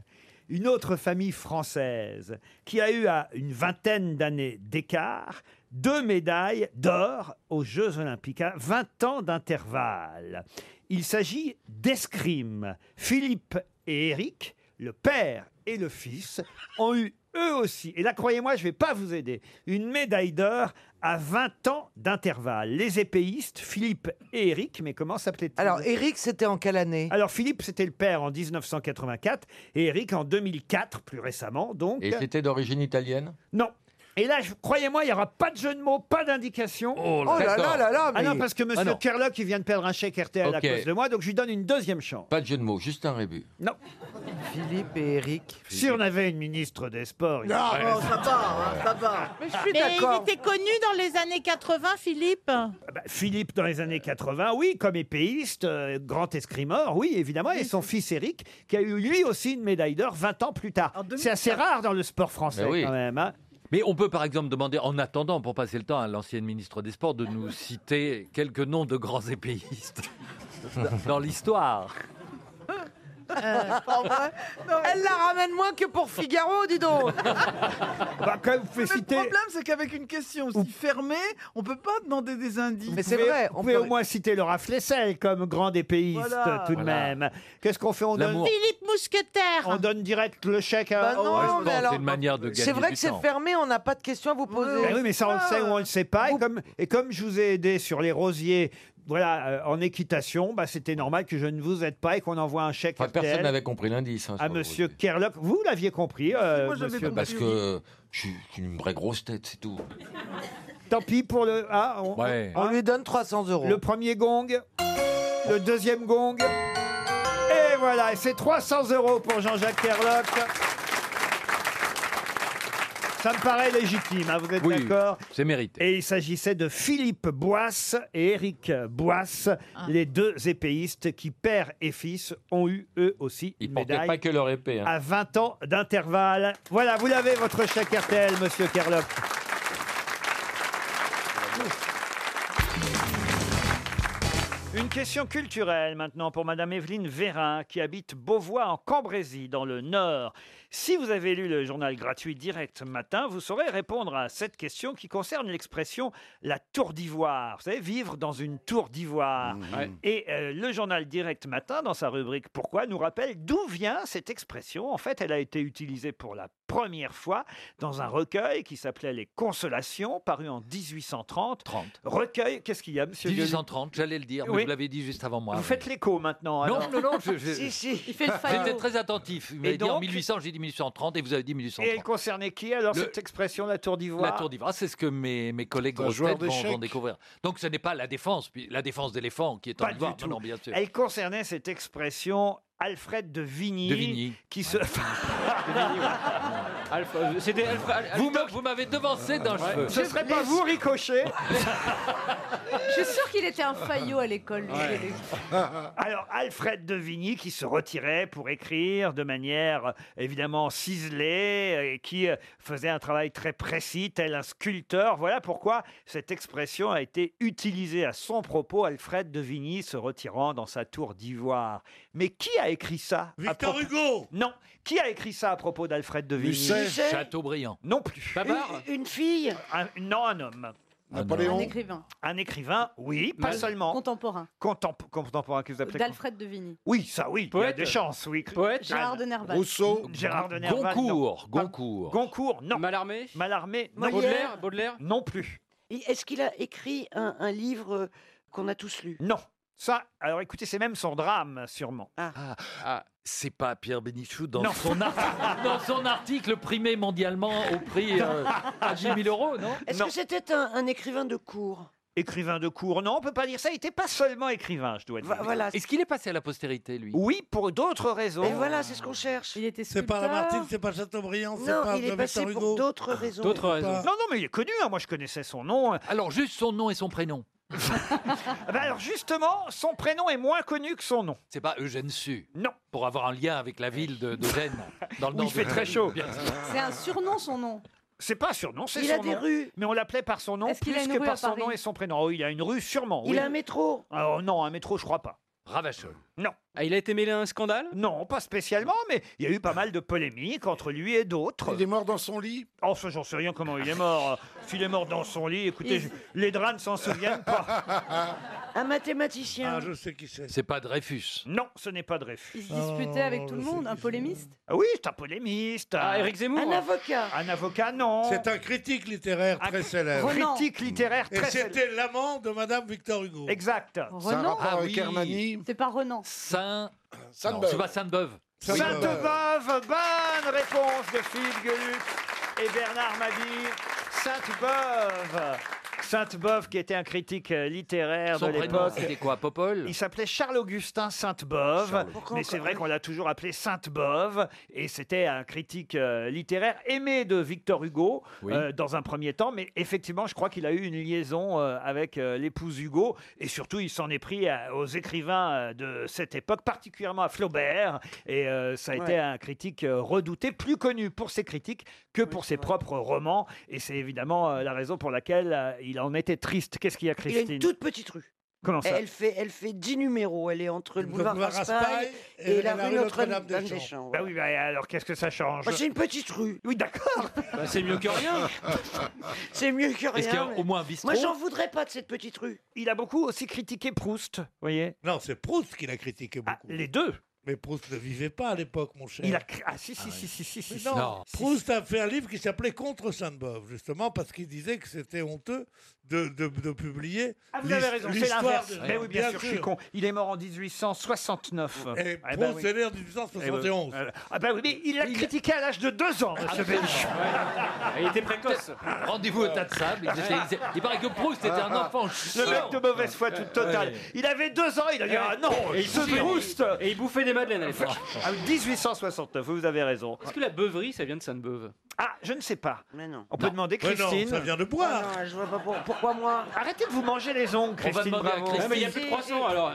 [SPEAKER 3] une autre famille française, qui a eu à une vingtaine d'années d'écart deux médailles d'or aux Jeux Olympiques, à 20 ans d'intervalle. Il s'agit d'escrime. Philippe et Eric, le père et le fils, ont eu eux aussi, et là croyez-moi, je ne vais pas vous aider, une médaille d'or à 20 ans d'intervalle. Les épéistes, Philippe et Eric, mais comment s'appelait-il
[SPEAKER 7] Alors, Eric, c'était en quelle année
[SPEAKER 3] Alors, Philippe, c'était le père en 1984, et Eric en 2004, plus récemment, donc.
[SPEAKER 14] Et c'était d'origine italienne
[SPEAKER 3] Non. Et là, je- croyez-moi, il n'y aura pas de jeu de mots, pas d'indication.
[SPEAKER 14] Oh là Oh là là là là,
[SPEAKER 3] Ah non,
[SPEAKER 14] mais-
[SPEAKER 3] parce que
[SPEAKER 14] Ah
[SPEAKER 3] Monsieur
[SPEAKER 14] non.
[SPEAKER 3] Kerlock, il vient de perdre un chèque RTL
[SPEAKER 14] Ok.
[SPEAKER 3] à cause de moi, donc je lui donne une deuxième chance.
[SPEAKER 14] Pas de jeu de mots, juste un rébut.
[SPEAKER 3] Non.
[SPEAKER 7] Philippe et Eric.
[SPEAKER 3] Si on avait une ministre des Sports... il- Euh,
[SPEAKER 7] Non,
[SPEAKER 3] Ouais.
[SPEAKER 7] Ah, bon, ça va, hein, ça va. Mais je suis d'accord.
[SPEAKER 22] il était connu dans les années 80, Philippe.
[SPEAKER 3] Bah, Philippe dans les années 80, oui, comme épéiste, euh, grand escrimeur, oui, évidemment, et son fils Eric, qui a eu lui aussi une médaille d'or 20 ans plus tard. C'est assez rare dans le sport français,
[SPEAKER 6] Mais oui.
[SPEAKER 3] quand même. hein.
[SPEAKER 6] Mais on peut par exemple demander, en attendant, pour passer le temps, à l'ancienne ministre des Sports de nous citer quelques noms de grands épéistes dans l'histoire.
[SPEAKER 7] Euh, Elle la ramène moins que pour Figaro, dis donc.
[SPEAKER 3] bah, quand vous pouvez
[SPEAKER 2] Le problème, c'est qu'avec une question aussi fermée, on peut pas demander des indices.
[SPEAKER 3] Vous pouvez- Vous pouvez au moins citer Laura Flessel comme grand épéiste,
[SPEAKER 2] Voilà.
[SPEAKER 3] tout de
[SPEAKER 2] Voilà.
[SPEAKER 3] même. Qu'est-ce qu'on fait on donne...
[SPEAKER 6] L'amour.
[SPEAKER 22] Philippe Mousquetaire.
[SPEAKER 3] On donne direct le chèque à...
[SPEAKER 7] Bah non,
[SPEAKER 6] Ouais, je
[SPEAKER 7] mais
[SPEAKER 6] pense que
[SPEAKER 7] alors-
[SPEAKER 6] c'est une manière de
[SPEAKER 7] C'est
[SPEAKER 6] gagner
[SPEAKER 7] vrai
[SPEAKER 6] du
[SPEAKER 7] que c'est
[SPEAKER 6] temps.
[SPEAKER 7] fermé, on n'a pas de questions à vous poser.
[SPEAKER 3] Ben oui, mais ça, on le sait ou on le sait pas. Et comme, et comme je vous ai aidé sur les rosiers, voilà, euh, en équitation, bah, c'était normal que je ne vous aide pas et qu'on envoie un chèque
[SPEAKER 14] Enfin, personne
[SPEAKER 3] RTL
[SPEAKER 14] n'avait compris l'indice. hein,
[SPEAKER 3] à
[SPEAKER 14] sur le
[SPEAKER 3] Monsieur Kerlock. Vous l'aviez compris, Ah, euh, Monsieur
[SPEAKER 14] Parce
[SPEAKER 3] Baffy.
[SPEAKER 14] que je suis une vraie grosse tête, c'est tout.
[SPEAKER 3] Tant pis pour le. Ah, on,
[SPEAKER 14] Ouais.
[SPEAKER 3] on
[SPEAKER 7] lui donne 300 euros.
[SPEAKER 3] Le premier gong, le deuxième gong. Et voilà, et c'est 300 euros pour Jean-Jacques Kerlock. Ça me paraît légitime, hein, vous êtes
[SPEAKER 6] Oui,
[SPEAKER 3] d'accord
[SPEAKER 6] c'est mérité.
[SPEAKER 3] Et il s'agissait de Philippe Boisse et Éric Boisse, les deux épéistes qui, père et fils, ont eu eux aussi une
[SPEAKER 14] portaient
[SPEAKER 3] médaille
[SPEAKER 14] pas que leur épée, hein.
[SPEAKER 3] à 20 ans d'intervalle. Voilà, vous l'avez votre chèque RTL, monsieur Kerlock. Une question culturelle maintenant pour Madame Evelyne Vérin qui habite Beauvois en Cambrésie dans le Nord. Si vous avez lu le journal gratuit Direct Matin, vous saurez répondre à cette question qui concerne l'expression la tour d'ivoire. Vous savez, vivre dans une tour d'ivoire. Et euh, le journal Direct Matin, dans sa rubrique Pourquoi, nous rappelle d'où vient cette expression. En fait, elle a été utilisée pour la première fois dans un recueil qui s'appelait Les Consolations, paru en 1830. Recueil, qu'est-ce qu'il y a, monsieur Gueluc
[SPEAKER 6] 1830, j'allais le dire, mais
[SPEAKER 3] Oui.
[SPEAKER 6] vous l'avez dit juste avant moi.
[SPEAKER 3] vous faites l'écho maintenant.
[SPEAKER 6] Non,
[SPEAKER 3] alors.
[SPEAKER 6] non, non, je- je-
[SPEAKER 3] Si, si.
[SPEAKER 6] J'étais très attentif. Vous
[SPEAKER 3] Et
[SPEAKER 6] m'avez dit en
[SPEAKER 3] donc
[SPEAKER 6] 1800, j'ai dit 1830 et vous avez dit
[SPEAKER 3] Et elle
[SPEAKER 6] 1830.
[SPEAKER 3] concernait qui alors
[SPEAKER 6] Le-
[SPEAKER 3] cette expression, la tour
[SPEAKER 6] La
[SPEAKER 3] d'ivoire
[SPEAKER 6] tour d'ivoire, c'est ce que mes, mes collègues
[SPEAKER 3] Un
[SPEAKER 6] grosses
[SPEAKER 3] joueur
[SPEAKER 6] têtes vont,
[SPEAKER 3] d'échecs.
[SPEAKER 6] vont découvrir. Donc ce n'est pas la défense, puis la défense d'éléphant qui est en
[SPEAKER 3] Pas du
[SPEAKER 6] ivoire.
[SPEAKER 3] tout.
[SPEAKER 6] Non, non, bien sûr.
[SPEAKER 3] Elle concernait cette expression Alfred de Vigny,
[SPEAKER 6] De Vigny.
[SPEAKER 3] qui se.
[SPEAKER 6] Alpha- euh, c'était Alpha- Al- Vous m'a- vous m'avez devancé d'un cheveu.
[SPEAKER 3] Ce serait pas vous, Ricochet
[SPEAKER 15] Je suis sûre qu'il était un faillot à l'école. lui.
[SPEAKER 3] Ouais. Alors, Alfred de Vigny qui se retirait pour écrire de manière euh, évidemment ciselée euh, et qui euh, faisait un travail très précis, tel un sculpteur. Voilà pourquoi cette expression a été utilisée à son propos, Alfred de Vigny se retirant dans sa tour d'ivoire. Mais qui a a écrit ça à
[SPEAKER 16] Victor
[SPEAKER 3] propos-
[SPEAKER 16] Hugo
[SPEAKER 3] Non. Qui a écrit ça à propos d'Alfred de Vigny
[SPEAKER 16] Musset. Musset.
[SPEAKER 3] Chateaubriand. Non plus.
[SPEAKER 16] Babar
[SPEAKER 3] Une, fille Non, un homme.
[SPEAKER 15] Napoléon. Un écrivain.
[SPEAKER 3] Un écrivain, oui, pas
[SPEAKER 15] Mal-
[SPEAKER 3] seulement.
[SPEAKER 15] Contemporain.
[SPEAKER 3] Contempo- contemporain que vous appelez.
[SPEAKER 15] D'Alfred de Vigny.
[SPEAKER 3] Oui, ça oui, il y a
[SPEAKER 15] Poète.
[SPEAKER 3] des chances, oui.
[SPEAKER 15] Poète. Gérard de Nerval. Rousseau.
[SPEAKER 3] Gérard de Nerval.
[SPEAKER 6] Goncourt,
[SPEAKER 3] non.
[SPEAKER 6] Goncourt.
[SPEAKER 3] Goncourt, non. Mallarmé Mallarmé, non.
[SPEAKER 6] Baudelaire,
[SPEAKER 3] Non plus.
[SPEAKER 12] Et Est-ce qu'il a écrit un, un livre euh, qu'on a tous lu
[SPEAKER 3] Non. Ça, alors écoutez, c'est même son drame, sûrement.
[SPEAKER 6] Ah, ah, c'est pas Pierre Bénichou dans
[SPEAKER 3] Non.
[SPEAKER 6] son ar- dans son article primé mondialement au prix euh, à 10 000 euros, non
[SPEAKER 12] Est-ce que c'était un, un écrivain de cours
[SPEAKER 3] Écrivain de cours, non, on peut pas dire ça. Il n'était pas seulement écrivain, je dois dire.
[SPEAKER 6] Est-ce qu'il est passé à la postérité, lui
[SPEAKER 3] Oui, pour d'autres raisons.
[SPEAKER 12] Et voilà, c'est ce qu'on cherche.
[SPEAKER 15] Il était
[SPEAKER 16] C'est pas Lamartine, c'est pas Chateaubriand, c'est
[SPEAKER 12] Non,
[SPEAKER 16] pas
[SPEAKER 12] il est
[SPEAKER 16] de
[SPEAKER 12] passé
[SPEAKER 16] Victor
[SPEAKER 12] pour
[SPEAKER 16] Hugo.
[SPEAKER 12] d'autres raisons.
[SPEAKER 3] Non, non, mais il est connu. hein, Moi, je connaissais son nom.
[SPEAKER 6] Alors, juste son nom et son prénom.
[SPEAKER 3] Ah bah alors, justement, son prénom est moins connu que son nom.
[SPEAKER 6] C'est pas Eugène Su
[SPEAKER 3] Non.
[SPEAKER 6] Pour avoir un lien avec la ville de, de Gênes, dans le
[SPEAKER 3] Où
[SPEAKER 6] nord
[SPEAKER 3] il fait
[SPEAKER 6] de-
[SPEAKER 3] très chaud.
[SPEAKER 6] Bien sûr.
[SPEAKER 15] C'est un surnom, son nom.
[SPEAKER 3] C'est pas un surnom, c'est
[SPEAKER 12] Il a
[SPEAKER 3] son
[SPEAKER 12] des
[SPEAKER 3] nom.
[SPEAKER 12] rues.
[SPEAKER 3] Mais on l'appelait par son nom
[SPEAKER 15] Est-ce
[SPEAKER 3] plus
[SPEAKER 15] qu'il a une
[SPEAKER 3] que
[SPEAKER 15] rue
[SPEAKER 3] par
[SPEAKER 15] à
[SPEAKER 3] son
[SPEAKER 15] Paris
[SPEAKER 3] nom et son prénom. Oh, il a une rue, sûrement.
[SPEAKER 12] Il
[SPEAKER 3] oui.
[SPEAKER 12] a un métro.
[SPEAKER 3] Oh non, un métro, je crois pas.
[SPEAKER 6] Ravachol.
[SPEAKER 3] Non.
[SPEAKER 17] Ah, il a été mêlé à un scandale
[SPEAKER 3] Non, pas spécialement, mais il y a eu pas mal de polémiques entre lui et d'autres. Il est mort dans son lit Oh, ça, j'en sais rien comment il est mort. S'il est mort dans son lit, écoutez,
[SPEAKER 12] Il-
[SPEAKER 3] je- les draps ne s'en souviennent pas.
[SPEAKER 12] Un mathématicien.
[SPEAKER 16] Ah, sais qui c'est.
[SPEAKER 6] C'est pas Dreyfus.
[SPEAKER 3] Non, ce n'est pas Dreyfus.
[SPEAKER 15] Il se disputait avec
[SPEAKER 16] Oh,
[SPEAKER 15] tout le monde, un polémiste.
[SPEAKER 3] Ah Oui, c'est un polémiste.
[SPEAKER 15] Ah,
[SPEAKER 3] un-
[SPEAKER 15] Éric Zemmour. Un avocat.
[SPEAKER 3] Un avocat, non.
[SPEAKER 16] C'est un critique littéraire très célèbre.
[SPEAKER 3] Renan. critique littéraire
[SPEAKER 16] Et
[SPEAKER 3] très
[SPEAKER 16] c'était l'amant de Madame Victor Hugo.
[SPEAKER 3] Exact.
[SPEAKER 15] Renan
[SPEAKER 16] Ah
[SPEAKER 17] Ah,
[SPEAKER 15] C'est pas Renan.
[SPEAKER 6] Saint.
[SPEAKER 16] Sainte-Beuve.
[SPEAKER 6] Non, C'est pas Sainte-Beuve.
[SPEAKER 3] Sainte-Beuve, bonne réponse de Philippe Gueluc et Bernard Mabille. Sainte-Beuve. Sainte-Beuve, qui était un critique euh, littéraire
[SPEAKER 6] Son
[SPEAKER 3] de
[SPEAKER 6] prénom,
[SPEAKER 3] l'époque.
[SPEAKER 6] c'était quoi Popol
[SPEAKER 3] Il s'appelait Charles-Augustin Sainte-Beuve, mais c'est vrai qu'on l'a toujours appelé Sainte-Beuve, et c'était un critique euh, littéraire aimé de Victor Hugo euh, dans un premier temps, mais effectivement, je crois qu'il a eu une liaison euh, avec euh, l'épouse Hugo, et surtout, il s'en est pris à- aux écrivains euh, de cette époque, particulièrement à Flaubert, et euh, ça a été
[SPEAKER 17] Ouais.
[SPEAKER 3] un critique euh, redouté, plus connu pour ses critiques que pour ses propres romans, et c'est évidemment euh, la raison pour laquelle euh, il en était triste. Qu'est-ce qu'il y a,
[SPEAKER 12] Il a
[SPEAKER 3] Christine
[SPEAKER 12] une toute petite rue.
[SPEAKER 3] Comment ça
[SPEAKER 12] elle fait, elle fait 10 numéros. Elle est entre le boulevard
[SPEAKER 16] boulevard
[SPEAKER 12] Raspail
[SPEAKER 16] Raspail
[SPEAKER 12] et,
[SPEAKER 16] et
[SPEAKER 12] la
[SPEAKER 16] la
[SPEAKER 12] rue
[SPEAKER 16] rue
[SPEAKER 12] Notre-Dame
[SPEAKER 16] Notre-Dame
[SPEAKER 12] des
[SPEAKER 16] des
[SPEAKER 12] Champs.
[SPEAKER 3] Bah oui, bah alors qu'est-ce que ça change
[SPEAKER 12] Moi, c'est une petite rue. Bah,
[SPEAKER 3] Oui, d'accord.
[SPEAKER 17] C'est mieux que rien.
[SPEAKER 12] C'est mieux que rien.
[SPEAKER 6] Est-ce qu'il y a
[SPEAKER 12] mais-
[SPEAKER 6] au moins un bistrot
[SPEAKER 12] Moi, j'en voudrais pas de cette petite rue.
[SPEAKER 3] Il a beaucoup aussi critiqué Proust, vous voyez
[SPEAKER 16] Non, c'est Proust qui l'a critiqué beaucoup.
[SPEAKER 3] les deux
[SPEAKER 16] Mais Proust ne vivait pas à l'époque, mon cher.
[SPEAKER 3] Il a cri- Ah, si, si, si, si, si, si,
[SPEAKER 16] Mais
[SPEAKER 3] si.
[SPEAKER 16] non,
[SPEAKER 3] Non.
[SPEAKER 16] Proust a fait un livre qui s'appelait Contre Sainte-Beuve, justement, parce qu'il disait que c'était honteux de, de- de publier.
[SPEAKER 3] Ah, vous avez
[SPEAKER 16] l'his-
[SPEAKER 3] raison, c'est
[SPEAKER 16] l'histoire
[SPEAKER 3] l'inverse.
[SPEAKER 16] de-
[SPEAKER 3] Mais oui, bien, sûr, je suis con. Il est mort en 1869.
[SPEAKER 16] Et
[SPEAKER 3] Ah,
[SPEAKER 16] Proust
[SPEAKER 3] oui.
[SPEAKER 16] est né en 1871.
[SPEAKER 3] Eh oui. Ah bah oui, mais il l'a critiqué à l'âge de 2 ans,
[SPEAKER 16] Ah,
[SPEAKER 3] monsieur Bénichou.
[SPEAKER 17] Il était précoce. Ah,
[SPEAKER 6] Rendez-vous au tas de sable. Ils étaient- ils étaient- Il paraît que Proust était un enfant.
[SPEAKER 3] Le mec de mauvaise foi toute totale. Il avait 2 ans, il a dit Ah non,
[SPEAKER 17] Et il
[SPEAKER 3] ce
[SPEAKER 17] bouffait-
[SPEAKER 3] Proust
[SPEAKER 17] Et il bouffait des madeleines à l'époque.
[SPEAKER 3] Ah, 1869, vous avez raison.
[SPEAKER 17] Est-ce que la beuverie, ça vient de Sainte-Beuve
[SPEAKER 3] Ah, je ne sais pas.
[SPEAKER 12] Mais non.
[SPEAKER 3] On peut demander
[SPEAKER 16] Mais non,
[SPEAKER 3] Christine.
[SPEAKER 16] ça vient de boire.
[SPEAKER 12] Ah non, je vois pas pour- pourquoi moi.
[SPEAKER 3] Arrêtez de vous manger les ongles,
[SPEAKER 6] On va
[SPEAKER 3] Christine
[SPEAKER 6] demander à
[SPEAKER 3] Bravo. Ah,
[SPEAKER 6] Christine.
[SPEAKER 17] Ah, mais il y a plus de croissants, alors.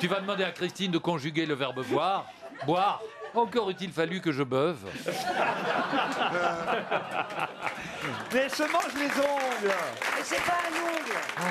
[SPEAKER 6] Tu vas demander à Christine de conjuguer le verbe boire. Boire. Encore eût-il fallu que je beuve.
[SPEAKER 3] Mais elle se mange les ongles.
[SPEAKER 12] Mais c'est pas un ongle.
[SPEAKER 6] Ah.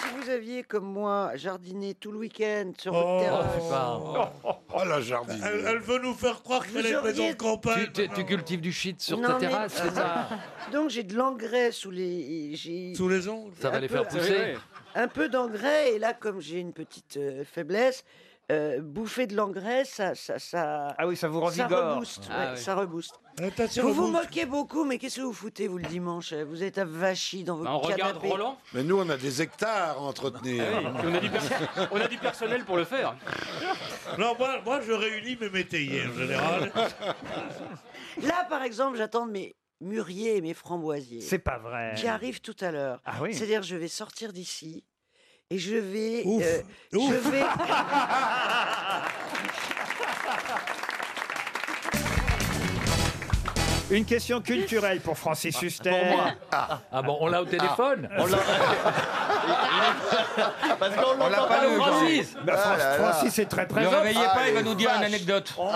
[SPEAKER 12] Si vous aviez, comme moi, jardiné tout le week-end sur
[SPEAKER 16] Oh,
[SPEAKER 12] votre
[SPEAKER 6] Oh,
[SPEAKER 12] terrasse.
[SPEAKER 5] Oh la jardine.
[SPEAKER 16] Elle, elle veut nous faire croire
[SPEAKER 12] Vous
[SPEAKER 16] qu'elle est une maison
[SPEAKER 12] auriez-
[SPEAKER 16] de campagne. Ah.
[SPEAKER 6] Tu, tu- tu cultives du shit sur
[SPEAKER 12] Non,
[SPEAKER 6] ta
[SPEAKER 12] mais-
[SPEAKER 6] terrasse, c'est ça
[SPEAKER 12] Donc j'ai de l'engrais sous les. j'ai-
[SPEAKER 16] Sous les ongles.
[SPEAKER 6] Ça va
[SPEAKER 12] un
[SPEAKER 6] les
[SPEAKER 12] peu-
[SPEAKER 6] faire pousser.
[SPEAKER 12] Un peu d'engrais, et là, comme j'ai une petite euh, faiblesse, euh, bouffer de l'engrais, ça, ça, ça.
[SPEAKER 3] Ah oui, ça vous rend
[SPEAKER 12] Ça
[SPEAKER 3] vigore.
[SPEAKER 12] rebooste.
[SPEAKER 3] Ah
[SPEAKER 12] ouais,
[SPEAKER 3] oui.
[SPEAKER 12] Ça rebooste.
[SPEAKER 16] Attention,
[SPEAKER 12] Vous
[SPEAKER 16] le
[SPEAKER 12] vous
[SPEAKER 16] monstre.
[SPEAKER 12] moquez beaucoup, mais qu'est-ce que vous foutez, vous, le dimanche euh, Vous êtes avachis dans votre
[SPEAKER 17] Bah, on regarde
[SPEAKER 12] canapé.
[SPEAKER 17] Roland.
[SPEAKER 5] Mais nous, on a des hectares à entretenir.
[SPEAKER 17] Ah oui, puis on, a du pers- on a du personnel pour le faire.
[SPEAKER 16] Non, moi, moi, je réunis mes métayers, en
[SPEAKER 6] Euh.
[SPEAKER 16] général.
[SPEAKER 12] Là, par exemple, j'attends mes mûriers et mes framboisiers.
[SPEAKER 3] C'est pas vrai.
[SPEAKER 12] Qui arrivent tout à l'heure.
[SPEAKER 3] Ah oui.
[SPEAKER 12] C'est-à-dire, je vais sortir d'ici et je vais.
[SPEAKER 16] Ouf.
[SPEAKER 12] euh,
[SPEAKER 16] Ouf.
[SPEAKER 12] Je vais.
[SPEAKER 3] Une
[SPEAKER 12] Bah,
[SPEAKER 3] question culturelle pour Francis Huster.
[SPEAKER 6] Ah
[SPEAKER 16] Ah.
[SPEAKER 6] Pour moi. Ah bon, on l'a au téléphone On l'a-
[SPEAKER 3] Parce
[SPEAKER 4] qu'on On l'a l'entend pas pas, le
[SPEAKER 3] le
[SPEAKER 4] nous, Francis. Jean. Ah là là.
[SPEAKER 3] Bah, Francis est très
[SPEAKER 4] Ne
[SPEAKER 3] présent.
[SPEAKER 4] réveillez pas, Ah, il va les nous dire une vaches.
[SPEAKER 3] anecdote.
[SPEAKER 7] Oh,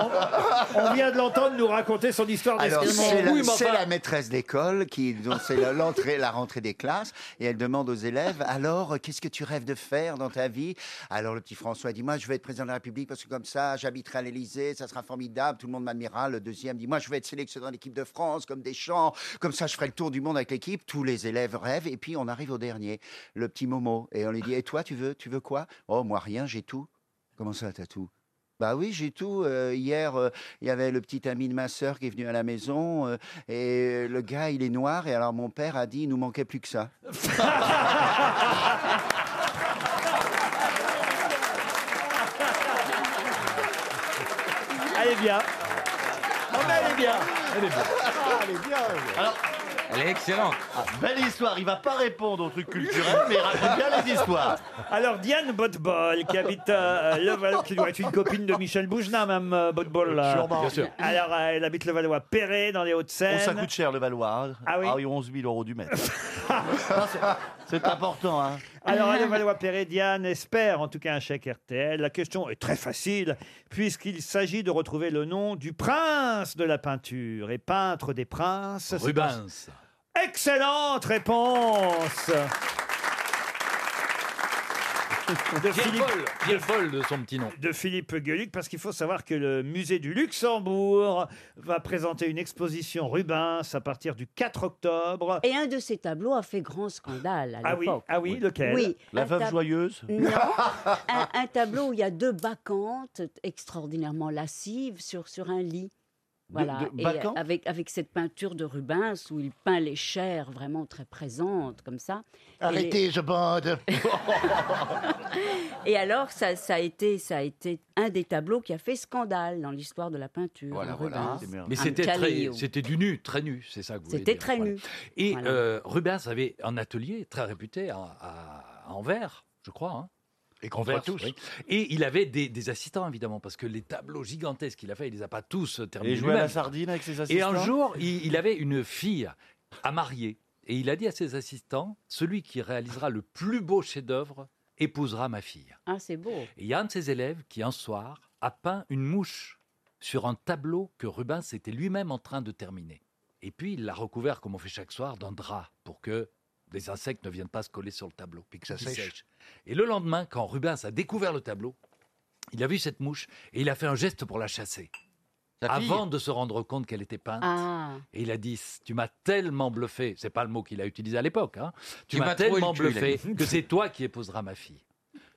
[SPEAKER 3] On vient de l'entendre nous raconter son histoire
[SPEAKER 4] Alors,
[SPEAKER 3] d'escrime.
[SPEAKER 4] c'est la,
[SPEAKER 3] Oui, mais
[SPEAKER 4] c'est
[SPEAKER 3] enfin-
[SPEAKER 4] la maîtresse d'école qui, dont c'est la- l'entrée, la rentrée des classes, et elle demande aux élèves alors, euh, qu'est-ce que tu rêves de faire dans ta vie Alors, le petit François dit moi, je vais être président de la République parce que comme ça, j'habiterai à l'Élysée, ça sera formidable, tout le monde m'admirera. Le deuxième dit moi, je vais être sélectionné dans l'équipe de France, comme des champs, comme ça, je ferai le tour du monde avec l'équipe. Tous les élèves rêvent, et puis on arrive au dernier, le petit Momo, et on lui dit et toi, tu veux, tu veux quoi Oh, moi, rien, j'ai tout. Comment ça, t'as tout bah oui, j'ai tout. Euh, hier, euh, il y avait le petit ami de ma sœur qui est venu à la maison euh, et le gars, il est noir. Et alors mon père a dit, il nous manquait plus que ça.
[SPEAKER 3] Elle est bien.
[SPEAKER 4] Non, Ah, mais elle est bien.
[SPEAKER 3] Elle est bien.
[SPEAKER 4] elle est bien.
[SPEAKER 8] Alors, elle est excellente.
[SPEAKER 16] Ah.
[SPEAKER 8] belle histoire. Il va pas répondre aux trucs culturels, mais il raconte bien les histoires.
[SPEAKER 3] Alors, Diane Botbol, qui habite euh, Levallois, qui doit être une copine de Michel Boujna, même euh, Botbol. là.
[SPEAKER 8] Sûrement. Bien sûr.
[SPEAKER 3] Alors, euh, elle habite Levallois-Perret, dans les Hauts-de-Seine.
[SPEAKER 8] Bon, ça coûte cher, le Valois. hein.
[SPEAKER 3] Ah oui.
[SPEAKER 8] Ah 11 000 euros du mètre. Non, c'est- C'est important, hein.
[SPEAKER 3] Alors, euh, Alain Valois-Perret, Diane espère en tout cas un chèque RTL. La question est très facile, puisqu'il s'agit de retrouver le nom du prince de la peinture et peintre des princes. c'est
[SPEAKER 6] Rubens.
[SPEAKER 3] un- Excellente réponse de
[SPEAKER 6] Pierre Paul, Pierre Paul de son petit nom.
[SPEAKER 3] de Philippe Gueluc, parce qu'il faut savoir que le musée du Luxembourg va présenter une exposition Rubens à partir du 4 octobre.
[SPEAKER 18] Et un de ces tableaux a fait grand scandale à
[SPEAKER 3] Ah oui,
[SPEAKER 18] l'époque.
[SPEAKER 3] ah oui, lequel
[SPEAKER 18] Oui,
[SPEAKER 8] La
[SPEAKER 18] un
[SPEAKER 8] veuve
[SPEAKER 18] tab-
[SPEAKER 8] joyeuse
[SPEAKER 18] Non, un, un tableau où il y a deux bacchantes extraordinairement lascives sur, sur un lit. Voilà,
[SPEAKER 8] de
[SPEAKER 18] Et
[SPEAKER 8] bacchantes
[SPEAKER 18] avec, avec cette peinture de Rubens où il peint les chairs vraiment très présentes, comme ça. Et
[SPEAKER 4] Arrêtez, je bande.
[SPEAKER 18] les- Et, alors, ça, ça, a été, ça a été un des tableaux qui a fait scandale dans l'histoire de la peinture. hein, Rubens.
[SPEAKER 6] Mais
[SPEAKER 18] Un
[SPEAKER 6] c'était très,
[SPEAKER 18] Callio.
[SPEAKER 6] c'était du nu, très nu, c'est ça que vous voulez
[SPEAKER 18] C'était
[SPEAKER 6] dire,
[SPEAKER 18] très
[SPEAKER 6] voilà.
[SPEAKER 18] nu.
[SPEAKER 6] Et
[SPEAKER 18] Voilà.
[SPEAKER 6] euh, Rubens avait un atelier très réputé à, à- à Envers, je crois. hein.
[SPEAKER 4] Et
[SPEAKER 8] qu'on voit
[SPEAKER 6] Anvers,
[SPEAKER 8] tous.
[SPEAKER 6] oui. Et il avait des, des assistants, évidemment, parce que les tableaux gigantesques qu'il a fait, il les a pas tous euh, terminés.
[SPEAKER 8] Et jouer à la
[SPEAKER 6] lui-même.
[SPEAKER 8] sardine avec ses
[SPEAKER 6] Et
[SPEAKER 8] assistants.
[SPEAKER 6] un jour, il, il avait une fille à marier. Et il a dit à ses assistants Celui qui réalisera le plus beau chef-d'œuvre épousera ma fille.
[SPEAKER 18] Ah, c'est beau.
[SPEAKER 6] Et il y a un de ses élèves qui, un soir, a peint une mouche sur un tableau que Rubens était lui-même en train de terminer. Et puis, il l'a recouvert, comme on fait chaque soir, d'un drap pour que les insectes ne viennent pas se coller sur le tableau. Puis que ça
[SPEAKER 4] sèche.
[SPEAKER 6] Et le lendemain, quand Rubens a découvert le tableau, il a vu cette mouche et il a fait un geste pour la chasser.
[SPEAKER 4] fille
[SPEAKER 6] Avant de se rendre compte qu'elle était peinte,
[SPEAKER 18] Ah.
[SPEAKER 6] et il a dit Tu m'as tellement bluffé, c'est pas le mot qu'il a utilisé à l'époque, hein. tu,
[SPEAKER 8] Tu
[SPEAKER 6] m'as
[SPEAKER 8] m'as troué le
[SPEAKER 6] tellement
[SPEAKER 8] cul, il a
[SPEAKER 6] bluffé
[SPEAKER 8] dit.
[SPEAKER 6] que c'est toi qui épouseras ma fille.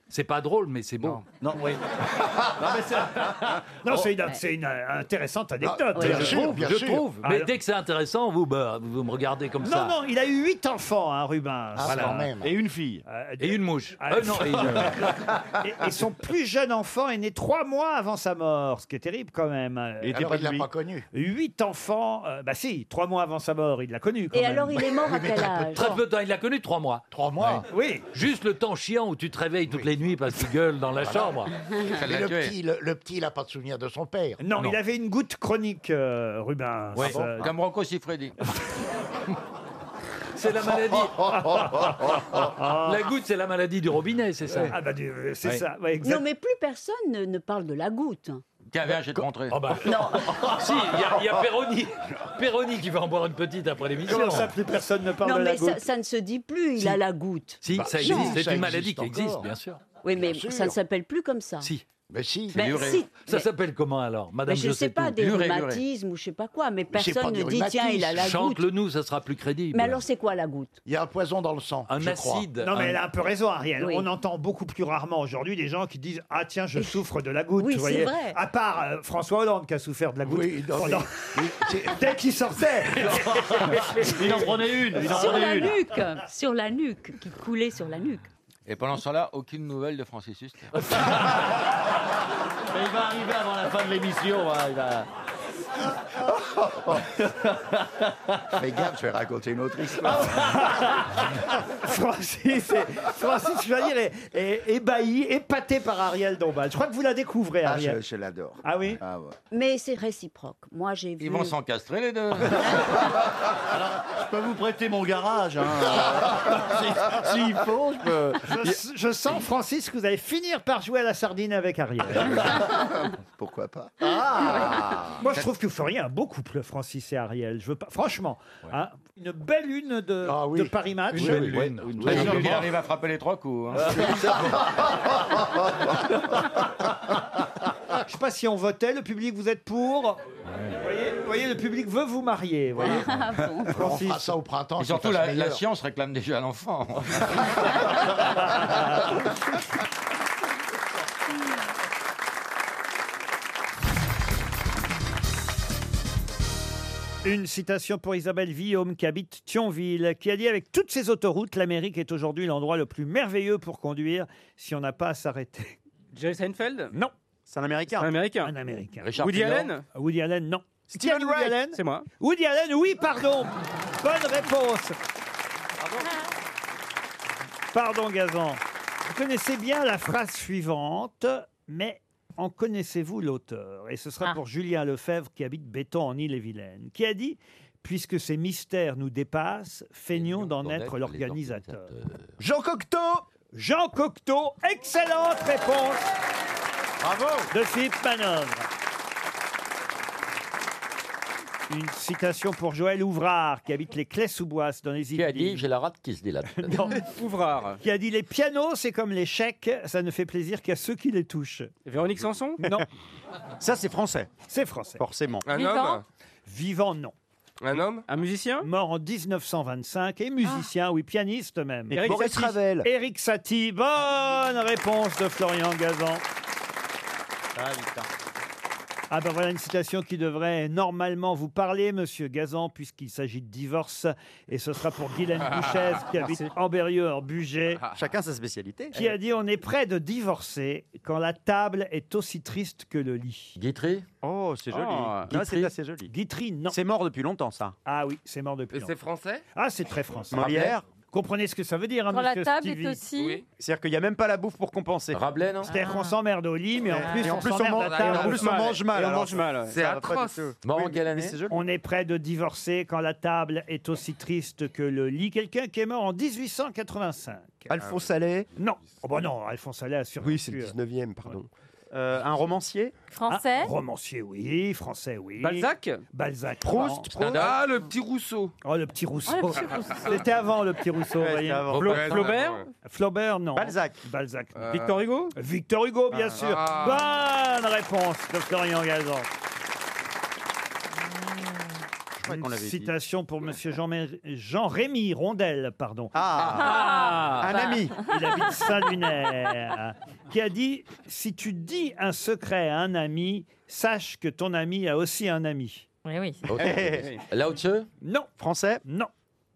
[SPEAKER 6] C'est pas drôle, mais c'est beau.
[SPEAKER 8] Non, oui.
[SPEAKER 3] Non, c'est une, c'est une, euh, intéressante
[SPEAKER 8] Ah,
[SPEAKER 3] anecdote.
[SPEAKER 6] je trouve, je trouve.
[SPEAKER 3] Ah,
[SPEAKER 6] mais
[SPEAKER 3] alors-
[SPEAKER 6] dès que c'est intéressant, vous, bah, vous me regardez comme ça.
[SPEAKER 3] non, non, il a eu huit enfants, hein,
[SPEAKER 8] Ah,
[SPEAKER 3] Rubens.
[SPEAKER 6] Ah, Voilà. Et une fille. et une mouche.
[SPEAKER 3] Ah,
[SPEAKER 6] Euh, non, euh, et une-
[SPEAKER 3] et, et son plus jeune enfant est né trois mois avant sa mort, ce qui est terrible quand même.
[SPEAKER 4] Il était Alors, pas il de l'a lui. pas connu.
[SPEAKER 3] Huit enfants, euh, bah si, trois mois avant sa mort, il l'a connu quand
[SPEAKER 18] Et
[SPEAKER 3] même.
[SPEAKER 18] alors, il est mort à quel âge
[SPEAKER 6] Très peu de temps, il l'a connu trois mois. Trois mois
[SPEAKER 3] Oui.
[SPEAKER 6] Juste le temps chiant où tu te réveilles toutes les nuits parce que tu gueules dans la chambre.
[SPEAKER 20] Mais le petit, le, le petit, il n'a pas de souvenir de son père.
[SPEAKER 3] Non, il avait une goutte chronique, euh, Rubens.
[SPEAKER 20] Ouais.
[SPEAKER 3] Euh,
[SPEAKER 20] Ah
[SPEAKER 14] Comme Rocco Siffredi.
[SPEAKER 6] C'est la maladie. la goutte, c'est la maladie du robinet, c'est ça
[SPEAKER 3] Ah bah, du- euh, c'est
[SPEAKER 6] Ouais.
[SPEAKER 3] ça. ouais, exact.
[SPEAKER 18] Non, mais plus personne ne, ne parle de la goutte.
[SPEAKER 14] Tiens, viens, j'ai te montrer.
[SPEAKER 18] Oh, bah.
[SPEAKER 6] Non. si, il y a, il y a Perroni. Perroni qui va en boire une petite après l'émission.
[SPEAKER 3] Comment ça, plus personne ne parle
[SPEAKER 18] non,
[SPEAKER 3] de la
[SPEAKER 18] mais ça,
[SPEAKER 3] goutte
[SPEAKER 18] ça ne se dit plus, il
[SPEAKER 6] Si.
[SPEAKER 18] a la goutte.
[SPEAKER 6] Si,
[SPEAKER 18] Bah,
[SPEAKER 6] ça
[SPEAKER 18] non.
[SPEAKER 6] existe. C'est une maladie qui existe, bien sûr.
[SPEAKER 18] Oui, mais
[SPEAKER 6] sûr.
[SPEAKER 18] ça ne s'appelle plus comme ça.
[SPEAKER 6] Si.
[SPEAKER 20] Mais si.
[SPEAKER 18] Ben, l'urée. si,
[SPEAKER 6] Ça
[SPEAKER 18] mais-
[SPEAKER 6] s'appelle comment alors Madame
[SPEAKER 18] mais je ne sais pas, des rhumatismes ou je sais pas quoi, mais
[SPEAKER 6] c'est pas
[SPEAKER 18] personne
[SPEAKER 6] du
[SPEAKER 18] ne dit tiens, il a la goutte.
[SPEAKER 6] Chante-le nous, ça sera plus crédible.
[SPEAKER 18] Mais alors, c'est quoi la goutte
[SPEAKER 20] Il y a un poison dans le sang.
[SPEAKER 6] Un acide.
[SPEAKER 3] Non, mais
[SPEAKER 6] un-
[SPEAKER 3] elle a un peu raison, Ariel.
[SPEAKER 18] Oui.
[SPEAKER 3] On entend beaucoup plus rarement aujourd'hui des gens qui disent Ah, tiens, je souffre de la goutte.
[SPEAKER 18] Oui,
[SPEAKER 3] vous
[SPEAKER 18] c'est
[SPEAKER 3] voyez.
[SPEAKER 18] vrai.
[SPEAKER 3] À part euh, François Hollande qui a souffert de la goutte.
[SPEAKER 20] Oui, non,
[SPEAKER 3] pendant-
[SPEAKER 20] mais-
[SPEAKER 3] Dès qu'il sortait.
[SPEAKER 8] Il en prenait une. Il en
[SPEAKER 18] Sur la
[SPEAKER 8] prenait une.
[SPEAKER 18] nuque, sur la nuque, qui coulait sur la nuque.
[SPEAKER 14] Et pendant ce temps-là, aucune nouvelle de Francis Huster.
[SPEAKER 8] Mais il va arriver avant la fin de l'émission. hein, il va-
[SPEAKER 4] Fais gaffe, je vais raconter une autre histoire.
[SPEAKER 3] Francis, et- Francis Chevalier est, est ébahi, épaté par Ariel Dombal. Je crois que vous la découvrez,
[SPEAKER 4] Ah,
[SPEAKER 3] Ariel.
[SPEAKER 4] je, je l'adore.
[SPEAKER 3] Ah oui
[SPEAKER 4] Ah ouais.
[SPEAKER 18] Mais c'est réciproque. Moi, j'ai vu.
[SPEAKER 14] Ils vont s'encastrer les deux.
[SPEAKER 8] Je peux vous prêter mon garage. Hein. Si- S'il faut, je peux.
[SPEAKER 3] Je, je sens, Francis, que vous allez finir par jouer à la sardine avec Ariel.
[SPEAKER 4] Pourquoi pas
[SPEAKER 8] Ah.
[SPEAKER 4] Ah.
[SPEAKER 14] Ah.
[SPEAKER 3] Moi, je trouve que vous feriez un beau couple, Francis et Ariel. Je veux pas... Franchement, hein, une belle lune de, de Paris Match.
[SPEAKER 14] Ah Une belle lune.
[SPEAKER 3] Ouais.
[SPEAKER 14] J'espère qu'il arrive à frapper les trois coups. hein.
[SPEAKER 3] Je sais pas si on votait, le public, vous êtes pour. Vous, voyez, vous voyez, le public veut vous marier. vous voyez.
[SPEAKER 18] Ah,
[SPEAKER 3] Francis.
[SPEAKER 20] On fera ça au printemps.
[SPEAKER 14] Et
[SPEAKER 20] c'est
[SPEAKER 14] surtout,
[SPEAKER 20] pas
[SPEAKER 14] la,
[SPEAKER 20] meilleur.
[SPEAKER 14] la science réclame déjà l'enfant.
[SPEAKER 3] Une citation pour Isabelle Guillaume qui habite Thionville, qui a dit avec toutes ces autoroutes, l'Amérique est aujourd'hui l'endroit le plus merveilleux pour conduire si on n'a pas à s'arrêter.
[SPEAKER 17] Jerry Seinfeld
[SPEAKER 3] Non.
[SPEAKER 17] C'est un américain. Un américain. Un
[SPEAKER 3] américain.
[SPEAKER 17] Woody Allen
[SPEAKER 3] Ah, Woody Allen, non.
[SPEAKER 17] Steven
[SPEAKER 3] Woody
[SPEAKER 17] Wright.
[SPEAKER 3] Allen
[SPEAKER 17] C'est moi.
[SPEAKER 3] Woody Allen, oui, pardon. Bonne réponse. Pardon, Gazan. Vous connaissez bien la phrase suivante, mais en connaissez-vous l'auteur Et ce sera pour Julien Lefebvre qui habite Béton en Ille-et-Vilaine, qui a dit Puisque ces mystères nous dépassent, feignons d'en être l'organisateur. Jean Cocteau Jean Cocteau, excellente réponse Bravo De Philippe Manœuvre. Une citation pour Joël Ouvrard, qui habite les Clés-sous-Bois dans les Yvelines. Qui a dit J'ai la rate qui se dilate.
[SPEAKER 17] Ouvrard.
[SPEAKER 3] Qui a dit Les pianos, c'est comme les chèques, ça ne fait plaisir qu'à ceux qui les touchent.
[SPEAKER 17] Véronique Sanson
[SPEAKER 3] Non.
[SPEAKER 27] Ça, c'est français.
[SPEAKER 3] C'est français.
[SPEAKER 27] Forcément.
[SPEAKER 17] Un Vivant homme
[SPEAKER 3] Vivant, non.
[SPEAKER 17] Un homme Un musicien
[SPEAKER 3] Mort en 1925 et musicien, oui, pianiste même.
[SPEAKER 27] Éric Maurice Satie. Ravel.
[SPEAKER 3] Eric Satie. Bonne réponse de Florian Gazan. Ah ben voilà une citation qui devrait normalement vous parler, monsieur Gazan, puisqu'il s'agit de divorce. Et ce sera pour Guylaine
[SPEAKER 27] Ah.
[SPEAKER 3] Bouchèze, qui habite
[SPEAKER 27] Merci.
[SPEAKER 3] Amberieux, hors Bugey.
[SPEAKER 27] Ah. Chacun sa spécialité.
[SPEAKER 3] Qui a dit on est près de divorcer quand la table est aussi triste que le lit. Eh. Guitry
[SPEAKER 27] Oh, c'est joli.
[SPEAKER 3] Ah,
[SPEAKER 27] Non,
[SPEAKER 3] Guitry.
[SPEAKER 27] c'est assez joli.
[SPEAKER 3] Guitry, non.
[SPEAKER 27] C'est mort depuis longtemps, ça.
[SPEAKER 3] Ah oui, c'est mort depuis.
[SPEAKER 27] Et c'est
[SPEAKER 3] français Ah, c'est très français.
[SPEAKER 27] Molière
[SPEAKER 3] Comprenez ce que ça veut dire, hein,
[SPEAKER 21] Quand la
[SPEAKER 3] monsieur
[SPEAKER 21] table est
[SPEAKER 3] Stevie.
[SPEAKER 21] aussi.
[SPEAKER 27] C'est-à-dire qu'il n'y a même pas la bouffe pour compenser. Rabelais, non
[SPEAKER 3] C'est-à-dire qu'on s'emmerde au lit, mais en
[SPEAKER 27] Ah.
[SPEAKER 3] plus,
[SPEAKER 27] Et en
[SPEAKER 3] on
[SPEAKER 27] plus, on
[SPEAKER 3] s'emmerde
[SPEAKER 27] mange-
[SPEAKER 3] à table.
[SPEAKER 27] et en plus, on mange mal,
[SPEAKER 3] Et on
[SPEAKER 27] alors.
[SPEAKER 3] mange mal, ouais.
[SPEAKER 27] C'est Ça va pas atroce. du tout. Mort en quelle année c'est joli.
[SPEAKER 3] On est près de divorcer quand la table est aussi triste que le lit. Quelqu'un qui est mort en 1885.
[SPEAKER 27] Alphonse Allais
[SPEAKER 3] Non. Oh bah non, Alphonse Allais a survécu.
[SPEAKER 27] Oui, c'est le 19e, pardon. Euh, un romancier
[SPEAKER 3] Français Ah, Romancier, oui. Français, oui.
[SPEAKER 27] Balzac
[SPEAKER 3] Balzac.
[SPEAKER 27] Proust,
[SPEAKER 3] non.
[SPEAKER 27] Proust. Ah,
[SPEAKER 3] le petit Rousseau. Oh, le petit Rousseau.
[SPEAKER 27] Oh, le petit Rousseau.
[SPEAKER 3] C'était avant le petit Rousseau,
[SPEAKER 27] Ouais,
[SPEAKER 3] voyez.
[SPEAKER 27] c'était avant. Flau- Ouais, Flaubert ouais.
[SPEAKER 3] Flaubert, non. Balzac. Balzac. non.
[SPEAKER 27] Victor
[SPEAKER 17] Hugo
[SPEAKER 3] Victor Hugo, bien
[SPEAKER 27] Ah.
[SPEAKER 3] sûr.
[SPEAKER 27] Ah.
[SPEAKER 3] Bonne réponse de Florian Gazan.
[SPEAKER 27] croyais qu'on
[SPEAKER 3] Une
[SPEAKER 27] l'avait dit.
[SPEAKER 3] citation pour Monsieur Jean Mé- Jean-Rémy Rondel, pardon.
[SPEAKER 27] Ah. Un ami.
[SPEAKER 3] Il habite Saint-Lunaire, qui a dit « Si tu dis un secret à un ami, sache que ton ami a aussi un ami. »
[SPEAKER 21] Oui, oui.
[SPEAKER 3] Lao Tzu Non. Français Non.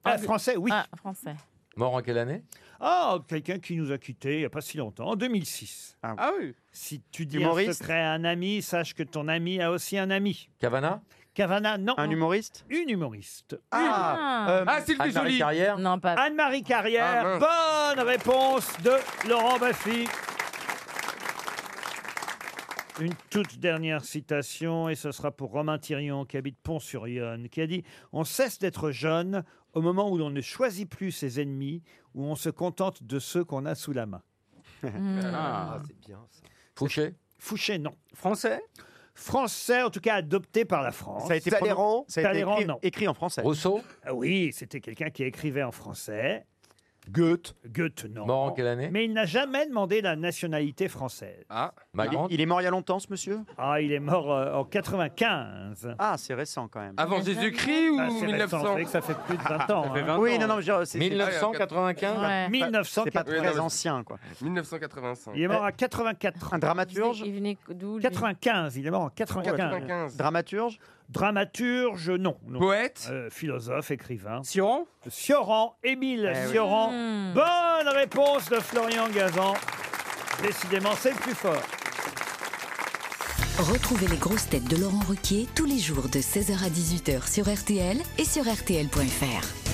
[SPEAKER 3] Ah, français, oui.
[SPEAKER 21] Ah, français.
[SPEAKER 3] Mort en quelle année Ah, quelqu'un qui nous a quittés il n'y a pas si longtemps, en 2006. Ah oui. Si tu dis un
[SPEAKER 27] Humoriste
[SPEAKER 3] secret à un ami, sache que ton ami a aussi un ami. Cavana Cavana, non. Un humoriste Une humoriste.
[SPEAKER 27] Ah, Ah. euh, Anne-Marie Carrière
[SPEAKER 3] Non, pas. Anne-Marie
[SPEAKER 7] Ah,
[SPEAKER 3] Carrière. Bonne réponse de Laurent Baffy. Une toute dernière citation, et ce sera pour Romain Thirion, qui habite Pont-sur-Yonne, qui a dit « On cesse d'être jeune au moment où l'on ne choisit plus ses ennemis, où on se contente de ceux qu'on a sous la main.
[SPEAKER 27] Ah, c'est bien ça.
[SPEAKER 3] Fouché Fouché, non. Français Français, en tout cas adopté par la France.
[SPEAKER 27] Ça a été pronon- ça a été
[SPEAKER 3] Talleyrand,
[SPEAKER 27] écrit-
[SPEAKER 3] non.
[SPEAKER 27] écrit en français.
[SPEAKER 3] Rousseau Oui, c'était quelqu'un qui écrivait en français. Goethe Goethe, non.
[SPEAKER 27] Mort en quelle année
[SPEAKER 3] Mais il n'a jamais demandé la nationalité française.
[SPEAKER 27] Ah,
[SPEAKER 3] Magrand
[SPEAKER 27] il, il est mort il y a longtemps, ce monsieur
[SPEAKER 3] Ah, il est mort euh, en 95.
[SPEAKER 27] Ah, c'est récent quand même.
[SPEAKER 3] Avant Jésus-Christ ou
[SPEAKER 27] Ah, c'est récent,
[SPEAKER 3] 1900?
[SPEAKER 27] c'est vrai que
[SPEAKER 3] ça fait plus de 20 ans. hein.
[SPEAKER 27] Oui, non, non, mais je veux dire, c'est- c'est-
[SPEAKER 3] 1995? Ouais.
[SPEAKER 27] C'est pas
[SPEAKER 3] Ouais, non, mais-
[SPEAKER 27] très ancien, quoi.
[SPEAKER 23] 1985.
[SPEAKER 3] Il est mort à 84. Un dramaturge
[SPEAKER 21] Il venait d'où lui
[SPEAKER 3] 95, il est mort en 95.
[SPEAKER 23] 95.
[SPEAKER 3] Dramaturge Dramaturge, non. non.
[SPEAKER 23] Poète
[SPEAKER 3] Euh, Philosophe, écrivain. Sioran Sioran, Émile
[SPEAKER 23] Eh oui.
[SPEAKER 3] Sioran.
[SPEAKER 23] Hmm.
[SPEAKER 3] Bonne réponse de Florian Gazan. Décidément, c'est le plus fort.
[SPEAKER 25] Retrouvez les grosses têtes de Laurent Ruquier tous les jours de 16h à 18h sur RTL et sur RTL.fr.